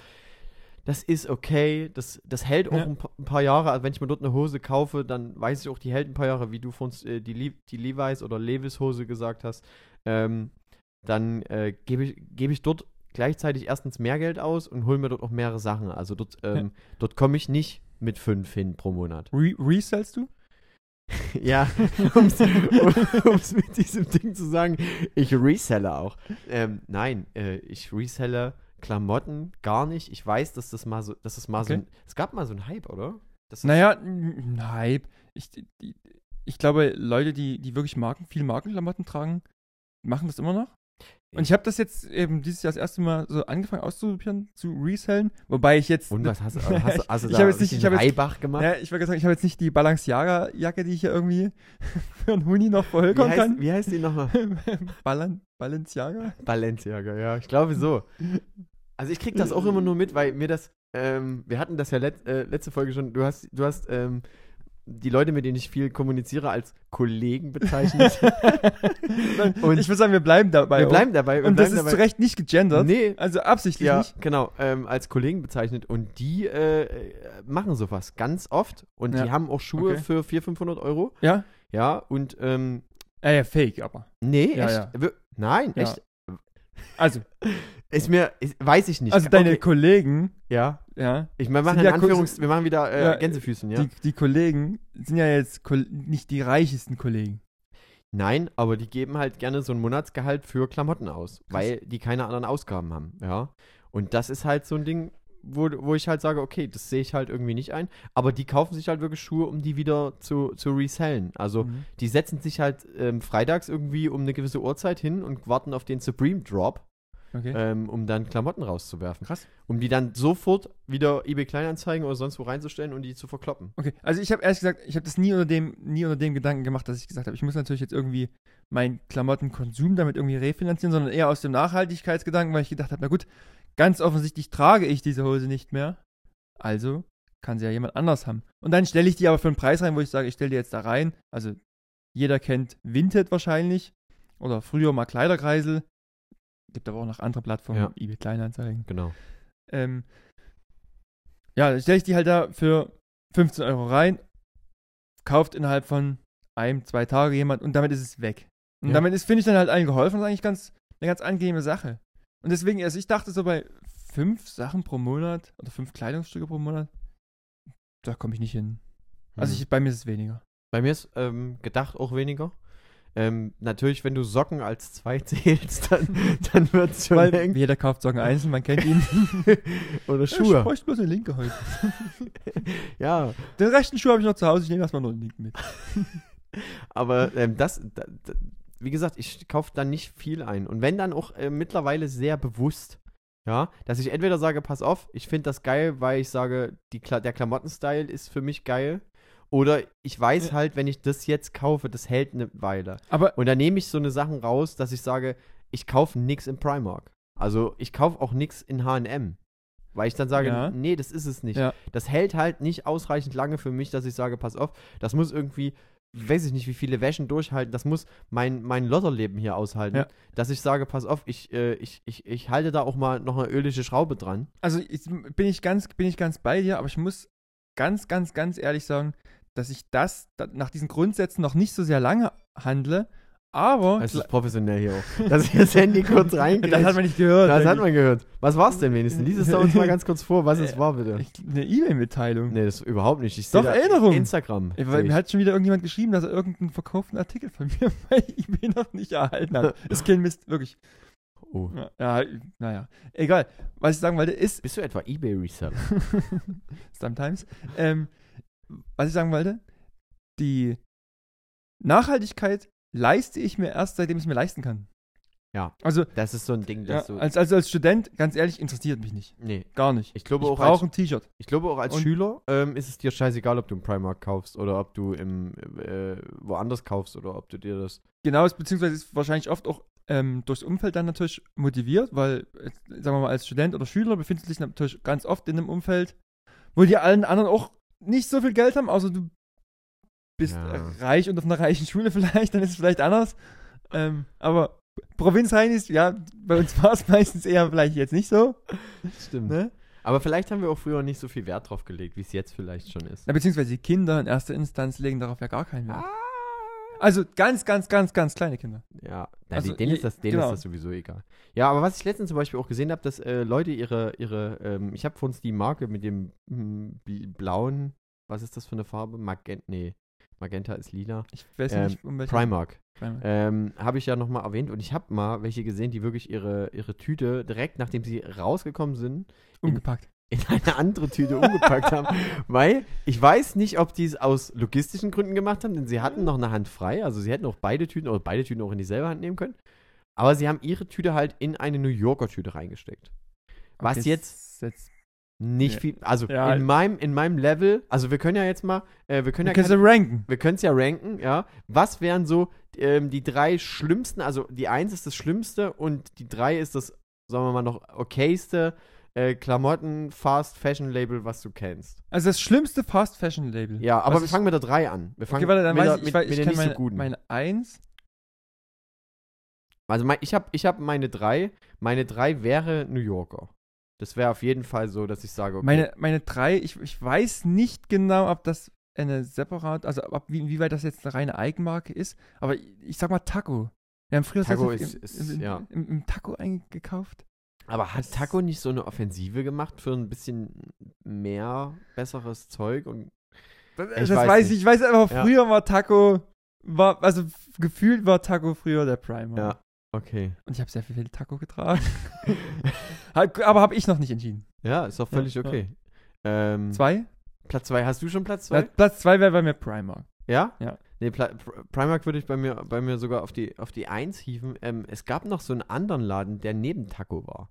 [SPEAKER 1] das ist okay, das, das hält auch
[SPEAKER 2] Ja.
[SPEAKER 1] ein, pa- ein paar Jahre. Also wenn ich mir dort eine Hose kaufe, dann weiß ich auch, die hält ein paar Jahre, wie du von äh, die, Le die Levi's oder Levis Hose gesagt hast. Ähm, dann äh, gebe ich, gebe ich dort gleichzeitig erstens mehr Geld aus und hole mir dort auch mehrere Sachen. Also dort, ähm, dort komme ich nicht mit fünf hin pro Monat.
[SPEAKER 2] Re resellst du?
[SPEAKER 1] Ja, um es mit diesem Ding zu sagen, ich reselle auch. Ähm, nein, äh, ich reselle Klamotten gar nicht. Ich weiß, dass das mal so, dass das mal so,
[SPEAKER 2] Okay.
[SPEAKER 1] ein, es gab mal so einen Hype, oder? Das ist-
[SPEAKER 2] Naja, n- n- Hype. Ich, die, ich glaube, Leute, die, die wirklich Marken, viel Markenklamotten tragen, machen das immer noch. Und ich habe das jetzt eben dieses Jahr das erste Mal so angefangen auszuprobieren, zu resellen. Wobei ich jetzt.
[SPEAKER 1] Und was hast, du- hast, du- hast du
[SPEAKER 2] Ich
[SPEAKER 1] da
[SPEAKER 2] hab jetzt nicht-
[SPEAKER 1] richtig
[SPEAKER 2] ich hab jetzt-
[SPEAKER 1] Reibach gemacht?
[SPEAKER 2] Ja, ich wollte gerade sagen, ich habe jetzt nicht die Balenciaga-Jacke, die ich hier irgendwie für einen Huni noch
[SPEAKER 1] wie,
[SPEAKER 2] verhökern
[SPEAKER 1] heißt,
[SPEAKER 2] kann.
[SPEAKER 1] wie heißt die nochmal?
[SPEAKER 2] Balan Balenciaga?
[SPEAKER 1] Balenciaga, ja, ich glaube so. Also ich krieg das auch immer nur mit, weil mir das, ähm, wir hatten das ja let, äh, letzte Folge schon, du hast, du hast ähm, die Leute, mit denen ich viel kommuniziere, als Kollegen bezeichnet.
[SPEAKER 2] Nein,
[SPEAKER 1] Und-
[SPEAKER 2] ich würde sagen, wir bleiben dabei.
[SPEAKER 1] wir bleiben dabei. Wir
[SPEAKER 2] Und das
[SPEAKER 1] bleiben
[SPEAKER 2] ist
[SPEAKER 1] dabei.
[SPEAKER 2] zu Recht nicht gegendert.
[SPEAKER 1] Nee,
[SPEAKER 2] Also absichtlich
[SPEAKER 1] ja,
[SPEAKER 2] nicht.
[SPEAKER 1] genau, ähm, als Kollegen bezeichnet. Und die äh, äh, machen sowas ganz oft. Und
[SPEAKER 2] Ja.
[SPEAKER 1] die haben auch Schuhe
[SPEAKER 2] Okay.
[SPEAKER 1] für 400, 500 Euro.
[SPEAKER 2] Ja?
[SPEAKER 1] Ja, und ähm,
[SPEAKER 2] Ja, ja, fake, aber.
[SPEAKER 1] nee,
[SPEAKER 2] Ja,
[SPEAKER 1] echt.
[SPEAKER 2] ja.
[SPEAKER 1] Wir- Nein,
[SPEAKER 2] Ja.
[SPEAKER 1] echt.
[SPEAKER 2] Also,
[SPEAKER 1] Ist mir, ist, weiß ich nicht.
[SPEAKER 2] also deine
[SPEAKER 1] Okay.
[SPEAKER 2] Kollegen,
[SPEAKER 1] Ja,
[SPEAKER 2] ja,
[SPEAKER 1] ich meine, wir
[SPEAKER 2] Sind
[SPEAKER 1] machen
[SPEAKER 2] ja
[SPEAKER 1] in Anführungs wir machen wieder äh,
[SPEAKER 2] Ja,
[SPEAKER 1] Gänsefüßen, ja.
[SPEAKER 2] Die, die Kollegen sind ja jetzt Kol nicht die reichsten Kollegen.
[SPEAKER 1] Nein, aber die geben halt gerne so ein Monatsgehalt für Klamotten aus, weil die keine anderen Ausgaben haben, ja. Und das ist halt so ein Ding, wo, wo ich halt sage, okay, das sehe ich halt irgendwie nicht ein. Aber die kaufen sich halt wirklich Schuhe, um die wieder zu, zu resellen. Also
[SPEAKER 2] Mhm.
[SPEAKER 1] die setzen sich halt ähm, freitags irgendwie um eine gewisse Uhrzeit hin und warten auf den Supreme Drop,
[SPEAKER 2] Okay.
[SPEAKER 1] ähm, um dann Klamotten rauszuwerfen.
[SPEAKER 2] Krass.
[SPEAKER 1] Um die dann sofort wieder eBay Kleinanzeigen oder sonst wo reinzustellen und die zu verkloppen.
[SPEAKER 2] Okay, also ich habe ehrlich gesagt, ich habe das nie unter dem nie unter dem Gedanken gemacht, dass ich gesagt habe, ich muss natürlich jetzt irgendwie meinen Klamottenkonsum damit irgendwie refinanzieren, sondern eher aus dem Nachhaltigkeitsgedanken, weil ich gedacht habe, na gut, ganz offensichtlich trage ich diese Hose nicht mehr, also kann sie ja jemand anders haben. Und dann stelle ich die aber für einen Preis rein, wo ich sage, ich stelle die jetzt da rein. Also jeder kennt Vinted wahrscheinlich oder früher mal Kleiderkreisel. Gibt aber auch noch andere Plattformen,
[SPEAKER 1] Ja.
[SPEAKER 2] eBay Kleinanzeigen.
[SPEAKER 1] Genau.
[SPEAKER 2] Ähm, ja, dann stelle ich die halt da für 15 Euro rein, kauft innerhalb von einem, zwei Tage jemand und damit ist es weg. Und
[SPEAKER 1] Ja.
[SPEAKER 2] damit ist, finde ich, dann halt allen geholfen. Das ist eigentlich ganz, eine ganz angenehme Sache. Und deswegen, also ich dachte so bei fünf Sachen pro Monat oder fünf Kleidungsstücke pro Monat, da komme ich nicht hin. Also ich, bei mir ist es weniger.
[SPEAKER 1] Bei mir ist ähm, gedacht auch weniger. Ähm, natürlich, wenn du Socken als zwei zählst, dann, dann wird es schon
[SPEAKER 2] Weil
[SPEAKER 1] eng.
[SPEAKER 2] jeder kauft Socken einzeln, man kennt ihn.
[SPEAKER 1] Oder
[SPEAKER 2] Ich
[SPEAKER 1] Schuhe.
[SPEAKER 2] bräuchte bloß eine linke heute.
[SPEAKER 1] Ja,
[SPEAKER 2] Den rechten Schuh habe ich noch zu Hause, ich nehme erstmal nur den linken mit.
[SPEAKER 1] aber ähm, das, da, da, wie gesagt, ich kaufe dann nicht viel ein. Und wenn dann auch äh, mittlerweile sehr bewusst, ja, dass ich entweder sage, pass auf, ich finde das geil, weil ich sage, die Kla der Klamottenstyle ist für mich geil. Oder ich weiß
[SPEAKER 2] Ja.
[SPEAKER 1] halt, wenn ich das jetzt kaufe, das hält eine Weile.
[SPEAKER 2] Aber
[SPEAKER 1] Und dann nehme ich so eine Sachen raus, dass ich sage, ich kaufe nichts im Primark. Also ich kaufe auch nichts in H&M. Weil ich dann sage,
[SPEAKER 2] Ja.
[SPEAKER 1] nee, das ist es nicht.
[SPEAKER 2] Ja.
[SPEAKER 1] Das hält halt nicht ausreichend lange für mich, dass ich sage, pass auf, das muss irgendwie, weiß ich nicht, wie viele Wäschen durchhalten, das muss mein, mein Lotterleben hier aushalten,
[SPEAKER 2] Ja.
[SPEAKER 1] dass ich sage, pass auf, ich, äh, ich, ich, ich halte da auch mal noch eine ölische Schraube dran.
[SPEAKER 2] also ich, bin ich ganz, bin ich ganz bei dir, aber ich muss ganz, ganz, ganz ehrlich sagen, dass ich das da, nach diesen Grundsätzen noch nicht so sehr lange handle, aber
[SPEAKER 1] Das ist professionell hier auch. Dass ich das Handy kurz
[SPEAKER 2] das,
[SPEAKER 1] reinkriege.
[SPEAKER 2] hat man nicht gehört.
[SPEAKER 1] das hat
[SPEAKER 2] Danny.
[SPEAKER 1] man gehört. Was war's denn wenigstens? Lies es doch uns mal ganz kurz vor, was es war, bitte.
[SPEAKER 2] ich, eine E-Mail-Mitteilung.
[SPEAKER 1] Nee, das überhaupt nicht. Ich
[SPEAKER 2] Hm. Doch,
[SPEAKER 1] sehe da-
[SPEAKER 2] Erinnerung.
[SPEAKER 1] Instagram.
[SPEAKER 2] Ey,
[SPEAKER 1] sehe
[SPEAKER 2] Weil
[SPEAKER 1] ich.
[SPEAKER 2] mir hat schon wieder irgendjemand geschrieben, dass er irgendeinen verkauften Artikel von mir bei eBay noch nicht erhalten hat. Ist kein Mist, wirklich.
[SPEAKER 1] oh.
[SPEAKER 2] Ja, Ja, naja, egal. Was ich sagen wollte, ist,
[SPEAKER 1] Bist du etwa Ebay-Reseller?
[SPEAKER 2] Sometimes. Ähm, was ich sagen wollte, die Nachhaltigkeit leiste ich mir erst, seitdem ich es mir leisten kann.
[SPEAKER 1] Ja.
[SPEAKER 2] Also,
[SPEAKER 1] Das ist so ein Ding,
[SPEAKER 2] ja,
[SPEAKER 1] das du.
[SPEAKER 2] als, also als Student, ganz ehrlich, interessiert mich nicht.
[SPEAKER 1] Nee.
[SPEAKER 2] Gar nicht.
[SPEAKER 1] Ich
[SPEAKER 2] Ich
[SPEAKER 1] glaube, auch
[SPEAKER 2] brauche
[SPEAKER 1] als,
[SPEAKER 2] ein T-Shirt.
[SPEAKER 1] ich glaube auch als
[SPEAKER 2] und-
[SPEAKER 1] Schüler ähm, ist es dir scheißegal, ob du im Primark kaufst oder ob du im äh, woanders kaufst oder ob du dir das.
[SPEAKER 2] Genau, es- beziehungsweise ist wahrscheinlich oft auch ähm, durchs Umfeld dann natürlich motiviert, weil, äh, sagen wir mal, als Student oder Schüler befindest du dich natürlich ganz oft in einem Umfeld, wo die allen anderen auch nicht so viel Geld haben, außer du bist
[SPEAKER 1] Ja.
[SPEAKER 2] äh, reich und auf einer reichen Schule vielleicht, dann ist es vielleicht anders. Ähm, aber Provinzheinis, ja, bei uns war es meistens eher vielleicht jetzt nicht so.
[SPEAKER 1] Stimmt.
[SPEAKER 2] Ne?
[SPEAKER 1] Aber vielleicht haben wir auch früher nicht so viel Wert drauf gelegt, wie es jetzt vielleicht schon ist. Ah.
[SPEAKER 2] Na, beziehungsweise die Kinder in erster Instanz legen darauf ja gar keinen Wert. Also ganz, ganz, ganz, ganz kleine Kinder.
[SPEAKER 1] Ja, na,
[SPEAKER 2] Also,
[SPEAKER 1] die- denen,
[SPEAKER 2] je-
[SPEAKER 1] ist das, denen
[SPEAKER 2] genau.
[SPEAKER 1] ist das sowieso egal. Ja, aber was ich letztens zum Beispiel auch gesehen habe, dass äh, Leute ihre, ihre ähm, ich habe vor uns die Marke mit dem mm, bl- blauen, was ist das für eine Farbe? Magenta, nee, Magenta ist lila.
[SPEAKER 2] Ich weiß
[SPEAKER 1] Ähm,
[SPEAKER 2] nicht, um welche.
[SPEAKER 1] Primark.
[SPEAKER 2] Primark.
[SPEAKER 1] Ähm, habe ich ja nochmal erwähnt und ich habe mal welche gesehen, die wirklich ihre, ihre Tüte direkt, nachdem sie rausgekommen sind,
[SPEAKER 2] Umgepackt.
[SPEAKER 1] in eine andere Tüte umgepackt haben. Weil ich weiß nicht, ob die es aus logistischen Gründen gemacht haben, denn sie hatten noch eine Hand frei. Also sie hätten auch beide Tüten oder beide Tüten auch in dieselbe Hand nehmen können. Aber sie haben ihre Tüte halt in eine New Yorker Tüte reingesteckt. Was
[SPEAKER 2] Okay,
[SPEAKER 1] jetzt
[SPEAKER 2] jetzt
[SPEAKER 1] nicht
[SPEAKER 2] Ja.
[SPEAKER 1] viel, also
[SPEAKER 2] Ja.
[SPEAKER 1] in, meinem, in meinem Level, also wir können ja jetzt mal, äh, wir können
[SPEAKER 2] Du
[SPEAKER 1] ja
[SPEAKER 2] kannst ja ranken.
[SPEAKER 1] wir können es ja ranken, ja. Was wären so ähm, die drei schlimmsten, also die eins ist das Schlimmste und die drei ist das, sagen wir mal, noch okayste äh, Klamotten, Fast Fashion Label, was du kennst.
[SPEAKER 2] Also das schlimmste Fast Fashion Label.
[SPEAKER 1] Ja, aber
[SPEAKER 2] Was
[SPEAKER 1] wir
[SPEAKER 2] ist-
[SPEAKER 1] fangen mit der drei an. Wir fangen
[SPEAKER 2] Okay, warte, dann
[SPEAKER 1] mit,
[SPEAKER 2] weiß
[SPEAKER 1] der-
[SPEAKER 2] ich, ich,
[SPEAKER 1] mit,
[SPEAKER 2] weiß,
[SPEAKER 1] mit
[SPEAKER 2] ich
[SPEAKER 1] der
[SPEAKER 2] kenne
[SPEAKER 1] nicht
[SPEAKER 2] meine,
[SPEAKER 1] so guten.
[SPEAKER 2] meine Eins.
[SPEAKER 1] also mein, ich habe ich hab meine drei. Meine drei wäre New Yorker. Das wäre auf jeden Fall so, dass ich sage, okay.
[SPEAKER 2] Meine, meine drei, ich, ich weiß nicht genau, ob das eine separat, also ob, wie, wie weit das jetzt eine reine Eigenmarke ist, aber ich, ich sag mal Taco. Wir haben früher
[SPEAKER 1] Taco
[SPEAKER 2] das
[SPEAKER 1] ist-
[SPEAKER 2] im,
[SPEAKER 1] ist-
[SPEAKER 2] im,
[SPEAKER 1] ja.
[SPEAKER 2] im, im Taco eingekauft.
[SPEAKER 1] aber hat Taco nicht so eine Offensive gemacht für ein bisschen mehr besseres Zeug und
[SPEAKER 2] Das,
[SPEAKER 1] weiß
[SPEAKER 2] weiß, ich,
[SPEAKER 1] nicht.
[SPEAKER 2] ich weiß einfach,
[SPEAKER 1] Ja.
[SPEAKER 2] früher war Taco, war, also f- gefühlt war Taco früher der Primer.
[SPEAKER 1] Ja. okay.
[SPEAKER 2] Und ich habe sehr viel Taco getragen. Hab- aber habe ich noch nicht entschieden.
[SPEAKER 1] Ja, ist doch
[SPEAKER 2] Ja,
[SPEAKER 1] völlig
[SPEAKER 2] ja.
[SPEAKER 1] okay. Ähm,
[SPEAKER 2] Zwei?
[SPEAKER 1] Platz 2, hast du schon Platz 2?
[SPEAKER 2] Na, Platz zwei wäre bei mir Primark.
[SPEAKER 1] Ja?
[SPEAKER 2] Ja.
[SPEAKER 1] Nee, Pla Pr- Primark würde ich bei mir, bei mir sogar auf die, auf die 1 hieven. Ähm, es gab noch so einen anderen Laden, der neben Taco war.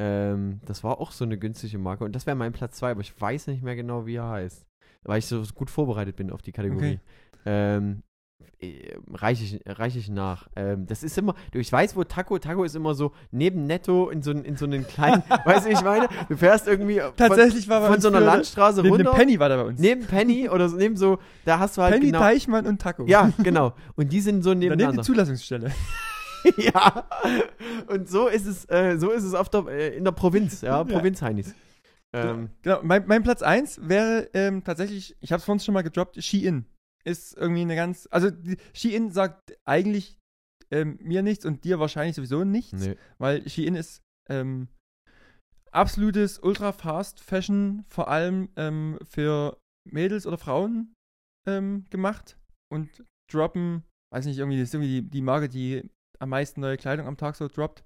[SPEAKER 1] Ähm, das war auch so eine günstige Marke und das wäre mein Platz 2, aber ich weiß nicht mehr genau, wie er heißt. Weil ich so gut vorbereitet bin auf die Kategorie.
[SPEAKER 2] Okay.
[SPEAKER 1] Ähm, äh, reich ich, reich ich nach. Ähm, das ist immer, du, ich weiß, wo Taco, Taco ist immer so neben Netto in so, einen- in so einen kleinen, weißt du, wie ich meine, du fährst irgendwie von,
[SPEAKER 2] Tatsächlich war bei
[SPEAKER 1] von
[SPEAKER 2] uns
[SPEAKER 1] so einer
[SPEAKER 2] früher-
[SPEAKER 1] Landstraße
[SPEAKER 2] Neben dem
[SPEAKER 1] runter.
[SPEAKER 2] Penny war der bei uns.
[SPEAKER 1] Neben Penny oder so, neben so, da hast du halt
[SPEAKER 2] Penny,
[SPEAKER 1] genau.
[SPEAKER 2] Teichmann und Taco.
[SPEAKER 1] Ja, genau. Und die sind so
[SPEAKER 2] Daneben die
[SPEAKER 1] nebeneinander.
[SPEAKER 2] Zulassungsstelle.
[SPEAKER 1] ja. Und so ist es, äh, so ist es auf der, äh, in der Provinz, ja,
[SPEAKER 2] Ja.
[SPEAKER 1] Provinz-Heinis. Ähm,
[SPEAKER 2] Genau, mein, mein Platz 1 wäre ähm, tatsächlich, ich habe es vorhin schon mal gedroppt, Shein. Ist irgendwie eine ganz, also die- Shein sagt eigentlich ähm, mir nichts und dir wahrscheinlich sowieso nichts,
[SPEAKER 1] nee.
[SPEAKER 2] weil Shein ist ähm, absolutes Ultra-Fast-Fashion, vor allem ähm, für Mädels oder Frauen ähm, gemacht und droppen, weiß nicht, irgendwie, das ist irgendwie die, die Marke, die am meisten neue Kleidung am Tag so droppt.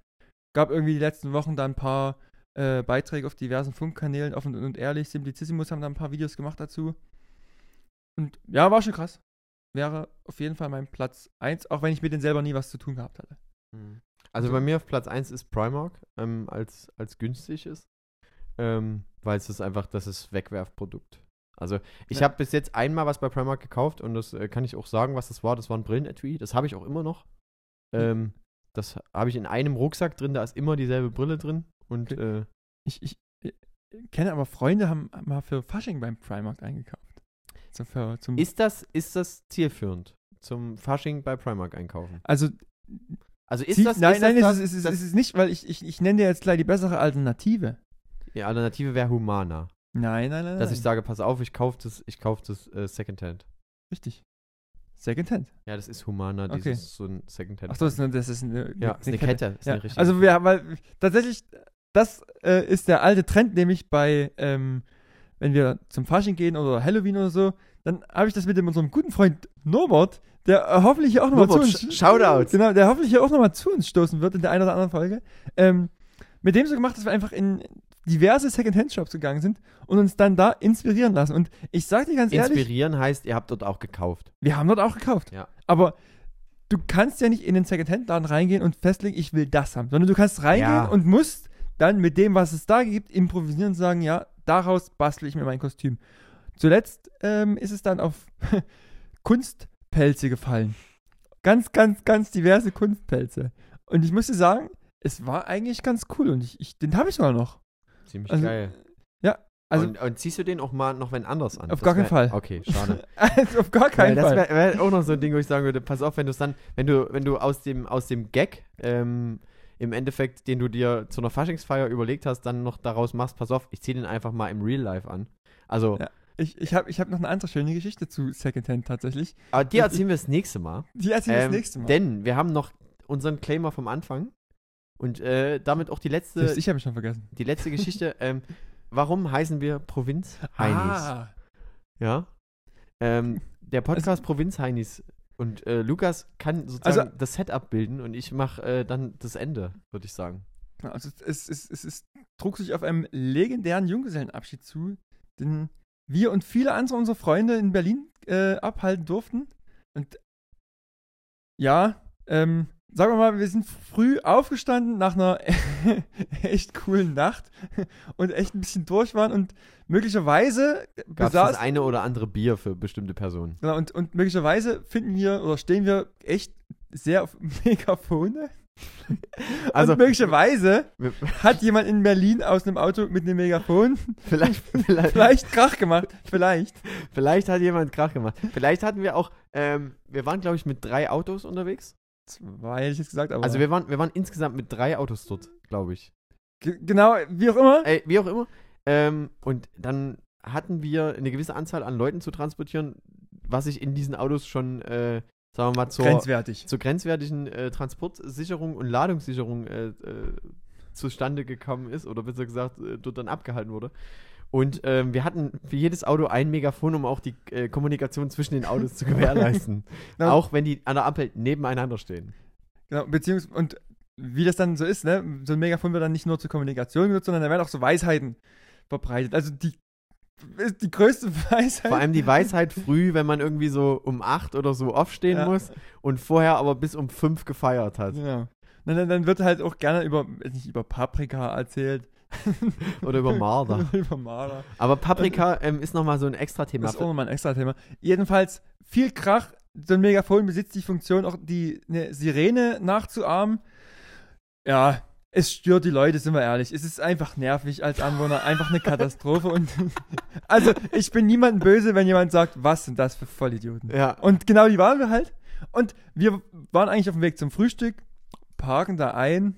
[SPEAKER 2] Gab irgendwie die letzten Wochen da ein paar äh, Beiträge auf diversen Funkkanälen, offen und ehrlich. Simplicissimus haben da ein paar Videos gemacht dazu. Und ja, war schon krass. Wäre auf jeden Fall mein Platz 1, auch wenn ich mit denen selber nie was zu tun gehabt hatte.
[SPEAKER 1] Also bei mir auf Platz 1 ist Primark, ähm, als, als günstig ist. Ähm, weil es ist einfach, das ist Wegwerfprodukt. Also ich
[SPEAKER 2] Ja.
[SPEAKER 1] habe bis jetzt einmal was bei Primark gekauft und das äh, kann ich auch sagen, was das war. Das war ein Brillenetui. Das habe ich auch immer noch. Ähm, das habe ich in einem Rucksack drin, da ist immer dieselbe Brille drin. Und äh,
[SPEAKER 2] Ich, ich, äh, kenne aber Freunde, haben mal für Fasching beim Primark eingekauft. So für, zum,
[SPEAKER 1] Ist das, ist das zielführend zum Fasching bei Primark einkaufen?
[SPEAKER 2] also,
[SPEAKER 1] Also ist
[SPEAKER 2] sie-
[SPEAKER 1] das
[SPEAKER 2] nein,
[SPEAKER 1] ist
[SPEAKER 2] nein,
[SPEAKER 1] das,
[SPEAKER 2] es ist, es, ist,
[SPEAKER 1] das-
[SPEAKER 2] es ist nicht, weil ich, ich, ich nenne dir jetzt gleich die bessere Alternative.
[SPEAKER 1] die Alternative wäre Humana,
[SPEAKER 2] Nein, nein, nein.
[SPEAKER 1] dass
[SPEAKER 2] nein.
[SPEAKER 1] ich sage, pass auf, ich kaufe das, ich kauf das äh, Secondhand.
[SPEAKER 2] Richtig. Secondhand.
[SPEAKER 1] Ja, das ist Humana,
[SPEAKER 2] Okay.
[SPEAKER 1] dieses so ein Secondhand.
[SPEAKER 2] Achso, das, ist eine- das ist eine,
[SPEAKER 1] ja, ist eine Kette, ist
[SPEAKER 2] Ja,
[SPEAKER 1] eine richtige.
[SPEAKER 2] also wir haben weil tatsächlich, das äh, ist der alte Trend, nämlich bei, ähm, wenn wir zum Fasching gehen oder Halloween oder so, dann habe ich das mit dem, unserem guten Freund Norbert, der äh, hoffentlich hier auch nochmal zu
[SPEAKER 1] Norbert,
[SPEAKER 2] uns.
[SPEAKER 1] Sh- Shoutouts.
[SPEAKER 2] Genau, der hoffentlich hier auch nochmal zu uns stoßen wird in der einen oder anderen Folge. Ähm, mit dem so gemacht, dass wir einfach in diverse Secondhand-Shops gegangen sind und uns dann da inspirieren lassen. Und ich sag dir ganz ehrlich,
[SPEAKER 1] Inspirieren heißt, ihr habt dort auch gekauft.
[SPEAKER 2] wir haben dort auch gekauft.
[SPEAKER 1] Ja.
[SPEAKER 2] Aber du kannst ja nicht in den Secondhand-Laden reingehen und festlegen, ich will das haben, sondern du kannst reingehen
[SPEAKER 1] Ja.
[SPEAKER 2] und musst dann mit dem, was es da gibt, improvisieren und sagen, ja, daraus bastle ich mir mein Kostüm. Zuletzt ähm, ist es dann auf Kunstpelze gefallen. Ganz, ganz, ganz diverse Kunstpelze. Und ich muss dir sagen, es war eigentlich ganz cool und ich, ich den habe ich sogar noch.
[SPEAKER 1] Ziemlich
[SPEAKER 2] Also,
[SPEAKER 1] geil.
[SPEAKER 2] ja, also-
[SPEAKER 1] und, und ziehst du den auch mal noch wenn anders an?
[SPEAKER 2] Auf
[SPEAKER 1] Das
[SPEAKER 2] gar keinen
[SPEAKER 1] wär-
[SPEAKER 2] Fall.
[SPEAKER 1] Okay, schade.
[SPEAKER 2] Also auf gar
[SPEAKER 1] Weil
[SPEAKER 2] keinen
[SPEAKER 1] das
[SPEAKER 2] Fall.
[SPEAKER 1] wäre wär auch noch so ein Ding, wo ich sagen würde, pass auf, wenn du es dann, wenn du, wenn du aus dem, aus dem Gag, ähm, im Endeffekt, den du dir zu einer Faschingsfeier überlegt hast, dann noch daraus machst, pass auf, ich zieh den einfach mal im Real Life an. Also,
[SPEAKER 2] Ja. Ich, ich habe ich hab noch eine andere schöne Geschichte zu Secondhand tatsächlich.
[SPEAKER 1] aber die erzählen wir das nächste Mal.
[SPEAKER 2] Die erzähle ich
[SPEAKER 1] Ähm,
[SPEAKER 2] das nächste Mal.
[SPEAKER 1] Denn wir haben noch unseren Claimer vom Anfang und äh, damit auch die letzte,
[SPEAKER 2] Selbst ich habe schon vergessen.
[SPEAKER 1] die letzte Geschichte. ähm, warum heißen wir Provinz Heinis?
[SPEAKER 2] Ah, Also
[SPEAKER 1] Ja. Ähm, der Podcast Provinz Heinis. Und äh, Lukas kann sozusagen
[SPEAKER 2] Also-
[SPEAKER 1] das Setup bilden und ich mache äh, dann das Ende, würde ich sagen.
[SPEAKER 2] genau. Also es, es, es, es trug sich auf einem legendären Junggesellenabschied zu, den wir und viele andere unserer Freunde in Berlin äh, abhalten durften. Und ja, ähm, sagen wir mal, wir sind früh aufgestanden nach einer echt coolen Nacht und echt ein bisschen durch waren und möglicherweise
[SPEAKER 1] Gab es das
[SPEAKER 2] besaß,
[SPEAKER 1] eine oder andere Bier für bestimmte Personen?
[SPEAKER 2] Genau, und, und möglicherweise finden wir oder stehen wir echt sehr auf Megafone. Also,
[SPEAKER 1] Also-
[SPEAKER 2] und möglicherweise
[SPEAKER 1] Wir-
[SPEAKER 2] hat jemand in Berlin aus einem Auto mit einem Megafon
[SPEAKER 1] Vielleicht, vielleicht, vielleicht.
[SPEAKER 2] vielleicht Krach gemacht. Vielleicht.
[SPEAKER 1] hat jemand Krach gemacht. Vielleicht hatten wir auch, ähm, wir waren, glaube ich, mit drei Autos unterwegs.
[SPEAKER 2] Zwei hätte ich jetzt gesagt, aber.
[SPEAKER 1] Also wir waren, wir waren insgesamt mit drei Autos dort, glaube ich.
[SPEAKER 2] G- genau, wie auch immer.
[SPEAKER 1] Ey, wie auch immer. Ähm, und dann hatten wir eine gewisse Anzahl an Leuten zu transportieren, was sich in diesen Autos schon, äh, sagen wir mal, zur,
[SPEAKER 2] Grenzwertig.
[SPEAKER 1] zur grenzwertigen äh, Transportsicherung und Ladungssicherung äh, äh, zustande gekommen ist oder besser gesagt äh, dort dann abgehalten wurde. Und ähm, wir hatten für jedes Auto ein Megafon, um auch die äh, Kommunikation zwischen den Autos zu gewährleisten.
[SPEAKER 2] Na-
[SPEAKER 1] auch wenn die an der Ampel nebeneinander stehen.
[SPEAKER 2] Genau, beziehungsweise, und wie das dann so ist, ne? So ein Megafon wird dann nicht nur zur Kommunikation genutzt, sondern da werden auch so Weisheiten verbreitet. Also die, die größte Weisheit.
[SPEAKER 1] Vor allem die Weisheit früh, wenn man irgendwie so um acht oder so aufstehen
[SPEAKER 2] Ja.
[SPEAKER 1] muss und vorher aber bis um fünf gefeiert hat.
[SPEAKER 2] Genau. Na, dann, dann wird halt auch gerne über, nicht über Paprika erzählt.
[SPEAKER 1] Oder über Marder.
[SPEAKER 2] über Marder.
[SPEAKER 1] Aber Paprika ähm, ist nochmal so ein extra Thema.
[SPEAKER 2] Das ist auch nochmal ein extra Thema. Jedenfalls viel Krach. So ein Megafon besitzt die Funktion, auch die eine Sirene nachzuahmen. Ja, es stört die Leute, sind wir ehrlich. Es ist einfach nervig als Anwohner, einfach eine Katastrophe. Und also, ich bin niemandem böse, wenn jemand sagt, was sind das für Vollidioten.
[SPEAKER 1] Ja.
[SPEAKER 2] Und genau die waren wir halt. Und wir waren eigentlich auf dem Weg zum Frühstück, parken da ein.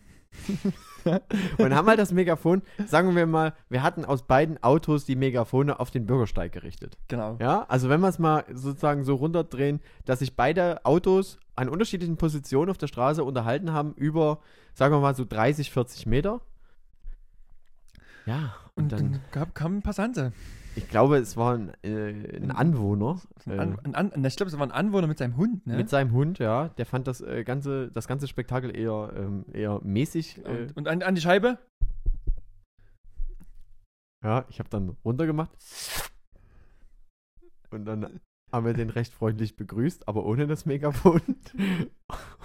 [SPEAKER 1] Und haben halt das Megafon, sagen wir mal, wir hatten aus beiden Autos die Megafone auf den Bürgersteig gerichtet.
[SPEAKER 2] Genau.
[SPEAKER 1] Ja, also wenn wir es mal sozusagen so runterdrehen, dass sich beide Autos an unterschiedlichen Positionen auf der Straße unterhalten haben über, sagen wir mal, so 30, 40 Meter. Ja,
[SPEAKER 2] Und
[SPEAKER 1] und dann,
[SPEAKER 2] dann gab, kamen Passante.
[SPEAKER 1] ich glaube, es war ein, äh, ein Anwohner äh,
[SPEAKER 2] An, an, an, ich glaube, es war ein Anwohner mit seinem Hund, ne?
[SPEAKER 1] mit seinem Hund, ja, der fand das, äh, ganze, das ganze Spektakel eher, ähm, eher mäßig. Äh,
[SPEAKER 2] und und an, an die Scheibe?
[SPEAKER 1] Ja, ich habe dann runtergemacht. Und dann haben wir den recht freundlich begrüßt, aber ohne das Megafon.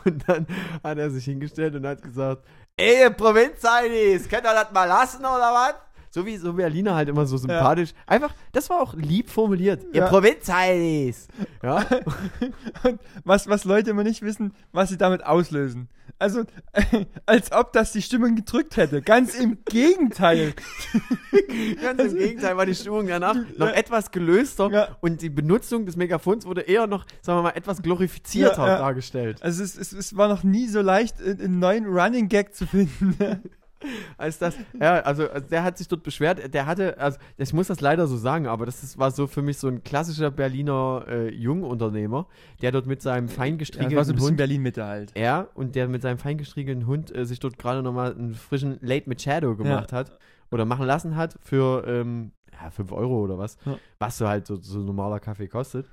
[SPEAKER 1] Und dann hat er sich hingestellt und hat gesagt: Ey, Provinz-Heinis, könnt ihr das mal lassen oder was? So wie so Berliner halt immer so sympathisch. Einfach, das war auch lieb formuliert. Ihr
[SPEAKER 2] Ja.
[SPEAKER 1] Provinz-Heinis. Ja.
[SPEAKER 2] Und was, was Leute immer nicht wissen, was sie damit auslösen. Also, als ob das die Stimmung gedrückt hätte. Ganz im Gegenteil.
[SPEAKER 1] Ganz im Gegenteil war die Stimmung danach noch
[SPEAKER 2] Also, Ja.
[SPEAKER 1] etwas gelöster
[SPEAKER 2] Ja.
[SPEAKER 1] und die Benutzung des Megafons wurde eher noch, sagen wir mal, etwas glorifizierter
[SPEAKER 2] Ja, ja.
[SPEAKER 1] dargestellt.
[SPEAKER 2] Also, es, es, es war noch nie so leicht, einen einen neuen Running Gag zu finden.
[SPEAKER 1] als das. Ja, also, also der hat sich dort beschwert. Der hatte, also ich muss das leider so sagen, aber das ist, war so für mich so ein klassischer Berliner äh, Jungunternehmer, der dort mit seinem
[SPEAKER 2] Ja,
[SPEAKER 1] feingestriegelten
[SPEAKER 2] das war so ein bisschen
[SPEAKER 1] Hund,
[SPEAKER 2] Berlin-Mitte halt.
[SPEAKER 1] er und der mit seinem feingestriegelten Hund äh, sich dort gerade nochmal einen frischen Late Machado gemacht hat oder machen lassen hat für ähm, ja, 5 Euro oder was,
[SPEAKER 2] Ja.
[SPEAKER 1] was so halt so, so ein normaler Kaffee kostet.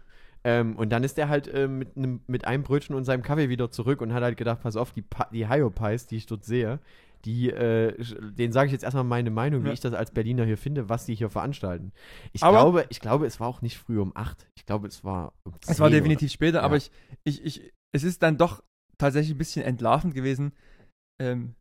[SPEAKER 1] Ähm, und dann ist er halt ähm, mit, einem- mit einem Brötchen und seinem Kaffee wieder zurück und hat halt gedacht, pass auf, die, pa die Hyopies, die ich dort sehe, die, äh, sch- denen sage ich jetzt erstmal meine Meinung,
[SPEAKER 2] Ja.
[SPEAKER 1] wie ich das als Berliner hier finde, was die hier veranstalten. Ich,
[SPEAKER 2] Aber-
[SPEAKER 1] glaube, ich glaube, es war auch nicht früh um 8. Ich glaube, es war um 10.
[SPEAKER 2] Es war
[SPEAKER 1] oder-
[SPEAKER 2] definitiv später, aber
[SPEAKER 1] Ja.
[SPEAKER 2] ich, ich, ich, es ist dann doch tatsächlich ein bisschen entlarvend gewesen, ähm,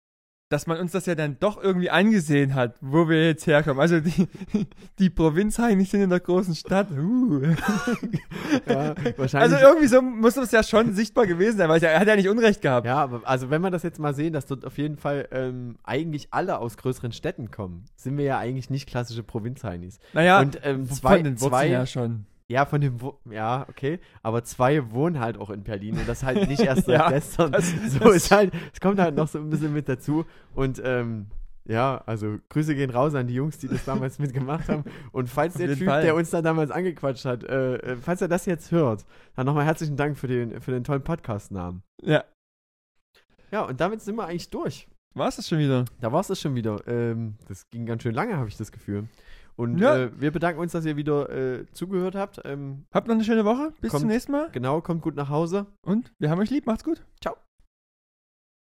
[SPEAKER 2] dass man uns das ja dann doch irgendwie angesehen hat, wo wir jetzt herkommen. Also die, die Provinzheini sind in der großen Stadt. Uh.
[SPEAKER 1] Ja, wahrscheinlich.
[SPEAKER 2] Also irgendwie so muss das ja schon sichtbar gewesen sein, weil er hat ja nicht Unrecht gehabt.
[SPEAKER 1] ja, aber also wenn wir das jetzt mal sehen, dass dort auf jeden Fall ähm, eigentlich alle aus größeren Städten kommen, sind wir ja eigentlich nicht klassische Provinzheinis.
[SPEAKER 2] Naja,
[SPEAKER 1] Und ähm,
[SPEAKER 2] von
[SPEAKER 1] zwei,
[SPEAKER 2] den Wurzeln
[SPEAKER 1] zwei,
[SPEAKER 2] her schon.
[SPEAKER 1] ja, von dem, Wo- ja, okay, aber zwei wohnen halt auch in Berlin und das halt nicht erst seit
[SPEAKER 2] Ja,
[SPEAKER 1] gestern.
[SPEAKER 2] das-
[SPEAKER 1] so
[SPEAKER 2] das-
[SPEAKER 1] ist halt, es kommt halt noch so ein bisschen mit dazu und ähm, ja, also Grüße gehen raus an die Jungs, die das damals mitgemacht haben. Und falls
[SPEAKER 2] Auf
[SPEAKER 1] der
[SPEAKER 2] jeden
[SPEAKER 1] Typ,
[SPEAKER 2] Fall.
[SPEAKER 1] der uns da damals angequatscht hat, äh, äh, falls er das jetzt hört, dann nochmal herzlichen Dank für den, für den tollen Podcast-Namen.
[SPEAKER 2] Ja,
[SPEAKER 1] Ja, und damit sind wir eigentlich durch.
[SPEAKER 2] war es das schon wieder?
[SPEAKER 1] Da war es das schon wieder. Ähm, das ging ganz schön lange, habe ich das Gefühl. Und
[SPEAKER 2] Ja.
[SPEAKER 1] äh, wir bedanken uns, dass ihr wieder äh, zugehört habt. Ähm,
[SPEAKER 2] Habt noch eine schöne Woche. Bis
[SPEAKER 1] Kommt.
[SPEAKER 2] zum nächsten Mal.
[SPEAKER 1] genau, kommt gut nach Hause.
[SPEAKER 2] Und wir haben euch lieb. Macht's gut.
[SPEAKER 1] Ciao.